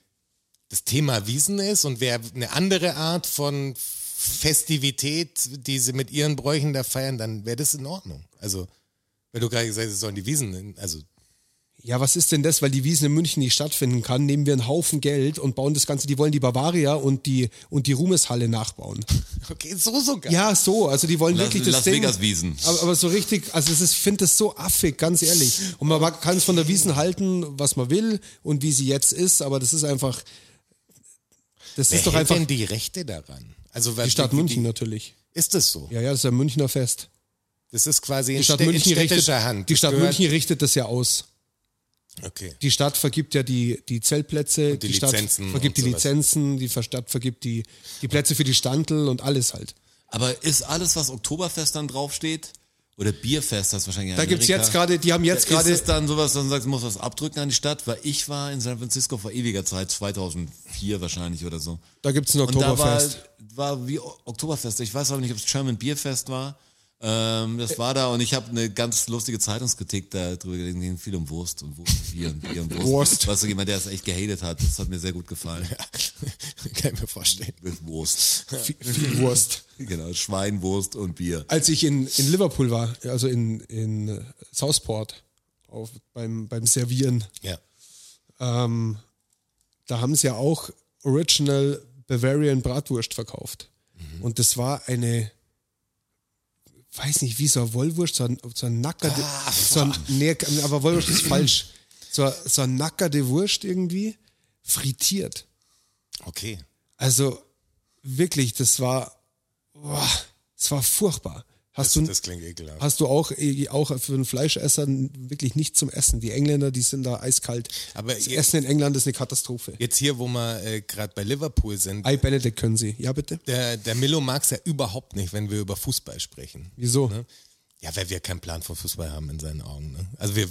Speaker 2: das Thema Wiesen ist und wer eine andere Art von Festivität, die sie mit ihren Bräuchen da feiern, dann wäre das in Ordnung. Also, wenn du gerade gesagt hast, sie sollen die Wiesen, in- also
Speaker 3: ja, was ist denn das, weil die Wiesen in München nicht stattfinden kann, nehmen wir einen Haufen Geld und bauen das Ganze, die wollen die Bavaria und die, und die Ruhmeshalle nachbauen.
Speaker 2: Okay, so sogar.
Speaker 3: Ja, so, also die wollen
Speaker 4: Las-
Speaker 3: wirklich das
Speaker 4: Las
Speaker 3: Ding.
Speaker 4: Vegas Wiesen.
Speaker 3: Aber, aber so richtig, also es ist, finde das so affig, ganz ehrlich. Und man mag- kann es von der Wiesen halten, was man will und wie sie jetzt ist, aber das ist einfach, das
Speaker 2: Wer
Speaker 3: ist doch
Speaker 2: hält
Speaker 3: einfach
Speaker 2: denn die Rechte daran? Also
Speaker 3: die Stadt München natürlich.
Speaker 2: Ist das so?
Speaker 3: Ja, ja, das ist ja ein Münchner Fest.
Speaker 2: Das ist quasi in,
Speaker 3: Die Stadt,
Speaker 2: Stä- in
Speaker 3: München, richtet,
Speaker 2: städtischer Hand.
Speaker 3: die
Speaker 2: Das
Speaker 3: Stadt
Speaker 2: gehört-
Speaker 3: München richtet das ja aus.
Speaker 2: Okay.
Speaker 3: Die Stadt vergibt ja die, die Zeltplätze,
Speaker 2: die
Speaker 3: Stadt
Speaker 2: Lizenzen
Speaker 3: vergibt die
Speaker 2: und sowas.
Speaker 3: Lizenzen, die Stadt vergibt die, die Plätze für die Standel und alles halt.
Speaker 4: Aber ist alles, was Oktoberfest dann draufsteht? Oder Bierfest, das wahrscheinlich
Speaker 3: Da gibt's jetzt gerade, die haben jetzt
Speaker 4: Ist
Speaker 3: gerade
Speaker 4: es dann sowas, dann sagst du, musst was abdrücken an die Stadt? Weil ich war in San Francisco vor ewiger Zeit, 2004 wahrscheinlich oder so.
Speaker 3: Da gibt's ein
Speaker 4: Und da war,
Speaker 3: Oktoberfest.
Speaker 4: war wie O- Oktoberfest. Ich weiß aber nicht, ob es German Bierfest war. Ähm, das war da und ich habe eine ganz lustige Zeitungskritik darüber gelesen. Ging viel um Wurst und Wurst und Bier und Bier und Wurst.
Speaker 3: Wurst.
Speaker 4: Weißt du, jemand, der es echt gehatet hat, das hat mir sehr gut gefallen.
Speaker 2: Kann ich mir vorstellen.
Speaker 4: Mit Wurst.
Speaker 3: viel, viel Wurst.
Speaker 4: Genau, Schwein, Wurst und Bier.
Speaker 3: Als ich in, in Liverpool war, also in, in Southport, auf, beim, beim Servieren,
Speaker 2: Ja.
Speaker 3: ähm, da haben sie ja auch Original Bavarian Bratwurst verkauft. Und das war eine, weiß nicht, wie so eine Wollwurst, so ein, so ein Nacker, so ein, nee, aber Wollwurst ist falsch, so, eine- so ein nackerte Wurst irgendwie, frittiert.
Speaker 2: Okay.
Speaker 3: Also wirklich, das war, boah, das war furchtbar. Hast du,
Speaker 2: Das klingt ekelhaft.
Speaker 3: hast du auch, eh, auch für einen Fleischesser wirklich nicht zum Essen. Die Engländer, die sind da eiskalt.
Speaker 2: Aber
Speaker 3: das
Speaker 2: ihr-
Speaker 3: Essen in England ist eine Katastrophe.
Speaker 2: Jetzt hier, wo wir äh, gerade bei Liverpool sind,
Speaker 3: Ei Benedict können sie. Ja, bitte?
Speaker 2: der, der Milo mag es ja überhaupt nicht, wenn wir über Fußball sprechen.
Speaker 3: Wieso?
Speaker 2: Ne? Ja, weil wir keinen Plan von Fußball haben in seinen Augen. Ne? Also wir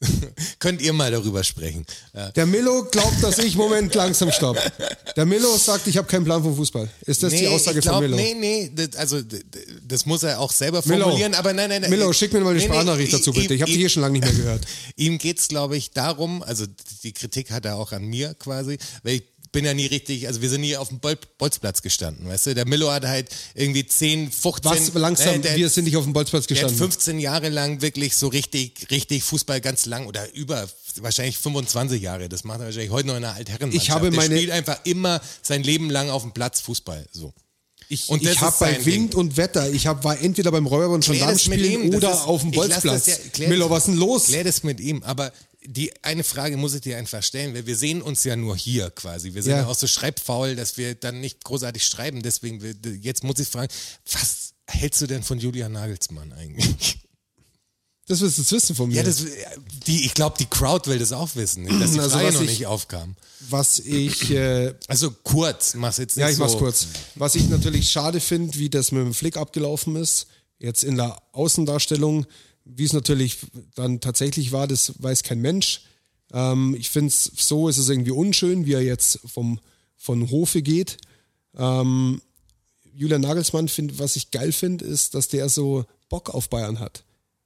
Speaker 2: könnt ihr mal darüber sprechen. Äh,
Speaker 3: Der Milo glaubt, dass ich Moment langsam stopp. Der Milo sagt, ich habe keinen Plan vom Fußball. Ist das die Aussage
Speaker 2: ich glaub,
Speaker 3: von Milo?
Speaker 2: Nee, nee, das, also d- d- das muss er auch selber
Speaker 3: Milo,
Speaker 2: formulieren, aber nein, nein, nein.
Speaker 3: Milo, schick mir mal eine
Speaker 2: Nee, nee,
Speaker 3: Sprachnachricht
Speaker 2: i-
Speaker 3: dazu, bitte.
Speaker 2: i-
Speaker 3: Ich habe die
Speaker 2: i-
Speaker 3: hier schon lange nicht mehr gehört.
Speaker 2: Ihm geht's, glaube ich, darum, also die Kritik hat er auch an mir quasi, weil ich bin ja nie richtig, also wir sind nie auf dem Bol Bolzplatz gestanden, weißt du? Der Milo hat halt irgendwie 10, 15...
Speaker 3: Was langsam,
Speaker 2: äh, der,
Speaker 3: wir sind nicht auf dem Bolzplatz
Speaker 2: der hat
Speaker 3: gestanden.
Speaker 2: 15 Jahre lang wirklich so richtig, richtig Fußball ganz lang oder über wahrscheinlich 25 Jahre. Das macht er wahrscheinlich heute noch in einer Altherrenmannschaft.
Speaker 3: Ich habe meine-
Speaker 2: der spielt einfach immer sein Leben lang auf dem Platz Fußball. So.
Speaker 3: Ich,
Speaker 2: Und das
Speaker 3: ich habe
Speaker 2: ist
Speaker 3: bei
Speaker 2: sein
Speaker 3: Wind
Speaker 2: Ding.
Speaker 3: und Wetter, ich hab, war entweder beim Räuber- und
Speaker 2: Klär das mit
Speaker 3: Gendarmenspielen
Speaker 2: ihm, das
Speaker 3: oder
Speaker 2: ist-
Speaker 3: auf dem
Speaker 2: ich lass
Speaker 3: Bolzplatz.
Speaker 2: das ja- klär
Speaker 3: Milo,
Speaker 2: das-
Speaker 3: was ist denn los?
Speaker 2: Klär das mit ihm, aber die eine Frage muss ich dir einfach stellen, weil wir sehen uns ja nur hier quasi. Wir sind
Speaker 3: Ja.
Speaker 2: ja, auch so schreibfaul, dass wir dann nicht großartig schreiben. Deswegen, wir- jetzt muss ich fragen, was hältst du denn von Julian Nagelsmann eigentlich?
Speaker 3: Das willst du jetzt wissen von mir.
Speaker 2: Ja, das, äh, die, ich glaube, die Crowd will das auch wissen, dass die
Speaker 3: Also,
Speaker 2: Frage
Speaker 3: was
Speaker 2: noch
Speaker 3: ich-
Speaker 2: nicht aufkam.
Speaker 3: was ich äh,
Speaker 2: Also kurz, mach's jetzt nicht
Speaker 3: Ja, ich
Speaker 2: so.
Speaker 3: mach's kurz. Was ich natürlich schade finde, wie das mit dem Flick abgelaufen ist, jetzt in der Außendarstellung, wie es natürlich dann tatsächlich war, das weiß kein Mensch. Ähm, ich finde es so, ist es irgendwie unschön, wie er jetzt vom, von Hofe geht. Ähm, Julian Nagelsmann, find, was ich geil finde, ist, dass der so Bock auf Bayern hat.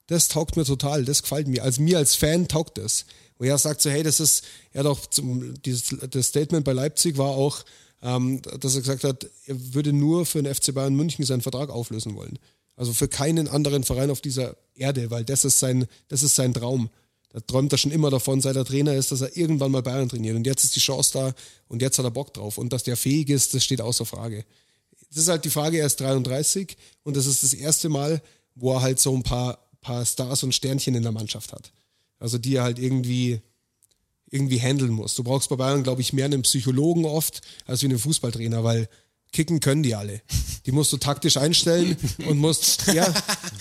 Speaker 3: Das taugt mir total, das gefällt mir. Als mir als Fan taugt das. Wo er sagt so, hey, das ist, er hat auch zum, dieses, das Statement bei Leipzig war auch, ähm, dass er gesagt hat, er würde nur für den FC Bayern München seinen Vertrag auflösen wollen. Also für keinen anderen Verein auf dieser Erde, weil das ist sein, das ist sein Traum. Da träumt er schon immer davon, seit er Trainer ist, dass er irgendwann mal Bayern trainiert. Und jetzt ist die Chance da und jetzt hat er Bock drauf. Und dass der fähig ist, das steht außer Frage. Das ist halt die Frage, er ist 33 und das ist das erste Mal, wo er halt so ein paar, paar Stars und Sternchen in der Mannschaft hat. Also die er halt irgendwie, irgendwie handeln muss. Du brauchst bei Bayern, glaube ich, mehr einen Psychologen oft als wie einen Fußballtrainer, weil kicken können die alle. Die musst du taktisch einstellen und musst, ja,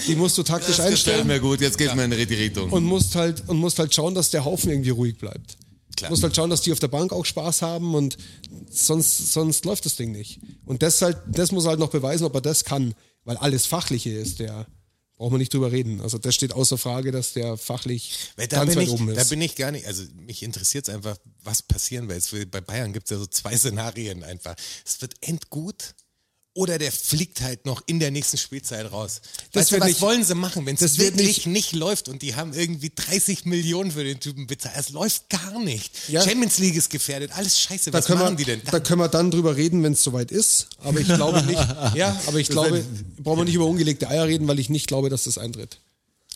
Speaker 3: die musst du taktisch
Speaker 4: Das gefällt
Speaker 3: einstellen
Speaker 4: mir gut, jetzt geht's mir in die richtige Richtung.
Speaker 3: und musst halt und musst halt schauen, dass der Haufen irgendwie ruhig bleibt.
Speaker 2: Klar.
Speaker 3: Musst halt schauen, dass die auf der Bank auch Spaß haben und sonst, sonst läuft das Ding nicht. Und das halt, das muss er halt noch beweisen, ob er das kann, weil alles Fachliche ist, der braucht man nicht drüber reden. Also das steht außer Frage, dass der fachlich
Speaker 2: Weil da
Speaker 3: ganz
Speaker 2: bin,
Speaker 3: weit
Speaker 2: ich,
Speaker 3: oben
Speaker 2: da
Speaker 3: ist.
Speaker 2: bin ich gar nicht, also mich interessiert es einfach, was passieren wird. Es wird- Bei Bayern gibt es ja so zwei Szenarien einfach. Es wird endgut oder der fliegt halt noch in der nächsten Spielzeit raus.
Speaker 3: Das
Speaker 2: Weißt du,
Speaker 3: wird
Speaker 2: was
Speaker 3: nicht-
Speaker 2: wollen sie machen, wenn es
Speaker 3: das wird
Speaker 2: wirklich nicht, läuft und die haben irgendwie 30 Millionen für den Typen bezahlt. Es läuft gar nicht.
Speaker 3: Ja.
Speaker 2: Champions League ist gefährdet, alles scheiße.
Speaker 3: da
Speaker 2: was
Speaker 3: können, wir,
Speaker 2: machen die denn?
Speaker 3: da können wir dann drüber reden, wenn es soweit ist. Aber ich glaube nicht. ja, aber ich glaube, brauchen wir nicht über ungelegte Eier reden, weil ich nicht glaube, dass das eintritt.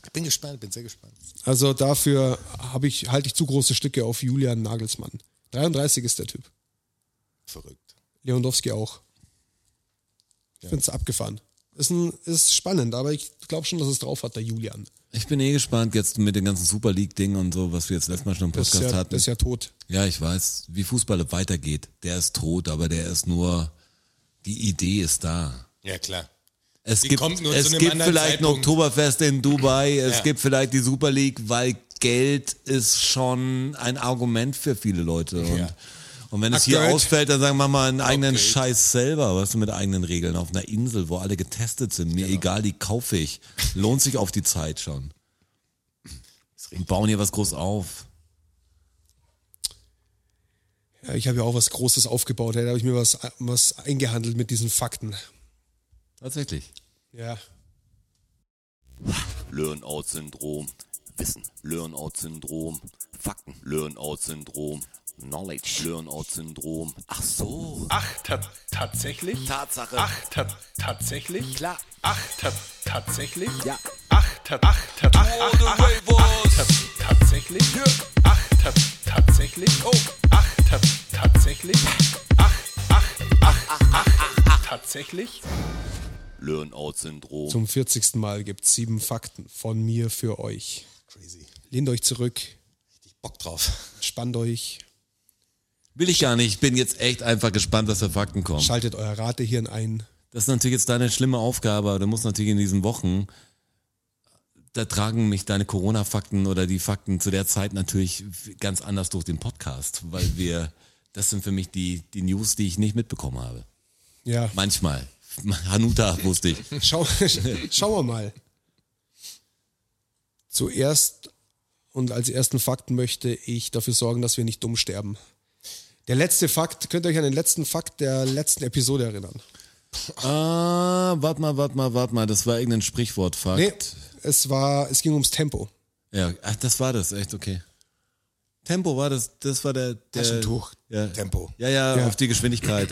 Speaker 2: Ich bin gespannt, bin sehr gespannt.
Speaker 3: Also dafür habe ich, halte ich zu große Stücke auf Julian Nagelsmann. 33 ist der Typ.
Speaker 2: Verrückt.
Speaker 3: Lewandowski auch. Ich finde es abgefahren. Ist, ein, ist spannend, aber ich glaube schon, dass es drauf hat, der Julian.
Speaker 4: Ich bin eh gespannt jetzt mit den ganzen Super League-Ding und so, was wir jetzt letztes Mal schon im
Speaker 3: Das ist,
Speaker 4: Podcast
Speaker 3: ja,
Speaker 4: hatten.
Speaker 3: das ist ja tot.
Speaker 4: Ja, ich weiß, wie Fußball weitergeht. Der ist tot, aber der ist nur, die Idee ist da.
Speaker 2: Ja, klar.
Speaker 4: Es
Speaker 2: Die
Speaker 4: gibt,
Speaker 2: kommt nur zu
Speaker 4: es
Speaker 2: einem
Speaker 4: gibt
Speaker 2: anderen
Speaker 4: vielleicht ein
Speaker 2: Zeitpunkt.
Speaker 4: Oktoberfest in Dubai, es
Speaker 2: Ja.
Speaker 4: gibt vielleicht die Super League, weil Geld ist schon ein Argument für viele Leute. Und, und wenn es hier
Speaker 3: Geld.
Speaker 4: ausfällt, dann sagen wir mal einen eigenen
Speaker 2: Geld.
Speaker 4: Scheiß selber, was weißt du, mit eigenen Regeln auf einer Insel, wo alle getestet sind.
Speaker 2: Genau.
Speaker 4: Mir egal, die kaufe ich. Lohnt sich auf die Zeit schon. Und bauen hier was groß auf.
Speaker 3: Ja, ich habe ja auch was Großes aufgebaut. Da habe ich mir was, was eingehandelt mit diesen Fakten.
Speaker 4: Tatsächlich.
Speaker 3: Ja.
Speaker 5: Learn-out-Syndrom, Wissen, Learn-out-Syndrom, Fakten, Learn-out-Syndrom, Knowledge, Learn-out-Syndrom. Ach so.
Speaker 6: Ach, ta tatsächlich?
Speaker 5: Tatsache.
Speaker 6: Ach, ta tatsächlich?
Speaker 5: Klar.
Speaker 6: Ach, ta tatsächlich?
Speaker 5: Ja.
Speaker 6: Ach, ta ach, ta ach, ach, ach, ach, ta tatsächlich? Ach, ta tatsächlich? Oh. Ach, ta tatsächlich? Ach, ach, ach, ach, ach, tatsächlich?
Speaker 5: Learn-out-Syndrom.
Speaker 3: Zum 40. Mal gibt es sieben Fakten von mir für euch.
Speaker 2: Crazy.
Speaker 3: Lehnt euch zurück,
Speaker 2: Bock drauf.
Speaker 3: spannt euch,
Speaker 4: Will ich gar nicht. Ich bin jetzt echt einfach gespannt, was für Fakten kommen.
Speaker 3: schaltet euer Ratehirn ein.
Speaker 4: Das ist natürlich jetzt deine schlimme Aufgabe, aber du musst natürlich in diesen Wochen, da tragen mich deine Corona-Fakten oder die Fakten zu der Zeit natürlich ganz anders durch den Podcast, weil wir, das sind für mich die, die News, die ich nicht mitbekommen habe.
Speaker 3: Ja,
Speaker 4: Manchmal. Hanuta wusste ich.
Speaker 3: schau, schauen wir mal. Zuerst und als ersten Fakt möchte ich dafür sorgen, dass wir nicht dumm sterben. Der letzte Fakt, könnt ihr euch an den letzten Fakt der letzten Episode erinnern?
Speaker 4: Ah, warte mal, warte mal, warte mal, das war irgendein Sprichwortfakt.
Speaker 3: Nee, es war, es ging ums Tempo.
Speaker 4: Ja, ach, das war das, echt, okay. Tempo war das, das war der, der
Speaker 2: Taschentuch.
Speaker 4: Ja,
Speaker 2: Tempo.
Speaker 4: ja, ja,
Speaker 3: Ja.
Speaker 4: auf die Geschwindigkeit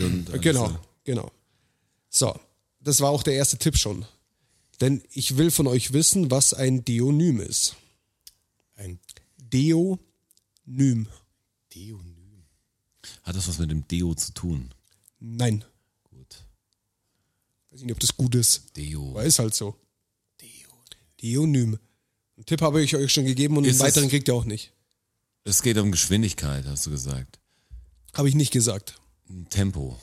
Speaker 4: und alles,
Speaker 3: Genau,
Speaker 4: ja.
Speaker 3: genau. So, das war auch der erste Tipp schon. Denn ich will von euch wissen, was ein Deonym ist.
Speaker 2: Ein
Speaker 3: Deonym.
Speaker 2: Deonym.
Speaker 4: Hat das was mit dem Deo zu tun?
Speaker 3: Nein.
Speaker 4: Gut.
Speaker 3: Weiß nicht, ob das gut ist.
Speaker 4: Deo.
Speaker 3: Aber ist halt so. Deonym. Einen Tipp habe ich euch schon gegeben und
Speaker 4: Ist
Speaker 3: einen
Speaker 4: es-
Speaker 3: weiteren kriegt ihr auch nicht.
Speaker 4: Es geht um Geschwindigkeit, hast du gesagt. Um
Speaker 3: Habe ich nicht gesagt.
Speaker 4: Tempo.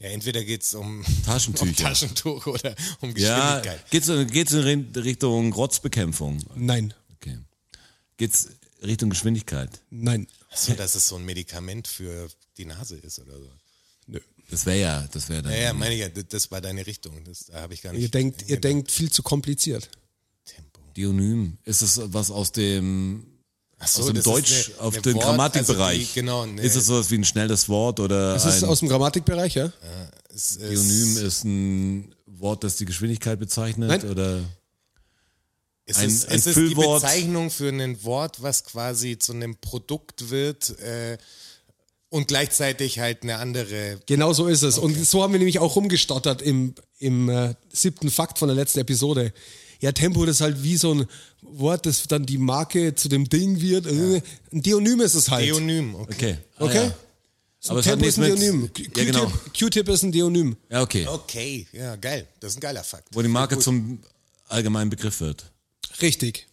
Speaker 2: Ja, entweder geht's um, um
Speaker 4: Taschentücher.
Speaker 2: Taschentuch oder um
Speaker 4: ja,
Speaker 2: Geschwindigkeit.
Speaker 4: geht's, geht's in Rin- Richtung Rotzbekämpfung.
Speaker 3: Nein.
Speaker 4: Okay. Geht's Richtung Geschwindigkeit.
Speaker 3: Nein.
Speaker 2: So, dass es so ein Medikament für die Nase ist oder so.
Speaker 3: Nö.
Speaker 4: Das wäre ja, das wäre dann.
Speaker 2: Ja, ja, meine ich ja, d- das war deine Richtung. Das, da habe ich gar nicht.
Speaker 3: Ihr denkt, ihr
Speaker 2: hingedacht.
Speaker 3: denkt viel zu kompliziert.
Speaker 2: Tempo.
Speaker 4: Dionym. Ist es was aus dem,
Speaker 2: Ach so,
Speaker 4: aus dem
Speaker 2: das
Speaker 4: Deutsch,
Speaker 2: ist eine-
Speaker 4: auf
Speaker 2: eine
Speaker 4: dem
Speaker 2: Wort-
Speaker 4: Grammatikbereich?
Speaker 2: Also die, genau, ne,
Speaker 4: Ist es sowas wie ein schnelles Wort oder
Speaker 3: Das ist
Speaker 4: ein
Speaker 3: aus dem Grammatikbereich, ja?
Speaker 2: es ist-
Speaker 4: Dionym ist ein Wort, das die Geschwindigkeit bezeichnet
Speaker 3: Nein.
Speaker 4: oder?
Speaker 2: Ist
Speaker 4: Ein-
Speaker 2: es,
Speaker 4: ein
Speaker 2: ist es die
Speaker 4: Füllwort.
Speaker 2: Bezeichnung für ein Wort, was quasi zu einem Produkt wird äh, und gleichzeitig halt eine andere.
Speaker 3: Genau so ist es. Und so haben wir nämlich auch rumgestottert im, im äh, siebten Fakt von der letzten Episode. Ja, Tempo, das ist halt wie so ein Wort, das dann die Marke zu dem Ding wird. Äh, Ein Deonym ist es halt.
Speaker 2: Deonym, okay.
Speaker 4: Okay. Ah,
Speaker 3: Okay?
Speaker 4: ja.
Speaker 3: So,
Speaker 4: Aber es hat
Speaker 3: Tempo
Speaker 4: nichts
Speaker 3: ist ein
Speaker 4: mit.
Speaker 3: Deonym. Q-
Speaker 4: Ja, genau.
Speaker 3: Q-Tip- Q-Tip ist ein Deonym.
Speaker 4: Ja, okay.
Speaker 2: Okay, ja, geil. Das ist ein geiler Fakt.
Speaker 4: Wo die Marke zum allgemeinen Begriff wird.
Speaker 3: Richtig.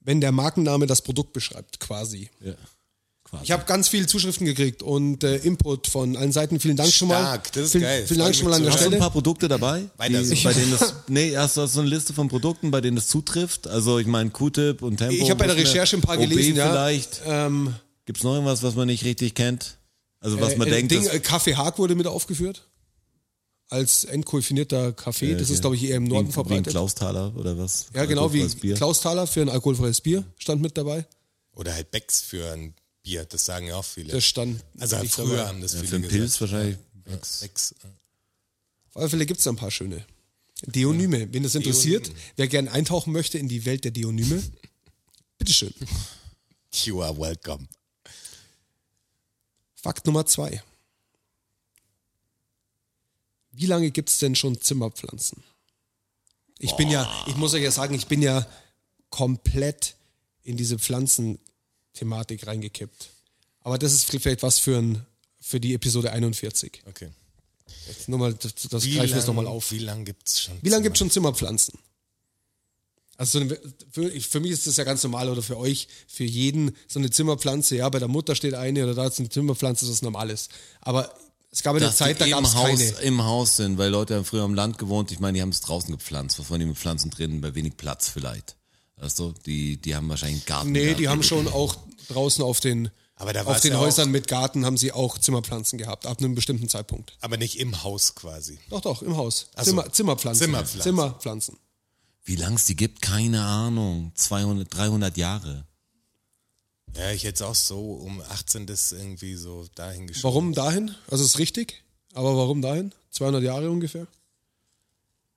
Speaker 3: Wenn der Markenname das Produkt beschreibt, quasi.
Speaker 4: Ja. Quasi.
Speaker 3: Ich habe ganz viele Zuschriften gekriegt und äh, Input von allen Seiten. Vielen Dank schon mal.
Speaker 2: Stark, das ist
Speaker 3: vielen,
Speaker 2: geil.
Speaker 3: Vielen Dank
Speaker 2: Freut
Speaker 3: schon mal an
Speaker 2: mich
Speaker 3: der
Speaker 4: Hast du ein
Speaker 3: Stelle.
Speaker 4: paar Produkte dabei?
Speaker 2: Weiter so.
Speaker 4: die, bei denen das, nee, hast du hast du eine Liste von Produkten, bei denen das zutrifft? Also ich meine Q-Tip und Tempo.
Speaker 3: Ich habe bei der
Speaker 4: muss man-
Speaker 3: Recherche ein paar
Speaker 4: OB
Speaker 3: gelesen. Ja.
Speaker 4: vielleicht.
Speaker 3: Ähm,
Speaker 4: Gibt es noch irgendwas, was man nicht richtig kennt? Also was
Speaker 3: Äh,
Speaker 4: man
Speaker 3: äh,
Speaker 4: denkt,
Speaker 3: Ding,
Speaker 4: dass-
Speaker 3: äh, Kaffee Haag wurde mit aufgeführt. Als entkoiffinierter Kaffee. das ist, glaube ich, eher im Norden
Speaker 4: wie, wie ein
Speaker 3: verbreitet.
Speaker 4: Klausthaler oder was?
Speaker 3: ja, genau, wie
Speaker 4: Alkoholfreies Bier.
Speaker 3: Klausthaler für ein alkoholfreies Bier stand mit dabei.
Speaker 2: Oder halt Becks für ein Bier, das sagen ja auch viele.
Speaker 3: Das stand.
Speaker 2: also
Speaker 3: nicht
Speaker 2: früher
Speaker 3: dabei.
Speaker 2: haben das
Speaker 4: ja,
Speaker 2: viele
Speaker 4: für einen
Speaker 2: gesagt. äh,
Speaker 4: Pilz wahrscheinlich.
Speaker 2: Becks.
Speaker 3: Auf alle Fälle gibt es ein paar schöne. Deonyme. Wen das interessiert, wer gerne eintauchen möchte in die Welt der Deonyme, bitteschön.
Speaker 2: You are welcome.
Speaker 3: Fakt Nummer zwei. Wie lange gibt es denn schon Zimmerpflanzen? Ich bin ja, ich muss euch ja sagen, ich bin ja komplett in diese Pflanzenthematik reingekippt. Aber das ist vielleicht was für, ein, für die Episode 41.
Speaker 2: Okay.
Speaker 3: Jetzt nur mal, das, das greifen wir jetzt nochmal auf.
Speaker 2: Wie lange gibt's schon?
Speaker 3: Wie lange gibt es schon Zimmerpflanzen? Also so eine- für, für mich ist das ja ganz normal oder für euch, für jeden so eine Zimmerpflanze. Ja, bei der Mutter steht eine oder da ist eine Zimmerpflanze, das ist was Normales. Aber es gab ja eine
Speaker 4: Dass
Speaker 3: Zeit, da
Speaker 4: die
Speaker 3: gab es
Speaker 4: im Haus,
Speaker 3: keine.
Speaker 4: im Haus sind, weil Leute haben früher im Land gewohnt. Ich meine, die haben es draußen gepflanzt. Was wollen die mit Pflanzen drin? Bei wenig Platz vielleicht. Weißt du, die, die haben wahrscheinlich einen Garten.
Speaker 3: Nee,
Speaker 4: gehabt.
Speaker 3: die haben schon auch draußen auf den,
Speaker 2: Aber da
Speaker 3: auf
Speaker 2: war's
Speaker 3: den
Speaker 2: ja auch-
Speaker 3: Häusern mit Garten haben sie auch Zimmerpflanzen gehabt, ab einem bestimmten Zeitpunkt.
Speaker 2: Aber nicht im Haus quasi.
Speaker 3: Doch, doch, im Haus.
Speaker 2: so.
Speaker 3: Zimmer, Zimmerpflanzen.
Speaker 2: Zimmerpflanzen.
Speaker 3: Zimmerpflanzen.
Speaker 4: Wie lang es die gibt? Keine Ahnung. 200, 300 Jahre.
Speaker 2: Ja, ich hätte es auch so um 18 das irgendwie so dahin geschoben.
Speaker 3: Warum dahin? Also ist richtig, aber warum dahin? 200 Jahre ungefähr?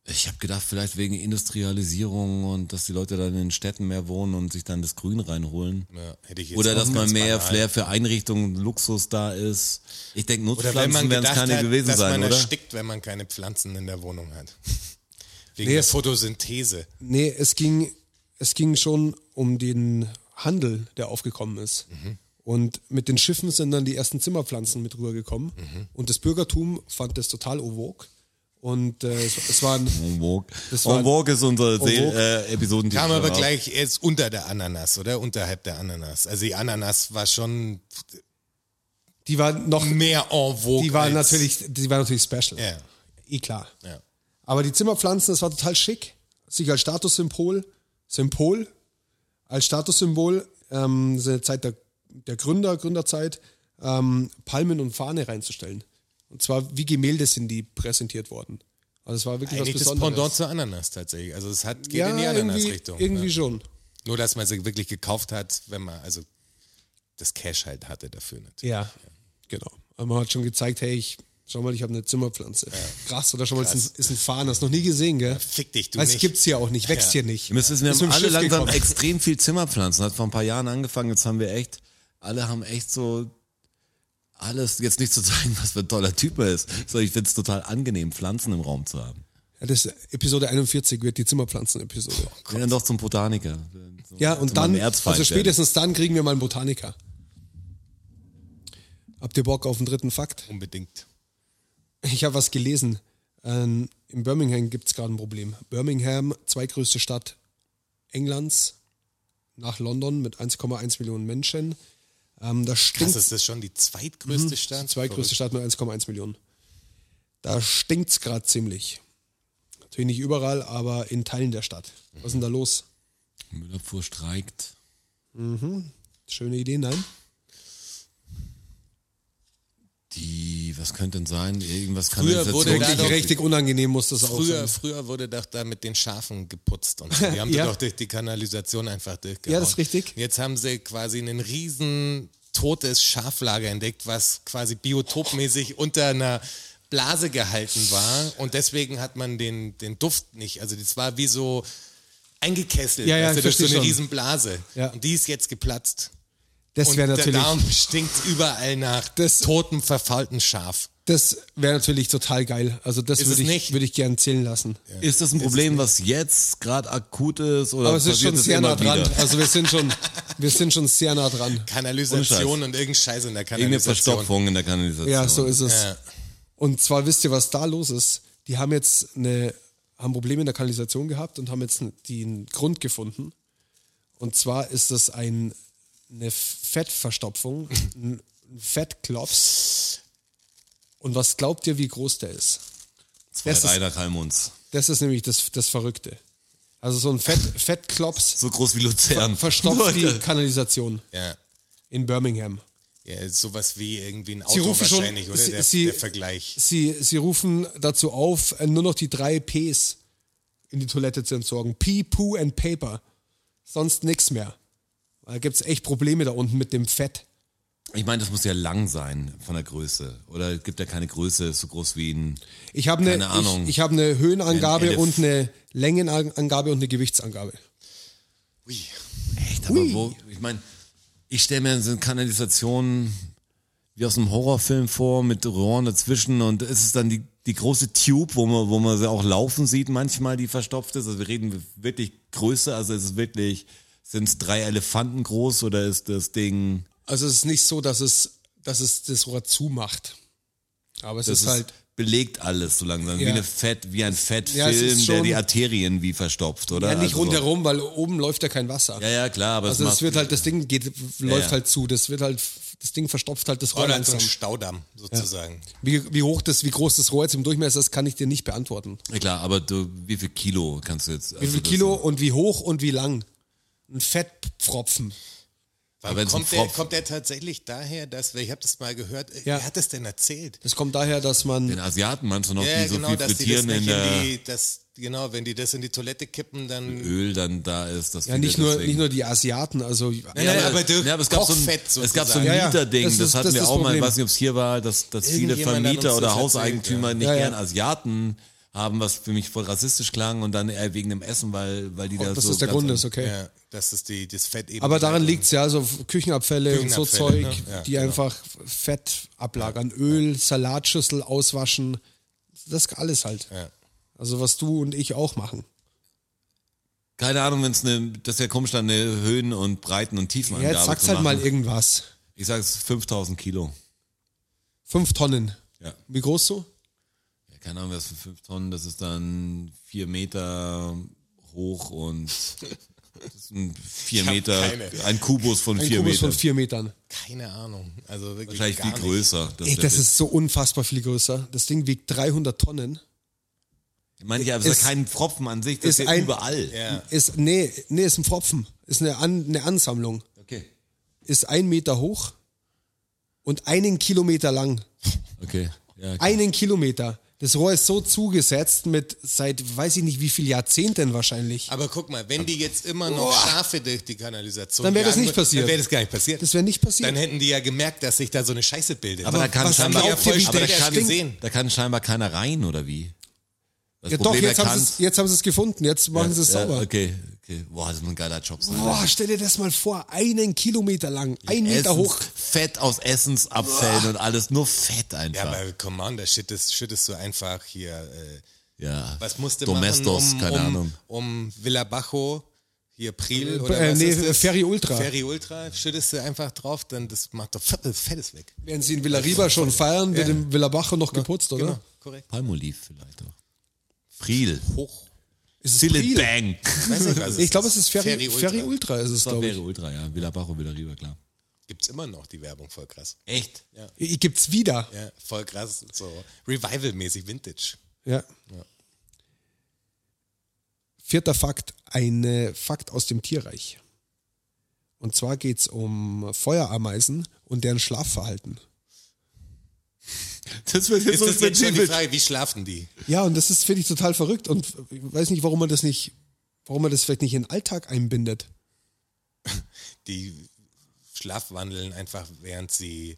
Speaker 4: Ich habe gedacht, vielleicht wegen Industrialisierung und dass die Leute dann in den Städten mehr wohnen und sich dann das Grün reinholen.
Speaker 2: Ja, hätte ich jetzt
Speaker 4: Oder
Speaker 2: auch
Speaker 4: dass mal
Speaker 2: ganz
Speaker 4: mehr
Speaker 2: banal.
Speaker 4: Flair für Einrichtungen, Luxus da ist. Ich denke,
Speaker 2: Oder wenn man
Speaker 4: Nutzpflanzen werden
Speaker 2: gedacht
Speaker 4: es keine
Speaker 2: hat,
Speaker 4: gewesen
Speaker 2: dass
Speaker 4: sein,
Speaker 2: man
Speaker 4: oder?
Speaker 2: erstickt, wenn man keine Pflanzen in der Wohnung hat. Wegen
Speaker 3: Nee,
Speaker 2: der
Speaker 3: es-
Speaker 2: Photosynthese.
Speaker 3: Nee, es ging, es ging schon um den Handel, der aufgekommen ist.
Speaker 2: Mhm.
Speaker 3: Und mit den Schiffen sind dann die ersten Zimmerpflanzen mit rübergekommen.
Speaker 2: Mhm.
Speaker 3: Und das Bürgertum fand das total ovog. Und äh, es, es waren.
Speaker 4: En Vogue.
Speaker 3: Das war-
Speaker 4: En Vogue ist unser
Speaker 3: En Vogue.
Speaker 4: Se- äh, Episodentitel.
Speaker 2: Kam aber
Speaker 4: raus.
Speaker 2: gleich erst unter der Ananas, oder? Unterhalb der Ananas. Also die Ananas war schon
Speaker 3: Die waren noch.
Speaker 2: mehr en vogue.
Speaker 3: Die waren
Speaker 2: als-
Speaker 3: natürlich, die waren natürlich special.
Speaker 2: Ja,
Speaker 3: Eh klar.
Speaker 2: ja.
Speaker 3: Aber die Zimmerpflanzen, das war total schick. Sich als Statussymbol, Symbol, als Statussymbol, ähm, das ist eine Zeit der, der Gründer, Gründerzeit, ähm, Palmen und Fahne reinzustellen. Und zwar wie Gemälde sind die präsentiert worden. Also es war wirklich
Speaker 2: Eigentlich
Speaker 3: was
Speaker 2: das
Speaker 3: Besonderes.
Speaker 2: Pendant zur Ananas tatsächlich. Also es hat, geht
Speaker 3: ja,
Speaker 2: in die
Speaker 3: irgendwie,
Speaker 2: Ananas-Richtung.
Speaker 3: irgendwie
Speaker 2: ja.
Speaker 3: schon.
Speaker 2: Nur, dass man sie wirklich gekauft hat, wenn man also das Cash halt hatte dafür natürlich.
Speaker 3: Ja. Genau. Aber man hat schon gezeigt, hey, ich, schau mal, ich habe eine Zimmerpflanze. Krass, oder schau mal, ist ein, ist ein Fahne, hast du noch nie gesehen, gell?
Speaker 2: Fick dich, du
Speaker 3: Weißt,
Speaker 2: nicht.
Speaker 3: gibt's hier auch nicht, wächst hier nicht.
Speaker 4: Ihr müsst wissen, wir
Speaker 3: Ist
Speaker 4: haben
Speaker 3: mit dem
Speaker 4: alle
Speaker 3: Schiff
Speaker 4: langsam
Speaker 3: gekommen.
Speaker 4: extrem viel Zimmerpflanzen. Hat vor ein paar Jahren angefangen. Jetzt haben wir echt, alle haben echt so alles, jetzt nicht zu zeigen, was für ein toller Typ er ist, sondern ich finde es total angenehm, Pflanzen im Raum zu haben.
Speaker 3: Ja, das Episode 41 wird die Zimmerpflanzen-Episode.
Speaker 4: Bin dann doch zum Botaniker. So,
Speaker 3: Ja,
Speaker 4: zu
Speaker 3: und
Speaker 4: meinem
Speaker 3: dann,
Speaker 4: Erzfeind
Speaker 3: also spätestens dann kriegen wir mal einen Botaniker. Habt ihr Bock auf den dritten Fakt?
Speaker 2: Unbedingt.
Speaker 3: Ich habe was gelesen. Ähm, in Birmingham gibt es gerade ein Problem. Birmingham, zweitgrößte Stadt Englands, nach London mit 1,1 Millionen Menschen. Ähm, da
Speaker 2: Krass,
Speaker 3: stinkt
Speaker 2: ist das schon die zweitgrößte Stadt?
Speaker 3: Mhm. zweitgrößte Stadt mit 1,1 Millionen. Da stinkt's grad gerade ziemlich. Natürlich nicht überall, aber in Teilen der Stadt. Was ist denn da los?
Speaker 4: werden. Müllabfuhr streikt.
Speaker 3: Schöne Idee, nein?
Speaker 4: Die, was könnte denn sein? Irgendwas kann
Speaker 2: Früher
Speaker 4: jetzt jetzt
Speaker 2: wurde
Speaker 4: so-
Speaker 2: da
Speaker 3: Richtig,
Speaker 2: doch-
Speaker 3: richtig unangenehm muss das auch sein.
Speaker 2: Früher, früher wurde doch da mit den Schafen geputzt und so. Die haben
Speaker 3: Ja.
Speaker 2: die doch durch die Kanalisation einfach durchgehauen.
Speaker 3: Ja, das ist richtig.
Speaker 2: Jetzt haben sie quasi einen riesen totes Schaflager entdeckt, was quasi biotopmäßig unter einer Blase gehalten war und deswegen hat man den, den Duft nicht. Also das war wie so eingekesselt,
Speaker 3: Ja, ja,
Speaker 2: weißt du,
Speaker 3: ich
Speaker 2: durch so
Speaker 3: versteh
Speaker 2: eine
Speaker 3: schon.
Speaker 2: Riesenblase.
Speaker 3: Ja.
Speaker 2: Und die ist jetzt geplatzt.
Speaker 3: Das
Speaker 2: Und
Speaker 3: wäre
Speaker 2: der
Speaker 3: natürlich,
Speaker 2: Darm stinkt überall nach
Speaker 3: Das-
Speaker 2: totem, verfaulten Schaf.
Speaker 3: das wäre natürlich total geil. Also das
Speaker 2: Ist
Speaker 3: würde ich,
Speaker 2: es nicht?
Speaker 3: würd ich gern zählen lassen.
Speaker 4: Ist das ein Problem, was jetzt gerade akut ist? Oder
Speaker 3: Aber es ist
Speaker 4: passiert
Speaker 3: schon
Speaker 4: das
Speaker 3: sehr
Speaker 4: immer
Speaker 3: nah dran.
Speaker 4: wieder?
Speaker 3: Also wir sind schon, wir sind schon sehr nah dran.
Speaker 2: Kanalisation
Speaker 4: Ohne
Speaker 2: und irgendein Scheiß in der
Speaker 4: Irgendeine
Speaker 2: Kanalisation.
Speaker 4: Verstopfung in der Kanalisation.
Speaker 3: Ja, so ist es.
Speaker 2: Ja.
Speaker 3: Und zwar wisst ihr, was da los ist? Die haben jetzt eine, haben Probleme in der Kanalisation gehabt und haben jetzt den Grund gefunden. Und zwar ist das ein, eine Fettverstopfung, ein Fettklops. Und was glaubt ihr, wie groß der ist?
Speaker 4: Zwei
Speaker 3: Das ist-
Speaker 4: Reiter Kalmunds.
Speaker 3: Das ist nämlich das, das Verrückte. Also so ein Fett, Fettklops
Speaker 4: So groß wie Luzern.
Speaker 3: verstopft die Kanalisation
Speaker 2: Ja.
Speaker 3: in Birmingham.
Speaker 2: Ja, ist sowas wie irgendwie ein Auto
Speaker 3: Sie rufen schon,
Speaker 2: wahrscheinlich, oder?
Speaker 3: Sie,
Speaker 2: der,
Speaker 3: sie,
Speaker 2: der Vergleich.
Speaker 3: Sie, sie rufen dazu auf, äh, nur noch die drei Ps in die Toilette zu entsorgen. Pee, Poo and Paper. Sonst nichts mehr. Da gibt es echt Probleme da unten mit dem Fett.
Speaker 4: Ich meine, das muss ja lang sein von der Größe. Oder es gibt ja keine Größe, ist so groß wie ein.
Speaker 3: Ich habe eine,
Speaker 4: Keine Ahnung.
Speaker 3: ich, ich hab eine Höhenangabe
Speaker 4: Elef.
Speaker 3: und eine Längenangabe und eine Gewichtsangabe.
Speaker 4: Echt, aber wo? Ich meine, ich stelle mir so eine Kanalisation. wie aus einem Horrorfilm vor mit Rohren dazwischen und es ist dann die, die große Tube, wo man, wo man sie auch laufen sieht manchmal, die verstopft ist. Also wir reden wirklich Größe, also es ist wirklich, sind es drei Elefanten groß oder ist das Ding...
Speaker 3: Also es ist nicht so, dass es, dass es das Rohr zumacht. Aber es
Speaker 4: Das
Speaker 3: ist halt,
Speaker 4: belegt alles so langsam, wie,
Speaker 3: Ja.
Speaker 4: eine Fett, wie ein Fettfilm,
Speaker 3: Ja, es ist
Speaker 4: der
Speaker 3: schon-
Speaker 4: die Arterien wie verstopft, oder?
Speaker 3: ja nicht
Speaker 4: Also so.
Speaker 3: rundherum, weil oben läuft ja kein Wasser.
Speaker 4: Ja, ja, klar, aber
Speaker 3: also
Speaker 4: es,
Speaker 3: es,
Speaker 4: macht,
Speaker 3: wird halt, das Ding geht, läuft
Speaker 4: ja.
Speaker 3: halt zu, das wird halt, das Ding verstopft halt das Rohr
Speaker 2: Oder so
Speaker 3: langsam.
Speaker 2: ein Staudamm sozusagen.
Speaker 3: Wie, wie hoch das, wie groß das Rohr jetzt im Durchmesser ist, kann ich dir nicht beantworten.
Speaker 4: Ja, klar, aber du, wie viel Kilo kannst du jetzt? also
Speaker 3: Wie viel Kilo und wie hoch und wie lang? Ein Fettpfropfen.
Speaker 2: Wann
Speaker 4: wenn's ein
Speaker 2: kommt, der,
Speaker 4: Pfropf-
Speaker 2: kommt der tatsächlich daher, dass, wir- ich habe das mal gehört, äh,
Speaker 3: Ja.
Speaker 2: wer hat das denn erzählt?
Speaker 3: Das kommt daher, dass
Speaker 4: Den
Speaker 3: man,
Speaker 4: Asiaten meinst du noch,
Speaker 2: Ja,
Speaker 4: die so
Speaker 2: genau,
Speaker 4: viel
Speaker 2: dass die das
Speaker 4: frittieren
Speaker 2: nicht
Speaker 4: in
Speaker 2: in,
Speaker 4: der
Speaker 2: die, das, genau, wenn die das in die Toilette kippen, dann
Speaker 4: Öl dann da ist, dass
Speaker 3: ja
Speaker 4: viele
Speaker 3: nicht nur,
Speaker 4: deswegen-
Speaker 3: nicht nur die Asiaten, also,
Speaker 2: nein, aber Dirk,
Speaker 4: ja, aber es gab so ein,
Speaker 2: Kochfett
Speaker 4: es gab so
Speaker 2: sozusagen.
Speaker 4: ein
Speaker 3: Ja, ja,
Speaker 4: Mieterding,
Speaker 3: das
Speaker 4: das,
Speaker 3: ist- das
Speaker 4: hatten
Speaker 3: ist
Speaker 4: wir
Speaker 3: das
Speaker 4: auch mal, ich
Speaker 3: Problem.
Speaker 4: weiß nicht, ob es hier war, dass, dass viele
Speaker 2: Irgendjemand hat uns
Speaker 4: Vermieter
Speaker 2: das
Speaker 4: oder
Speaker 2: erzählt,
Speaker 4: Hauseigentümer nicht
Speaker 3: Ja, ja.
Speaker 4: gern Asiaten haben, was für mich voll rassistisch klang und dann eher wegen dem Essen, weil, weil die da
Speaker 3: ob Oh, das
Speaker 4: so
Speaker 3: ist der
Speaker 4: ganz
Speaker 3: Grund ist, okay.
Speaker 2: ja, das ist die, das Fett eben.
Speaker 3: Aber daran liegt's ja, also Küchenabfälle, und so Zeug,
Speaker 2: Küchenabfälle, ne? Ja,
Speaker 3: die einfach Fett ablagern, Öl, Salatschüssel auswaschen, das alles halt.
Speaker 2: Ja.
Speaker 3: Also was du und ich auch machen.
Speaker 4: Keine Ahnung, wenn es eine, das ist ja komisch, dann eine Höhen- und Breiten- und
Speaker 3: Ja,
Speaker 4: Tiefenangabe
Speaker 3: jetzt sag's
Speaker 4: zu
Speaker 3: halt
Speaker 4: machen.
Speaker 3: mal irgendwas.
Speaker 4: ich sag's 5000 Kilo.
Speaker 3: Fünf Tonnen.
Speaker 4: Ja.
Speaker 3: Wie groß so?
Speaker 4: Ja, keine Ahnung, was für 5 Tonnen, das ist dann 4 Meter hoch und das sind 4
Speaker 2: hab
Speaker 4: Meter,
Speaker 2: keine.
Speaker 4: ein Kubus von
Speaker 3: Ein
Speaker 4: 4
Speaker 3: Kubus
Speaker 4: Metern.
Speaker 3: von vier Metern.
Speaker 2: Keine Ahnung. Also wirklich
Speaker 4: Wahrscheinlich
Speaker 2: gar
Speaker 4: viel
Speaker 2: nicht.
Speaker 4: größer. Das
Speaker 3: Ey,
Speaker 4: der
Speaker 3: das
Speaker 4: Witz.
Speaker 3: ist so unfassbar viel größer. Das Ding wiegt 300 Tonnen.
Speaker 4: Meine ich, aber es ist
Speaker 3: ist-
Speaker 4: kein Pfropfen an sich, das
Speaker 3: ist
Speaker 4: ist ja
Speaker 3: ein-
Speaker 4: überall.
Speaker 2: Ja.
Speaker 3: Ist, nee, nee, ist ein Pfropfen. Ist eine, An eine Ansammlung.
Speaker 4: Okay.
Speaker 3: Ist ein Meter hoch und einen Kilometer lang.
Speaker 4: Okay. Ja, klar.
Speaker 3: Einen Kilometer. Das Rohr ist so zugesetzt mit seit weiß ich nicht wie viel Jahrzehnten wahrscheinlich.
Speaker 2: Aber guck mal, wenn
Speaker 4: Also-
Speaker 2: die jetzt immer noch Schafe durch die Kanalisation
Speaker 3: Dann wär das
Speaker 2: jagen
Speaker 3: nicht
Speaker 2: würden,
Speaker 3: passiert.
Speaker 2: Dann wäre das gar nicht passiert.
Speaker 3: Das wäre nicht
Speaker 2: dann
Speaker 3: passiert.
Speaker 2: hätten die ja gemerkt, dass sich da so eine Scheiße bildet.
Speaker 4: aber da kann
Speaker 3: was
Speaker 4: scheinbar,
Speaker 3: glaubt ihr, wie
Speaker 4: aber da
Speaker 3: der
Speaker 4: kann,
Speaker 3: stinkt?
Speaker 4: gesehen. da kann scheinbar keiner rein, oder wie? Das
Speaker 3: Ja, doch, jetzt haben,
Speaker 4: erkannt.
Speaker 3: sie's, jetzt haben sie es gefunden. Jetzt machen sie es
Speaker 4: ja,
Speaker 3: sauber.
Speaker 4: Okay, okay. Boah, das ist ein geiler Job. sein.
Speaker 3: Boah, stell dir das mal vor. Einen Kilometer lang. Ein Meter
Speaker 4: Essens,
Speaker 3: hoch.
Speaker 4: Fett aus Essensabfällen und alles, nur Fett
Speaker 2: ja,
Speaker 4: einfach.
Speaker 2: aber come on, da schüttest, schüttest du einfach hier, äh,
Speaker 4: Ja,
Speaker 2: was musste machen,
Speaker 4: Domestos,
Speaker 2: um,
Speaker 4: keine
Speaker 2: um,
Speaker 4: Ahnung.
Speaker 2: um Villabajo, hier Priel oder
Speaker 3: äh,
Speaker 2: was
Speaker 3: nee,
Speaker 2: ist das?
Speaker 3: Ferry Ultra.
Speaker 2: Ferry Ultra, schüttest du einfach drauf, dann das macht doch das Fett ist weg.
Speaker 3: Während sie in Villariba schon feiern, wird in Villabajo noch geputzt, oder?
Speaker 2: Genau, korrekt.
Speaker 4: Palmolive vielleicht auch. Friel.
Speaker 2: Hoch.
Speaker 3: Ist es
Speaker 4: Sille
Speaker 3: Priel?
Speaker 4: Bang.
Speaker 2: Weiß nicht, was es
Speaker 3: Ich glaube, es
Speaker 2: ist.
Speaker 3: ist Ferry,
Speaker 2: Ferry
Speaker 3: Ferry,
Speaker 2: Ultra.
Speaker 3: Ultra. ist es, glaube
Speaker 4: Wäre
Speaker 3: ich.
Speaker 4: Ultra, ja. Villa Bajo, Villa Riva, klar.
Speaker 2: Gibt's immer noch die Werbung, voll krass.
Speaker 4: Echt?
Speaker 3: I- Gibt's wieder.
Speaker 2: Ja, voll krass, so Revival-mäßig, Vintage.
Speaker 3: Ja. Vierter Fakt, ein Fakt aus dem Tierreich. Und zwar geht's um Feuerameisen und deren Schlafverhalten.
Speaker 4: Das wird jetzt
Speaker 2: Ist
Speaker 4: so
Speaker 2: das jetzt schon die
Speaker 4: spezifisch.
Speaker 2: Frage, wie schlafen die?
Speaker 3: Ja, und das ist, finde ich, total verrückt. Und ich weiß nicht, warum man das nicht, warum man das vielleicht nicht in den Alltag einbindet.
Speaker 2: Die schlafwandeln einfach, während sie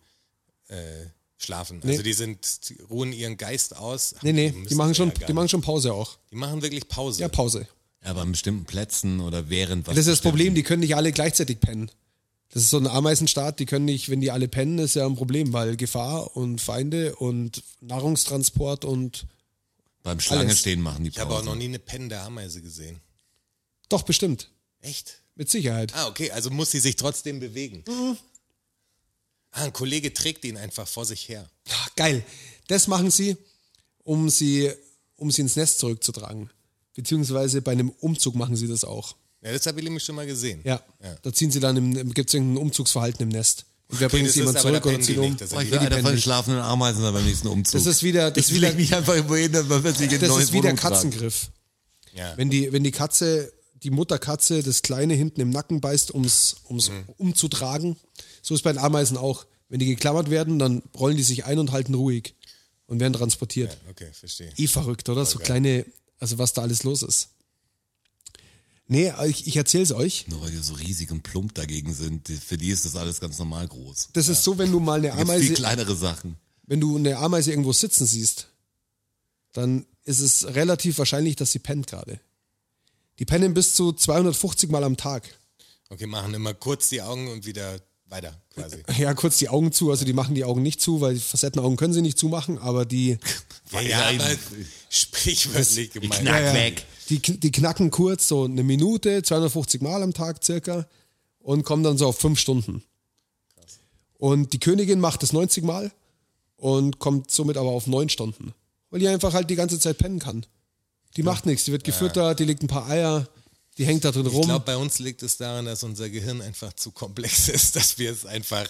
Speaker 2: äh, schlafen.
Speaker 3: Nee.
Speaker 2: Also die sind, die ruhen ihren Geist aus.
Speaker 3: Nee, nee, die
Speaker 2: müssen
Speaker 3: machen
Speaker 2: sie
Speaker 3: schon,
Speaker 2: ja gar
Speaker 3: die machen schon Pause auch.
Speaker 2: nicht. die machen wirklich Pause.
Speaker 3: Ja, Pause.
Speaker 4: Ja, aber an bestimmten Plätzen oder während was.
Speaker 3: Das ist das Problem, die können nicht alle gleichzeitig pennen. Das ist so ein Ameisenstaat, die können nicht, wenn die alle pennen, ist ja ein Problem, weil Gefahr und Feinde und Nahrungstransport und
Speaker 4: Beim Schlangenstehen machen die
Speaker 2: Ich habe auch
Speaker 4: Pause.
Speaker 2: noch nie eine pennende Ameise gesehen.
Speaker 3: doch bestimmt,
Speaker 2: Echt?
Speaker 3: mit Sicherheit.
Speaker 2: Ah, okay, also muss sie sich trotzdem bewegen.
Speaker 3: Mhm.
Speaker 2: Ah, ein Kollege trägt ihn einfach vor sich her.
Speaker 3: Ja, geil. Das machen sie, um sie, um sie ins Nest zurückzutragen. Beziehungsweise bei einem Umzug machen sie das auch.
Speaker 2: Ja, das habe ich nämlich schon mal gesehen.
Speaker 3: Ja.
Speaker 2: Ja.
Speaker 3: Da ziehen sie dann im, im gibt es irgendein Umzugsverhalten im Nest. Und wer bringt
Speaker 2: das
Speaker 3: sie jemand
Speaker 2: ist aber
Speaker 3: zurück
Speaker 2: der
Speaker 3: oder
Speaker 2: Pendi
Speaker 3: zieht um?
Speaker 2: nicht, das ist
Speaker 4: Oh, ich
Speaker 2: Ja,
Speaker 4: will
Speaker 3: die
Speaker 4: einer von
Speaker 3: pennen
Speaker 4: den
Speaker 3: nicht.
Speaker 4: schlafenden Ameisen sein beim nächsten Umzug.
Speaker 3: Das ist wieder, das
Speaker 4: ich
Speaker 3: ist
Speaker 4: will
Speaker 3: wieder,
Speaker 4: mich einfach irgendwo hin, dass man plötzlich in
Speaker 3: das
Speaker 4: neues
Speaker 3: ist wieder
Speaker 4: Wohnung tragen.
Speaker 3: Katzengriff.
Speaker 2: Ja.
Speaker 3: Wenn die, wenn die Katze, die Mutterkatze, das Kleine hinten im Nacken beißt, ums, ums
Speaker 2: Mhm.
Speaker 3: umzutragen, so ist bei den Ameisen auch. Wenn die geklammert werden, dann rollen die sich ein und halten ruhig und werden transportiert.
Speaker 2: Okay, verstehe.
Speaker 3: Eh verrückt, oder? So kleine, also was da alles los ist. Nee, ich, ich erzähl's euch.
Speaker 4: Nur weil die so riesig und plump dagegen sind, die- für die ist das alles ganz normal groß.
Speaker 3: Das ist so, wenn du mal eine
Speaker 4: Da gibt's viel
Speaker 3: Ameise,
Speaker 4: kleinere Sachen.
Speaker 3: wenn du eine Ameise irgendwo sitzen siehst, dann ist es relativ wahrscheinlich, dass sie pennt gerade. Die pennen bis zu 250 Mal am Tag.
Speaker 2: Okay, machen immer kurz die Augen und wieder weiter quasi.
Speaker 3: Ja, kurz die Augen zu. Also die machen die Augen nicht zu, weil die Facettenaugen können sie nicht zumachen, aber die,
Speaker 2: Ja, ja aber sprichwörtlich gemeint.
Speaker 4: knack
Speaker 2: Ja, ja.
Speaker 4: weg.
Speaker 3: die, kn- die knacken kurz so eine Minute, 250 Mal am Tag circa und kommen dann so auf fünf Stunden. Und die Königin macht das 90 Mal und kommt somit aber auf neun Stunden, weil die einfach halt die ganze Zeit pennen kann. Die macht nichts, die wird gefüttert, die legt ein paar Eier, die hängt da drin
Speaker 2: Ich
Speaker 3: rum.
Speaker 2: glaube, bei uns liegt es daran, dass unser Gehirn einfach zu komplex ist, dass wir es einfach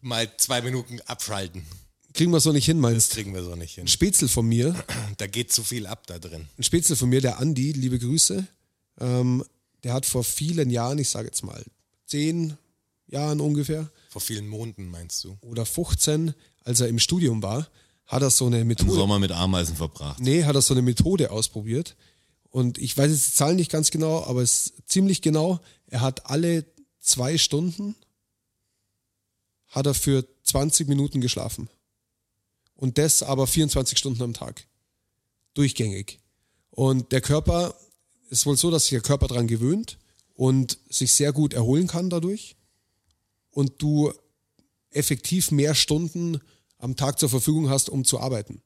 Speaker 2: mal zwei Minuten abschalten.
Speaker 3: Kriegen wir so nicht hin,
Speaker 2: Das
Speaker 3: meinst
Speaker 2: kriegen wir so nicht hin.
Speaker 3: Ein Spätzle von mir,
Speaker 2: Da geht zu viel ab da drin.
Speaker 3: ein Spätzle von mir, der Andi, liebe Grüße, ähm, der hat vor vielen Jahren, ich sage jetzt mal, zehn Jahren ungefähr,
Speaker 2: Vor vielen Monden, meinst du?
Speaker 3: oder 15, als er im Studium war, hat er so eine
Speaker 4: Im
Speaker 3: Methode,
Speaker 4: Sommer mit Ameisen verbracht.
Speaker 3: nee, hat er so eine Methode ausprobiert. Und ich weiß jetzt die Zahlen nicht ganz genau, aber es ist ziemlich genau. Er hat alle zwei Stunden hat er für 20 Minuten geschlafen. Und das aber 24 Stunden am Tag. Durchgängig. Und der Körper ist wohl so, dass sich der Körper dran gewöhnt und sich sehr gut erholen kann dadurch. Und du effektiv mehr Stunden am Tag zur Verfügung hast, um zu arbeiten.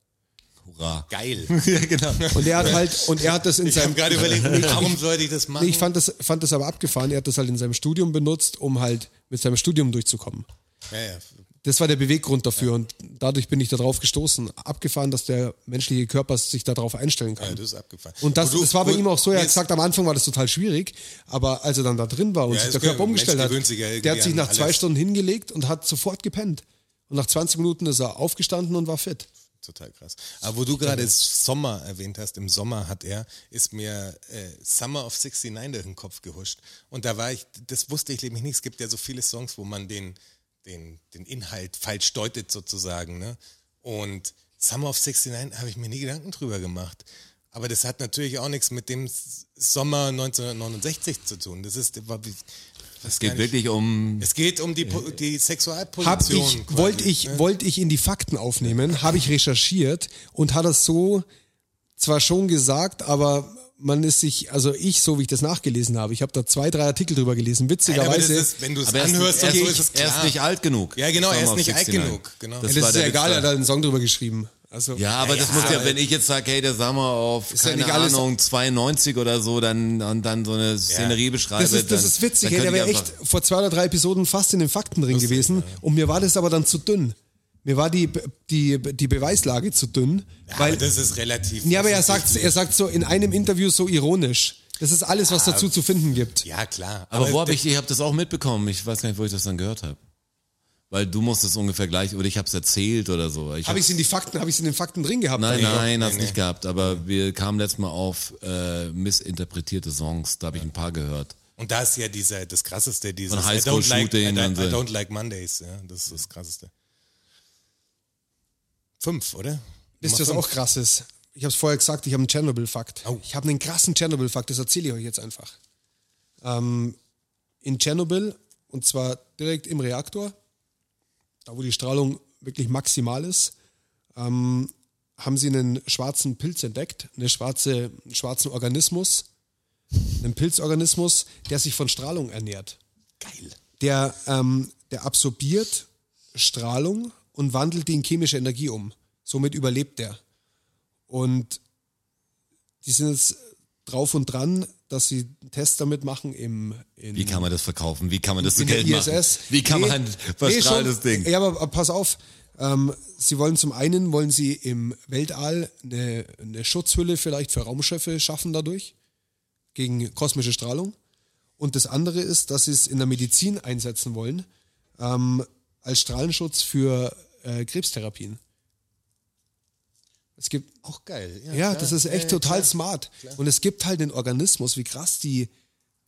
Speaker 4: Hurra.
Speaker 2: Geil.
Speaker 4: ja, genau.
Speaker 3: Und er hat halt, und er hat das in
Speaker 2: Ich habe
Speaker 3: seinem.
Speaker 2: gerade überlegt, warum sollte ich das machen?
Speaker 3: Nee, ich fand das, fand das aber abgefahren. Er hat das halt in seinem Studium benutzt, um halt mit seinem Studium durchzukommen.
Speaker 2: ja, ja.
Speaker 3: Das war der Beweggrund dafür und dadurch bin ich darauf gestoßen. Abgefahren, dass der menschliche Körper sich darauf einstellen
Speaker 2: ja,
Speaker 3: kann.
Speaker 2: das ist abgefahren.
Speaker 3: und das,
Speaker 2: Wo du-
Speaker 3: das war bei
Speaker 2: wo-
Speaker 3: ihm auch so, er hat
Speaker 2: jetzt-
Speaker 3: gesagt, am Anfang war das total schwierig, aber als er dann da drin war und
Speaker 2: Ja,
Speaker 3: sich
Speaker 2: ist
Speaker 3: der
Speaker 2: klar,
Speaker 3: Körper
Speaker 2: ein Mensch
Speaker 3: umgestellt hat,
Speaker 2: gewöhnt sich ja irgendwie
Speaker 3: der hat sich
Speaker 2: an
Speaker 3: nach zwei
Speaker 2: alles.
Speaker 3: Stunden hingelegt und hat sofort gepennt. Und nach 20 Minuten ist er aufgestanden und war fit.
Speaker 2: Total krass. Aber wo du gerade Sommer erwähnt hast, im Sommer hat er, ist mir äh, Summer of 69 durch den Kopf gehuscht. Und da war ich, das wusste ich nämlich nicht. Es gibt ja so viele Songs, wo man den, den, den Inhalt falsch deutet sozusagen. Ne? Und Summer of 69 habe ich mir nie Gedanken drüber gemacht. Aber das hat natürlich auch nichts mit dem S- Sommer 1969 zu tun. Das ist, war-
Speaker 4: Es geht wirklich um.
Speaker 2: es geht um die, Po- die Sexualposition.
Speaker 3: Hab ich,
Speaker 2: quasi,
Speaker 3: wollte ich,
Speaker 2: ne?
Speaker 3: wollte ich in die Fakten aufnehmen, habe ich recherchiert und hat das so zwar schon gesagt, aber man ist sich, also ich, so wie ich das nachgelesen habe, ich habe da zwei, drei Artikel drüber gelesen,
Speaker 2: Nein, aber das
Speaker 3: witzigerweise.
Speaker 2: ist, wenn du es
Speaker 4: Aber er ist,
Speaker 2: anhörst,
Speaker 4: er,
Speaker 2: und
Speaker 4: ist,
Speaker 2: so ist es
Speaker 4: er
Speaker 2: klar.
Speaker 4: ist nicht alt genug.
Speaker 2: Ja, genau, er ist
Speaker 4: Summer of
Speaker 2: nicht alt
Speaker 4: 69.
Speaker 2: genug, genau.
Speaker 3: das ist
Speaker 4: der
Speaker 3: ja
Speaker 4: Witz
Speaker 3: egal, er
Speaker 4: da.
Speaker 3: hat da einen Song drüber geschrieben. Also,
Speaker 4: Ja, aber das muss ja, wenn ich jetzt sage, hey, der Summer auf,
Speaker 3: Ist ja
Speaker 4: keine
Speaker 3: nicht alles-
Speaker 4: Ahnung, 92 oder so, dann, und dann so eine Szenerie beschreibe.
Speaker 3: das, ist, das
Speaker 4: dann-
Speaker 3: ist witzig,
Speaker 4: dann
Speaker 3: ey, der
Speaker 4: könnte ich
Speaker 3: wäre echt
Speaker 4: einfach-
Speaker 3: vor zwei oder drei Episoden fast in den Faktenring gewesen und mir war das aber dann zu dünn. Mir war die, die, die Beweislage zu dünn,
Speaker 2: Weil
Speaker 3: weil
Speaker 2: das ist relativ.
Speaker 3: Ja, aber er
Speaker 2: das ist
Speaker 3: sagt, er sagt so in einem Interview so ironisch. Das ist alles, was dazu zu finden gibt.
Speaker 2: Ja, klar.
Speaker 4: Aber, wo habe ich, ich habe das auch mitbekommen. Ich weiß gar nicht, wo ich das dann gehört habe. Weil du musst es ungefähr gleich, oder ich habe es erzählt oder so. Ich
Speaker 3: Habe ich es in die Fakten, habe ich in den Fakten drin gehabt?
Speaker 4: Nein,
Speaker 3: Alter?
Speaker 4: nein, hast nicht gehabt. Aber wir kamen letztes Mal auf äh, missinterpretierte Songs. Da habe ich ein paar gehört.
Speaker 2: Und da ist ja dieser, das krasseste, dieses
Speaker 4: Von
Speaker 2: I don't, like, I,
Speaker 4: Highschool-Shooting und
Speaker 2: don't,
Speaker 4: so.
Speaker 2: I don't like Mondays. Ja, das ist das krasseste. Fünf, oder?
Speaker 3: Wisst ihr,
Speaker 2: Nummer
Speaker 3: was auch krass ist? Ich habe es vorher gesagt, ich habe einen Tschernobyl-Fakt.
Speaker 2: Oh.
Speaker 3: Ich habe einen krassen Tschernobyl-Fakt, das erzähle ich euch jetzt einfach. Ähm, in Tschernobyl, und zwar direkt im Reaktor, da wo die Strahlung wirklich maximal ist, ähm, haben sie einen schwarzen Pilz entdeckt, eine schwarze, einen schwarzen Organismus, einen Pilzorganismus, der sich von Strahlung ernährt. der, ähm, der absorbiert Strahlung und wandelt die in chemische Energie um. Somit überlebt der. Und die sind jetzt drauf und dran, dass sie einen Test damit machen im, in,
Speaker 4: Wie kann man das verkaufen? Wie kann man das zu
Speaker 3: in der
Speaker 4: Geld machen?
Speaker 3: ISS.
Speaker 4: Wie kann
Speaker 3: Nee,
Speaker 4: man ein
Speaker 3: nee, schon.
Speaker 4: verstrahltes Ding?
Speaker 3: Ja, aber pass auf. Ähm, sie wollen zum einen, wollen sie im Weltall eine, eine Schutzhülle vielleicht für Raumschiffe schaffen dadurch, gegen kosmische Strahlung. Und das andere ist, dass sie es in der Medizin einsetzen wollen, ähm, als Strahlenschutz für äh, Krebstherapien. Es gibt
Speaker 2: fünf. Auch geil. Ja,
Speaker 3: ja,
Speaker 2: klar.
Speaker 3: das ist echt
Speaker 2: Ja,
Speaker 3: total smart. Und es gibt halt den Organismus, wie krass die,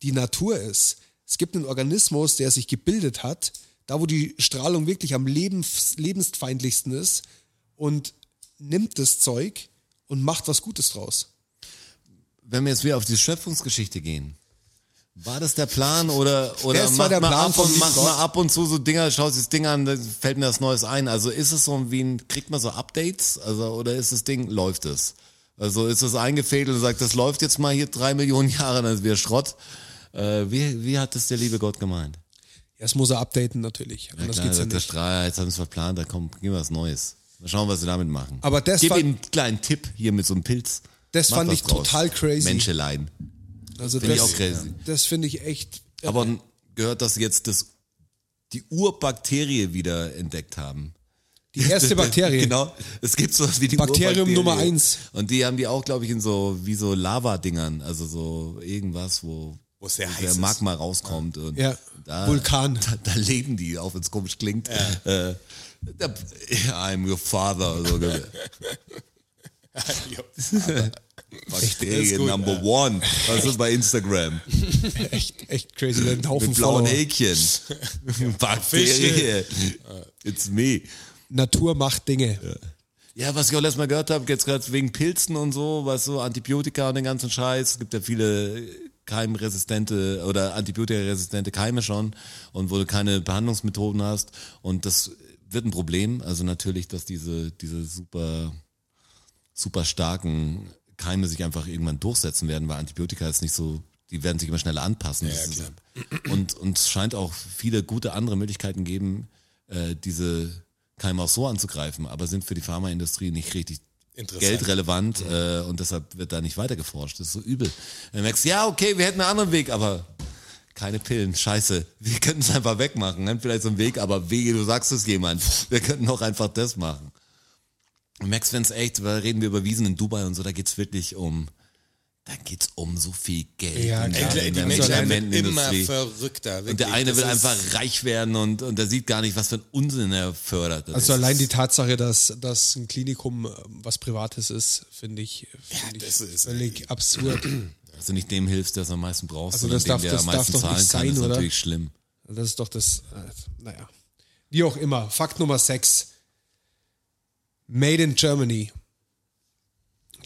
Speaker 3: die Natur ist. Es gibt einen Organismus, der sich gebildet hat, da wo die Strahlung wirklich am lebens, lebensfeindlichsten ist und nimmt das Zeug und macht was Gutes draus.
Speaker 4: wenn wir jetzt wieder auf die Schöpfungsgeschichte gehen, war das der Plan oder, oder
Speaker 3: Das war der
Speaker 4: mal
Speaker 3: Plan
Speaker 4: ab
Speaker 3: von
Speaker 4: und,
Speaker 3: Lieb
Speaker 4: macht
Speaker 3: Gott.
Speaker 4: mal ab und zu so Dinger, schaust das Ding an, dann fällt mir das Neues ein. Also ist es so wie ein, kriegt man so Updates? Also, oder ist das Ding, läuft es? Also ist es eingefädelt und sagt, das läuft jetzt mal hier drei Millionen Jahre, dann ist wieder Schrott. Äh, wie, wie hat das der liebe Gott gemeint?
Speaker 3: Ja, Das muss er updaten natürlich. Anders
Speaker 4: Klar,
Speaker 3: geht's ja
Speaker 4: sagt der
Speaker 3: nicht.
Speaker 4: Strahler, jetzt haben sie es verplant, da kommt, gehen wir was Neues. Mal schauen, was sie damit machen.
Speaker 3: Aber das
Speaker 4: Gib
Speaker 3: fand-
Speaker 4: ihm einen kleinen Tipp hier mit so einem Pilz.
Speaker 3: Das
Speaker 4: Macht
Speaker 3: fand
Speaker 4: was
Speaker 3: ich total crazy.
Speaker 4: Menschelein.
Speaker 3: Also
Speaker 4: Finde
Speaker 3: das,
Speaker 4: ich auch crazy.
Speaker 3: das finde ich echt.
Speaker 4: Aber gehört, dass sie jetzt das, die Urbakterie wieder entdeckt haben.
Speaker 3: Die erste Bakterie.
Speaker 4: Genau. Es gibt sowas wie die
Speaker 3: Bakterium
Speaker 4: Urbakterie.
Speaker 3: Nummer eins.
Speaker 4: Und die haben die auch, glaube ich, in so, wie so Lava-Dingern. Also so irgendwas, wo,
Speaker 2: Wo es sehr heiß
Speaker 4: der
Speaker 2: ist.
Speaker 4: Magma rauskommt. Und
Speaker 3: Ja.
Speaker 4: da,
Speaker 3: Vulkan.
Speaker 4: Da, da leben die, auch wenn es komisch klingt. Äh, da, I'm your father. So,
Speaker 2: Ist
Speaker 4: Bakterie
Speaker 2: gut,
Speaker 4: number one. Was ist bei Instagram?
Speaker 3: Echt, echt crazy. Ein Haufen
Speaker 4: Mit blauen
Speaker 3: Follower.
Speaker 4: Häkchen. Bakterie. It's me.
Speaker 3: Natur macht Dinge.
Speaker 4: Ja, was ich auch letztes Mal gehört habe, jetzt gerade wegen Pilzen und so, weißt du, Antibiotika und den ganzen Scheiß. Es gibt ja viele keimresistente oder antibiotikaresistente Keime schon und wo du keine Behandlungsmethoden hast. Und das wird ein Problem. Also natürlich, dass diese, diese super, super starken Keime sich einfach irgendwann durchsetzen werden, weil Antibiotika jetzt nicht so, die werden sich immer schneller anpassen. Das ist- und, und es scheint auch viele gute andere Möglichkeiten geben, äh, diese Keime auch so anzugreifen, aber sind für die Pharmaindustrie nicht richtig
Speaker 2: Interessant. Mhm.
Speaker 4: geldrelevant äh, und deshalb wird da nicht weiter geforscht. Das ist so übel. Dann merkst du, ja, okay, wir hätten einen anderen Weg, aber keine Pillen, scheiße. Wir könnten es einfach wegmachen. Dann vielleicht so einen Weg, aber wehe, du sagst es jemand. Wir könnten auch einfach das machen. Und merkst, wenn es echt, weil reden wir über Wiesen in Dubai und so, da geht's wirklich um, da geht's um so viel Geld.
Speaker 3: Ja,
Speaker 4: Und
Speaker 3: klar.
Speaker 4: gerade
Speaker 2: Die,
Speaker 4: in
Speaker 2: die
Speaker 4: der
Speaker 2: Menschen werden immer
Speaker 4: Medikamentenindustrie.
Speaker 2: verrückter. Wirklich.
Speaker 4: Und der eine
Speaker 2: Das
Speaker 4: will
Speaker 2: ist-
Speaker 4: einfach reich werden und, und der sieht gar nicht, was für ein Unsinn er fördert. Das
Speaker 3: Also
Speaker 4: ist-
Speaker 3: allein die Tatsache, dass, dass ein Klinikum ähm, was Privates ist, finde ich, find ich
Speaker 2: das ist-
Speaker 3: völlig absurd.
Speaker 4: Dass du nicht dem hilfst, der es am meisten braucht,
Speaker 3: Also
Speaker 4: sondern
Speaker 3: das
Speaker 4: dem,
Speaker 3: darf-
Speaker 4: der
Speaker 3: das
Speaker 4: am
Speaker 3: darf
Speaker 4: meisten
Speaker 3: doch nicht
Speaker 4: zahlen kann,
Speaker 3: sein,
Speaker 4: ist
Speaker 3: oder?
Speaker 4: natürlich schlimm.
Speaker 3: Das ist doch das, äh, naja. Wie auch immer. Fakt Nummer 6. Made in Germany.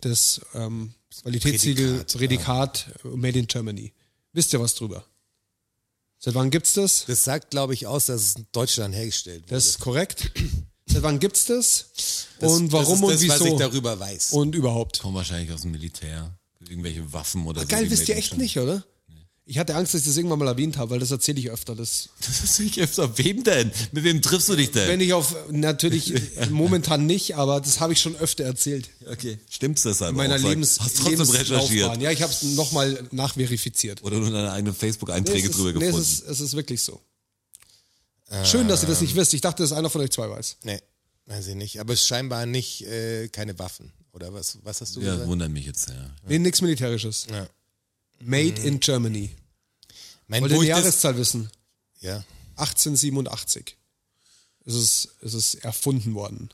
Speaker 3: Das ähm, Qualitätssiegel, Prädikat, äh, Made in Germany. Wisst ihr was drüber? Seit wann gibt's das?
Speaker 2: Das sagt, glaube ich, aus, dass es in Deutschland hergestellt wurde.
Speaker 3: Das ist korrekt. Seit wann gibt's das?
Speaker 2: Das-
Speaker 3: und warum
Speaker 2: das ist das, Was ich
Speaker 3: und wieso?
Speaker 2: darüber weiß.
Speaker 3: Und überhaupt.
Speaker 4: Kommen wahrscheinlich aus dem Militär. Irgendwelche Waffen oder so.
Speaker 3: Geil, wisst ihr
Speaker 4: irgendwelche-
Speaker 3: echt nicht, oder? Ich hatte Angst, dass ich das irgendwann mal erwähnt habe, weil das erzähle ich öfter. Das,
Speaker 4: Das ist nicht öfter. Wem denn? Mit wem triffst du dich denn?
Speaker 3: wenn ich auf, natürlich momentan nicht, aber das habe ich schon öfter erzählt.
Speaker 4: okay. Stimmt's deshalb?
Speaker 3: meiner
Speaker 4: auch? Sag,
Speaker 3: Lebens
Speaker 4: Hast trotzdem
Speaker 3: Lebenslaufbahn.
Speaker 4: recherchiert.
Speaker 3: Ja, ich habe es nochmal nachverifiziert.
Speaker 4: Oder nur deine eigenen
Speaker 3: Nee,
Speaker 4: Facebook-Einträge
Speaker 3: es, ist,
Speaker 4: drüber
Speaker 3: nee, es,
Speaker 4: gefunden.
Speaker 3: ist, es ist wirklich so. Schön, dass ihr das nicht
Speaker 4: Ähm.
Speaker 3: wisst. Ich dachte, dass einer von euch zwei weiß.
Speaker 2: nee, weiß ich nicht. Aber es ist scheinbar nicht, äh, keine Waffen. Oder was, was hast du
Speaker 4: ja,
Speaker 2: gesagt?
Speaker 4: wundert mich jetzt, ja. Mhm.
Speaker 3: Nee, nichts Militärisches.
Speaker 2: Ja.
Speaker 3: Made in Germany.
Speaker 2: Mein,
Speaker 3: Wollt ihr
Speaker 2: wo
Speaker 3: die
Speaker 2: ich das,
Speaker 3: Jahreszahl wissen?
Speaker 2: ja.
Speaker 3: 1887. Es ist, es ist erfunden worden.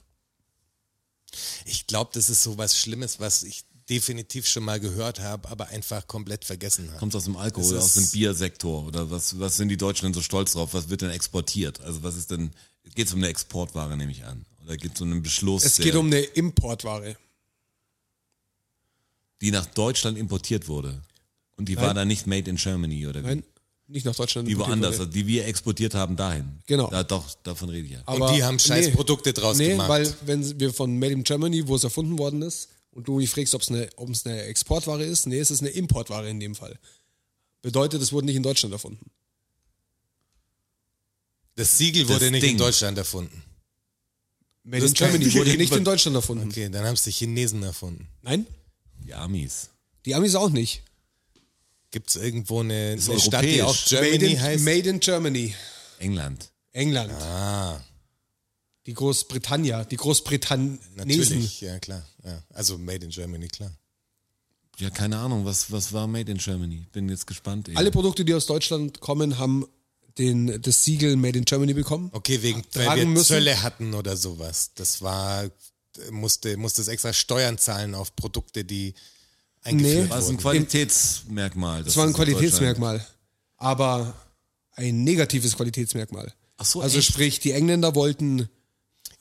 Speaker 2: Ich glaube, das ist so was Schlimmes, was ich definitiv schon mal gehört habe, aber einfach komplett vergessen habe.
Speaker 4: Kommt aus dem Alkohol,
Speaker 2: Das
Speaker 4: aus
Speaker 2: ist-
Speaker 4: dem Biersektor oder was, was sind die Deutschen denn so stolz drauf? Was wird denn exportiert? Also was ist denn, geht es um eine Exportware, nehme ich an? Oder geht es um einen Beschluss,
Speaker 3: Es geht
Speaker 4: der,
Speaker 3: um eine Importware.
Speaker 4: die nach Deutschland importiert wurde? Und die war
Speaker 3: Nein.
Speaker 4: dann nicht made in Germany oder wie?
Speaker 3: Nein, nicht nach Deutschland.
Speaker 4: die
Speaker 3: importiert
Speaker 4: woanders,
Speaker 3: wurde.
Speaker 4: also die wir exportiert haben dahin.
Speaker 3: Genau.
Speaker 4: Da, doch, davon rede ich ja.
Speaker 3: Aber
Speaker 2: die haben scheiß Produkte draus
Speaker 3: nee,
Speaker 2: gemacht.
Speaker 3: weil wenn wir von Made in Germany, wo es erfunden worden ist, und du mich fragst, ob es eine, ob es eine Exportware ist, nee, es ist eine Importware in dem Fall. Bedeutet, es wurde nicht in Deutschland erfunden.
Speaker 2: Das Siegel wurde
Speaker 4: Das
Speaker 2: nicht
Speaker 4: Ding.
Speaker 2: in Deutschland erfunden.
Speaker 3: Made
Speaker 2: Das
Speaker 3: in
Speaker 2: kann
Speaker 3: Germany
Speaker 2: ich
Speaker 3: wurde
Speaker 2: nicht
Speaker 3: nicht in
Speaker 2: über-
Speaker 3: Deutschland erfunden.
Speaker 2: Okay, dann haben es die Chinesen erfunden.
Speaker 3: Nein,
Speaker 4: Die Amis.
Speaker 3: die Amis auch nicht.
Speaker 2: Gibt es irgendwo eine, eine
Speaker 4: europäisch.
Speaker 2: Stadt, die auch Germany
Speaker 3: made, in,
Speaker 2: heißt?
Speaker 3: made in Germany,
Speaker 4: England.
Speaker 3: England,
Speaker 2: ah,
Speaker 3: die Großbritannia, die Großbritannesen.
Speaker 2: natürlich, ja klar. Ja. Also Made in Germany, klar.
Speaker 4: Ja, keine Ahnung, was, was war made in Germany? Bin jetzt gespannt. Ey.
Speaker 3: Alle Produkte, die aus Deutschland kommen, haben den, das Siegel Made in Germany bekommen.
Speaker 2: Okay, wegen, weil
Speaker 3: tragen
Speaker 2: wir
Speaker 3: müssen.
Speaker 2: Zölle hatten oder sowas. Das war, musste, musste es extra Steuern zahlen auf Produkte, die eingeführt
Speaker 3: Nee.
Speaker 4: war es ein
Speaker 2: wurden.
Speaker 4: Qualitätsmerkmal?
Speaker 3: Das war ein Qualitätsmerkmal, aber ein negatives Qualitätsmerkmal.
Speaker 4: Ach so,
Speaker 3: also
Speaker 4: echt?
Speaker 3: sprich, die Engländer wollten,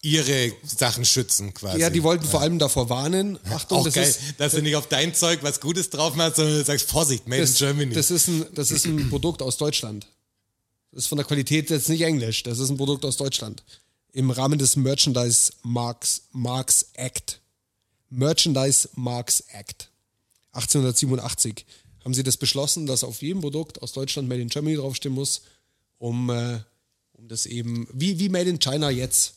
Speaker 2: Ihre Sachen schützen quasi.
Speaker 3: ja, die wollten vor allem davor warnen. Achtung,
Speaker 2: auch
Speaker 3: das
Speaker 2: geil,
Speaker 3: ist
Speaker 2: dass du nicht auf dein Zeug was Gutes drauf machst, sondern du sagst, Vorsicht, Made
Speaker 3: das,
Speaker 2: in Germany.
Speaker 3: das ist ein, das ist ein Produkt aus Deutschland. Das ist von der Qualität jetzt nicht Englisch. Das ist ein Produkt aus Deutschland. Im Rahmen des Merchandise Marks, Marks Act. Merchandise Marks Act. 1887 haben sie das beschlossen, dass auf jedem Produkt aus Deutschland Made in Germany draufstehen muss, um äh, um das eben, wie, wie Made in China jetzt.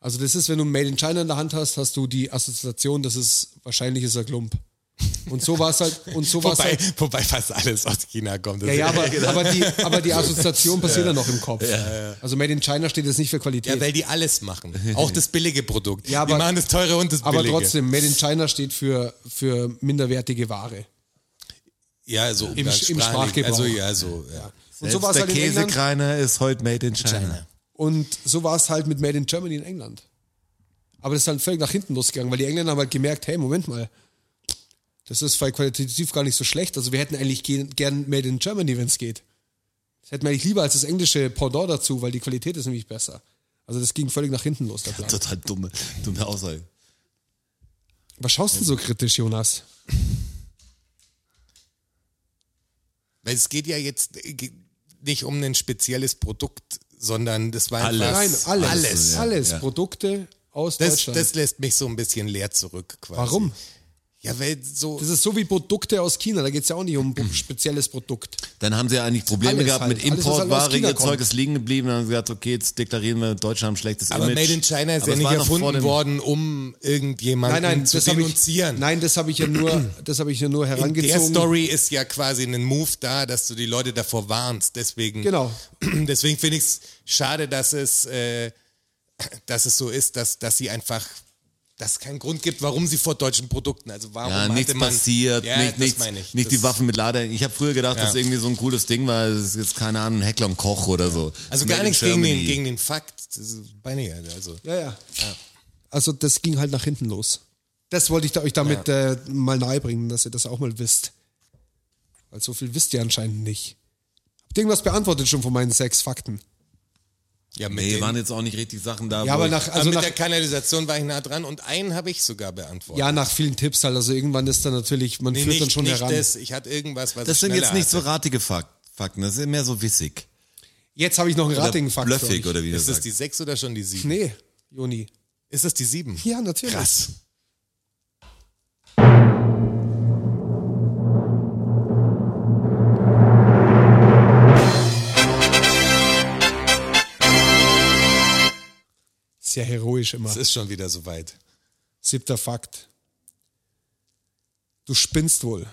Speaker 3: Also das ist, wenn du Made in China in der Hand hast, hast du die Assoziation, das ist, wahrscheinlich ist er Klump. Und so war es halt, und so war es
Speaker 2: Wobei,
Speaker 3: halt.
Speaker 2: wobei fast alles aus China kommt. Das
Speaker 3: Ja, ja,
Speaker 2: ist-
Speaker 3: aber, aber, die, aber die Assoziation passiert Genau. ja noch im Kopf. Also Made in China steht jetzt nicht für Qualität.
Speaker 2: Ja, weil die alles machen. Auch das billige Produkt.
Speaker 3: Ja, aber-
Speaker 2: die machen das teure und das billige.
Speaker 3: aber trotzdem, Made in China steht für, für minderwertige Ware.
Speaker 2: Ja, so
Speaker 3: im
Speaker 2: umgangssprachlich.
Speaker 3: Sprachgebrauch.
Speaker 2: Also, ja, so. Ja.
Speaker 3: Und so war es halt in England.
Speaker 4: Käsekreiner ist heute made in China.
Speaker 3: Und so war es halt mit Made in Germany in England. Aber das ist dann völlig nach hinten losgegangen, weil die Engländer haben halt gemerkt, hey, Moment mal, das ist vielleicht qualitativ gar nicht so schlecht. Also wir hätten eigentlich ge- gern Made in Germany, wenn es geht. Das hätten wir eigentlich lieber als das englische Pendant dazu, weil die Qualität ist nämlich besser. Also das ging völlig nach hinten los, der Plan.
Speaker 4: Total dumme, dumme Aussage.
Speaker 3: Was schaust du denn so kritisch, Jonas?
Speaker 2: Weil es geht ja jetzt äh, ge- nicht um ein spezielles Produkt, sondern das war
Speaker 4: Alles.
Speaker 2: einfach-
Speaker 3: Nein, alles. Alles.
Speaker 4: Alles, ja, ja.
Speaker 3: Produkte aus
Speaker 2: Das,
Speaker 3: Deutschland.
Speaker 2: das lässt mich so ein bisschen leer zurück. Quasi.
Speaker 3: Warum?
Speaker 2: Ja, weil so.
Speaker 3: Das ist so wie Produkte aus China. Da geht es ja auch nicht um ein spezielles Produkt.
Speaker 4: Dann haben sie ja eigentlich Probleme
Speaker 3: Alles
Speaker 4: gehabt
Speaker 3: halt.
Speaker 4: mit
Speaker 3: Alles, was halt aus
Speaker 4: Importware,
Speaker 3: China
Speaker 4: ihr Zeug
Speaker 3: kommt.
Speaker 4: ist liegen geblieben. Dann haben sie gesagt, okay, jetzt deklarieren wir, Deutsche haben ein schlechtes
Speaker 2: aber
Speaker 4: Image.
Speaker 2: Made in China ist
Speaker 4: Aber
Speaker 2: ja
Speaker 4: es
Speaker 2: nicht
Speaker 4: war noch vor
Speaker 2: erfunden
Speaker 4: dem-
Speaker 2: worden, um irgendjemanden
Speaker 3: Nein, nein,
Speaker 2: zu
Speaker 3: das habe ich,
Speaker 2: denunzieren.
Speaker 3: nein, das habe ich ja nur, das habe ich ja nur
Speaker 2: In
Speaker 3: herangezogen.
Speaker 2: der Story ist ja quasi ein Move da, dass du die Leute davor warnst. Deswegen,
Speaker 3: Genau.
Speaker 2: deswegen finde ich es schade, dass es, äh, dass es so ist, dass, dass sie einfach, dass es keinen Grund gibt, warum sie vor deutschen Produkten, also warum
Speaker 4: Ja,
Speaker 2: hatte
Speaker 4: nichts
Speaker 2: man,
Speaker 4: passiert,
Speaker 2: ja,
Speaker 4: nicht,
Speaker 2: das
Speaker 4: nichts,
Speaker 2: meine ich.
Speaker 4: nicht
Speaker 2: Das-
Speaker 4: die Waffen mit Lader. Ich habe früher gedacht,
Speaker 2: Ja.
Speaker 4: das ist irgendwie so ein cooles Ding, weil es ist jetzt, keine Ahnung, ein Heckler und Koch oder so.
Speaker 2: Also
Speaker 4: Made
Speaker 2: gar
Speaker 4: in
Speaker 2: nichts gegen den,
Speaker 4: Germany.
Speaker 2: gegen den Fakt. Das ist bei mir, also.
Speaker 3: Ja, ja, Also das ging halt nach hinten los. Das wollte ich da, euch damit äh, mal nahebringen, dass ihr das auch mal wisst. Weil so viel wisst ihr anscheinend nicht. Habt ihr irgendwas beantwortet schon von meinen sechs Fakten?
Speaker 2: Ja, mit
Speaker 4: Nee,
Speaker 2: den,
Speaker 4: waren jetzt auch nicht richtig Sachen da.
Speaker 3: Ja,
Speaker 4: wo
Speaker 3: aber
Speaker 4: ich-
Speaker 3: nach,
Speaker 2: aber
Speaker 3: also
Speaker 2: mit
Speaker 3: nach,
Speaker 2: der Kanalisation war ich nah dran und einen habe ich sogar beantwortet.
Speaker 3: ja, nach vielen Tipps halt. Also irgendwann ist dann natürlich, man
Speaker 2: nee,
Speaker 3: führt
Speaker 2: nicht,
Speaker 3: dann schon
Speaker 2: nicht
Speaker 3: heran.
Speaker 2: das. Ich hatte irgendwas, was
Speaker 4: das
Speaker 2: ich
Speaker 4: sind
Speaker 2: schneller
Speaker 4: jetzt nicht
Speaker 2: hatte.
Speaker 4: so ratige Fak- Fakten, das ist mehr so wissig.
Speaker 3: Jetzt habe ich noch einen
Speaker 4: Oder
Speaker 3: ratigen Fakt. für
Speaker 4: Blöffig
Speaker 3: euch.
Speaker 4: oder wie das
Speaker 2: Ist das
Speaker 4: sagt.
Speaker 2: die 6 oder schon die 7?
Speaker 3: Nee, Joni.
Speaker 2: Ist das die 7?
Speaker 3: Ja, natürlich.
Speaker 2: Krass.
Speaker 3: Sehr heroisch immer.
Speaker 2: Es ist schon wieder soweit.
Speaker 3: Siebter Fakt. Du spinnst wohl.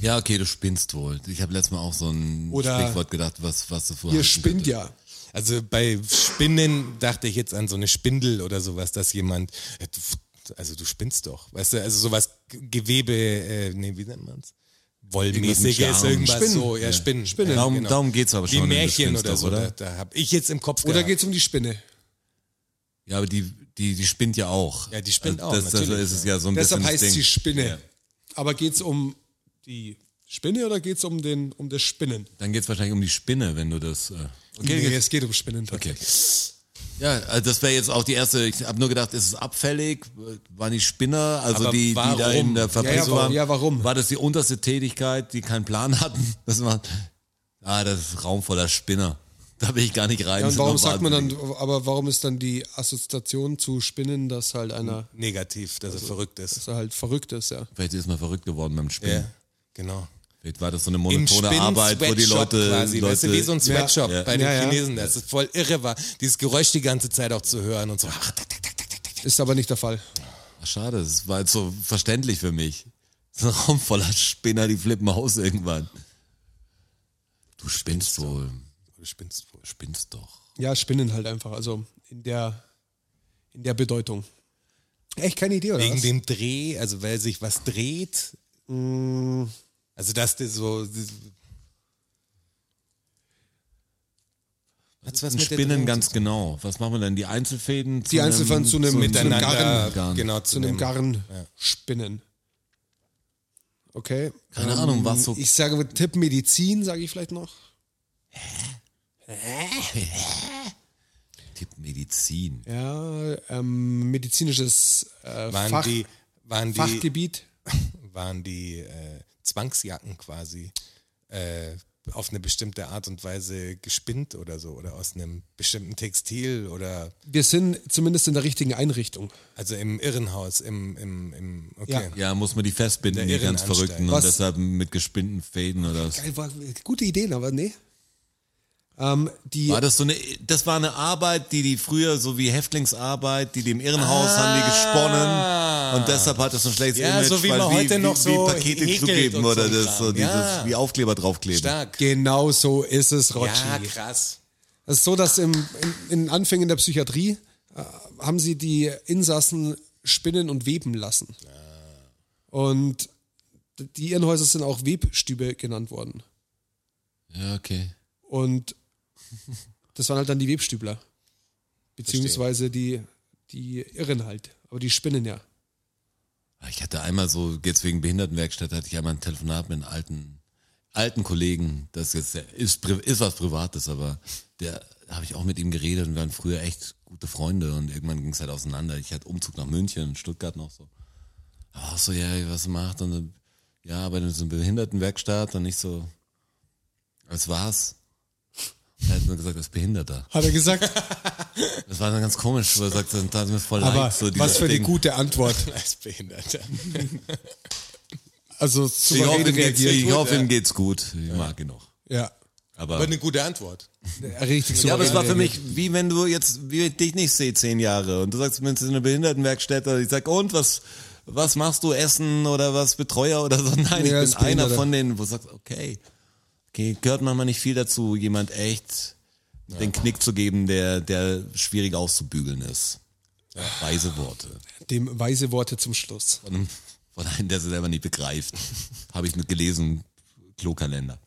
Speaker 4: Ja, okay, du spinnst wohl. Ich habe letztes Mal auch so ein
Speaker 3: Oder
Speaker 4: Stichwort gedacht, was, was du vorher
Speaker 3: Ihr spinnt ja.
Speaker 2: Also bei Spinnen dachte ich jetzt an so eine Spindel oder sowas, dass jemand, äh, du- also du spinnst doch, weißt du, also sowas G- Gewebe, äh, nee, wie nennt man's? Wollmäßiges,
Speaker 4: Irgendwas
Speaker 2: irgendwas,
Speaker 4: mit Charme.
Speaker 2: so, ja, Spinnen. Spinnen.
Speaker 4: Darum-
Speaker 3: genau.
Speaker 4: darum geht's aber schon,
Speaker 2: genau? Wie
Speaker 4: wenn du
Speaker 2: Märchen
Speaker 4: spinnst
Speaker 2: oder
Speaker 4: doch,
Speaker 2: so,
Speaker 4: oder?
Speaker 2: oder? da, da hab ich jetzt im Kopf
Speaker 3: Oder
Speaker 2: gehabt.
Speaker 3: geht's um die Spinne?
Speaker 4: Ja, aber die, die, die spinnt ja auch.
Speaker 2: Ja, die spinnt
Speaker 4: Also
Speaker 2: auch,
Speaker 4: Das, das
Speaker 2: natürlich.
Speaker 4: ist es ja so ein
Speaker 3: Deshalb
Speaker 4: bisschen Um das
Speaker 3: heißt
Speaker 4: Ding.
Speaker 3: sie Spinne.
Speaker 4: Ja.
Speaker 3: Aber geht's um die Spinne oder geht's um den um das Spinnen?
Speaker 4: Dann geht's wahrscheinlich um die Spinne, wenn du das. Äh, okay,
Speaker 3: nee, es geht um Spinnen.
Speaker 4: okay. Ja, also das wäre jetzt auch die erste. Ich habe nur gedacht, ist es abfällig? Waren die Spinner, also
Speaker 2: Aber
Speaker 4: die, die da
Speaker 2: warum?
Speaker 4: in der Fabrik
Speaker 3: Ja, ja, warum?
Speaker 4: waren?
Speaker 3: Ja, warum?
Speaker 4: War das die unterste Tätigkeit, die keinen Plan hatten? Das war, ah, das ist Raum voller Spinner. Da will ich gar nicht rein.
Speaker 3: Ja, und
Speaker 4: Das
Speaker 3: warum
Speaker 4: ist noch
Speaker 3: sagt man dann, aber warum ist dann die Assoziation zu Spinnen, dass halt einer
Speaker 2: Negativ, dass
Speaker 4: Also
Speaker 2: er verrückt ist.
Speaker 3: dass er halt verrückt ist, ja?
Speaker 4: Vielleicht ist man verrückt geworden beim Spinnen.
Speaker 2: Ja, genau.
Speaker 4: Vielleicht war das so eine
Speaker 2: Im
Speaker 4: monotone Arbeit, wo die
Speaker 2: Spinnen-Sweatshop
Speaker 4: Leute,
Speaker 2: quasi,
Speaker 4: Leute
Speaker 2: weißt du, wie so ein Sweatshop
Speaker 4: Ja.
Speaker 2: bei den
Speaker 3: Ja, ja.
Speaker 2: Chinesen, dass es voll irre war, dieses Geräusch die ganze Zeit auch zu hören und so. Ach, tak, tak, tak, tak, tak, tak.
Speaker 3: Ist aber nicht der Fall.
Speaker 4: Ach, schade, das war jetzt so verständlich für mich. So ein Raum voller Spinner, die flippen aus irgendwann. Du spinnst wohl.
Speaker 2: Du spinnst wohl.
Speaker 4: Spinnst doch.
Speaker 3: Ja, Spinnen halt einfach, also in der in der Bedeutung. Echt keine Idee, oder?
Speaker 2: Wegen
Speaker 3: was?
Speaker 2: dem Dreh, also weil sich was dreht.
Speaker 3: Mm.
Speaker 2: Also dass das so. Hat's was
Speaker 4: Ein
Speaker 2: mit der
Speaker 4: Spinnen
Speaker 2: Drehung
Speaker 4: ganz genau. Was machen wir denn? Die Einzelfäden zu
Speaker 3: Die Einzelfäden zu einem-
Speaker 2: zu tun?
Speaker 3: Miteinander,
Speaker 2: miteinander
Speaker 4: Garn.
Speaker 2: genau zu
Speaker 3: zu einem
Speaker 2: nehmen.
Speaker 3: Garn spinnen. Okay.
Speaker 4: Keine
Speaker 2: Ähm,
Speaker 4: Ahnung, was so-
Speaker 3: Ich sage mit Tipp Medizin, sage ich vielleicht noch.
Speaker 4: Tipp Medizin.
Speaker 3: Ja, ähm, medizinisches äh,
Speaker 2: waren
Speaker 3: Fach,
Speaker 2: die waren die
Speaker 3: Fachgebiet.
Speaker 2: waren die äh, Zwangsjacken quasi äh, auf eine bestimmte Art und Weise gespinnt oder so oder aus einem bestimmten Textil oder
Speaker 3: Wir sind zumindest in der richtigen Einrichtung.
Speaker 2: also im Irrenhaus, im, im, im okay.
Speaker 3: Ja.
Speaker 4: Ja, muss man die festbinden,
Speaker 2: Der
Speaker 4: die ganz
Speaker 2: Irrenanstalt.
Speaker 4: Verrückten.
Speaker 3: Was-
Speaker 4: Und deshalb mit gespinnten Fäden oder was.
Speaker 3: Geil, war, gute Ideen, aber nee. Ähm, die,
Speaker 4: War das so eine, das war eine Arbeit, die die früher so wie Häftlingsarbeit, die dem Irrenhaus haben die gesponnen und deshalb hat das so ein schlechtes
Speaker 2: Ah. Ja,
Speaker 4: Image,
Speaker 2: so wie
Speaker 4: weil
Speaker 2: man
Speaker 4: wie,
Speaker 2: heute
Speaker 4: wie,
Speaker 2: noch so
Speaker 4: wie Pakete
Speaker 2: häkelt
Speaker 4: zugeben
Speaker 2: und so
Speaker 4: oder
Speaker 2: ein
Speaker 4: das so
Speaker 2: Kram.
Speaker 4: dieses
Speaker 2: Ja.
Speaker 4: wie Aufkleber draufkleben.
Speaker 2: Stark.
Speaker 3: genau so ist es, Rotschi.
Speaker 2: Ja, krass.
Speaker 3: Es ist so, dass im, in, in Anfängen der Psychiatrie äh, haben sie die Insassen spinnen und weben lassen.
Speaker 2: Ah.
Speaker 3: Und die Irrenhäuser sind auch Webstübe genannt worden.
Speaker 4: Ja, okay.
Speaker 3: Und das waren halt dann die Webstübler. Beziehungsweise die, die Irren halt. Aber die spinnen ja.
Speaker 4: Ah, Ich hatte einmal so, jetzt wegen Behindertenwerkstatt, hatte ich einmal ein Telefonat mit einem alten, alten Kollegen, das jetzt, ist, pri- ist was Privates, aber der habe ich auch mit ihm geredet und wir waren früher echt gute Freunde und irgendwann ging es halt auseinander. Ich hatte Umzug nach München, Stuttgart noch so. Aber auch so, ja, was macht und dann, ja, aber in so einer Behindertenwerkstatt und nicht so, als war's. Er hat nur gesagt, als Behinderter.
Speaker 3: Hat er gesagt,
Speaker 4: Das war dann ganz komisch, weil er sagt, dann tat mir voll
Speaker 3: aber
Speaker 4: leid. So
Speaker 3: was
Speaker 4: dieses
Speaker 3: für eine
Speaker 4: Ding.
Speaker 3: gute Antwort.
Speaker 2: Als Behinderter.
Speaker 3: Also
Speaker 4: Ich hoffe,
Speaker 3: souverän
Speaker 4: ihm geht's, ich
Speaker 3: reagiert.
Speaker 4: hoffe, ihm geht's gut. Ich mag ihn noch.
Speaker 3: Ja,
Speaker 4: Aber,
Speaker 2: Aber eine gute Antwort.
Speaker 3: richtig souverän
Speaker 4: ja, aber es war für
Speaker 3: reagiert.
Speaker 4: mich, wie wenn du jetzt, wie ich dich nicht sehe, zehn Jahre, und du sagst, du bist in einer Behindertenwerkstätte, ich sag, und was, was machst du, Essen oder was, Betreuer oder so, nein,
Speaker 3: Ja,
Speaker 4: ich
Speaker 3: ist
Speaker 4: bin einer
Speaker 3: Behinderte.
Speaker 4: von denen, wo du sagst, okay, okay, gehört manchmal nicht viel dazu, jemand echt den Knick zu geben, der, der schwierig auszubügeln ist. Weise Worte.
Speaker 3: Dem weise Worte zum Schluss.
Speaker 4: Von einem, von einem, der sie selber nicht begreift. Habe ich mit gelesen, Klokalender.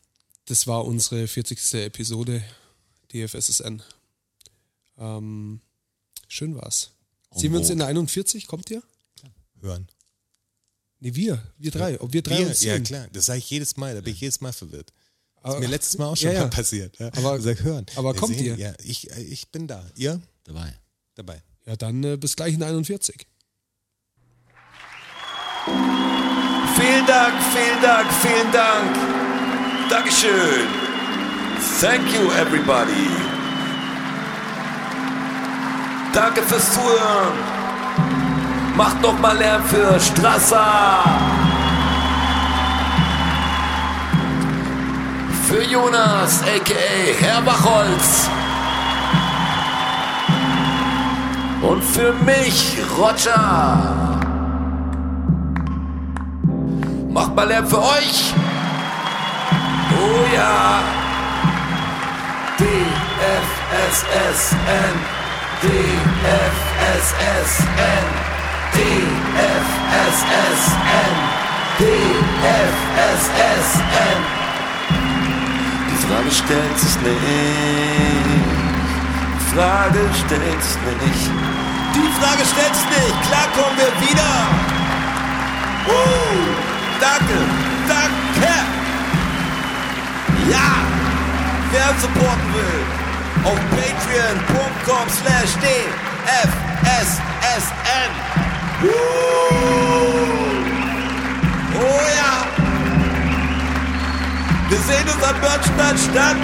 Speaker 3: Das war unsere 40. Episode DFSSN. Ähm, schön war's. Sehen wir uns in der 41? Kommt ihr?
Speaker 2: Hören.
Speaker 3: Nee, wir. Wir drei. Ob wir drei
Speaker 2: Wir,
Speaker 3: uns sehen.
Speaker 2: ja klar, das sage ich jedes Mal, da bin ich jedes Mal verwirrt. Das ist mir letztes Mal auch schon
Speaker 3: Ja, ja.
Speaker 2: mal passiert. Ja.
Speaker 3: Aber-
Speaker 2: Ich sag, hören.
Speaker 3: aber
Speaker 2: Wir
Speaker 3: kommt ihr?
Speaker 2: Ja, ich, äh, ich bin da. Ihr?
Speaker 4: Dabei.
Speaker 2: Dabei.
Speaker 3: Ja, dann äh, bis gleich in der 41.
Speaker 7: Vielen Dank, vielen Dank, vielen Dank. Dankeschön. Thank you, everybody. Danke fürs Zuhören. Macht noch mal Lärm für Strasser. Für Jonas, a.k.a. Herr Bachholz. Und für mich, Roger. Macht mal Lärm für euch. Oh ja. DFSSN. DFSSN. DFSSN. DFSSN. Die Frage stellt sich nicht. Die Frage stellt sich nicht. Die Frage stellt sich nicht. Klar kommen wir wieder. Uh, danke, danke. Ja, wer uns supporten will, auf patreon.com slash dfssn. Uh, oh ja. Wir sehen uns am Börnstein statt.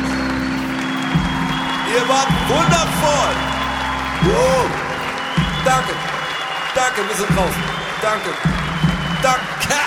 Speaker 7: Ihr wart wundervoll. Uh, danke, danke, wir sind draußen. Danke. Danke!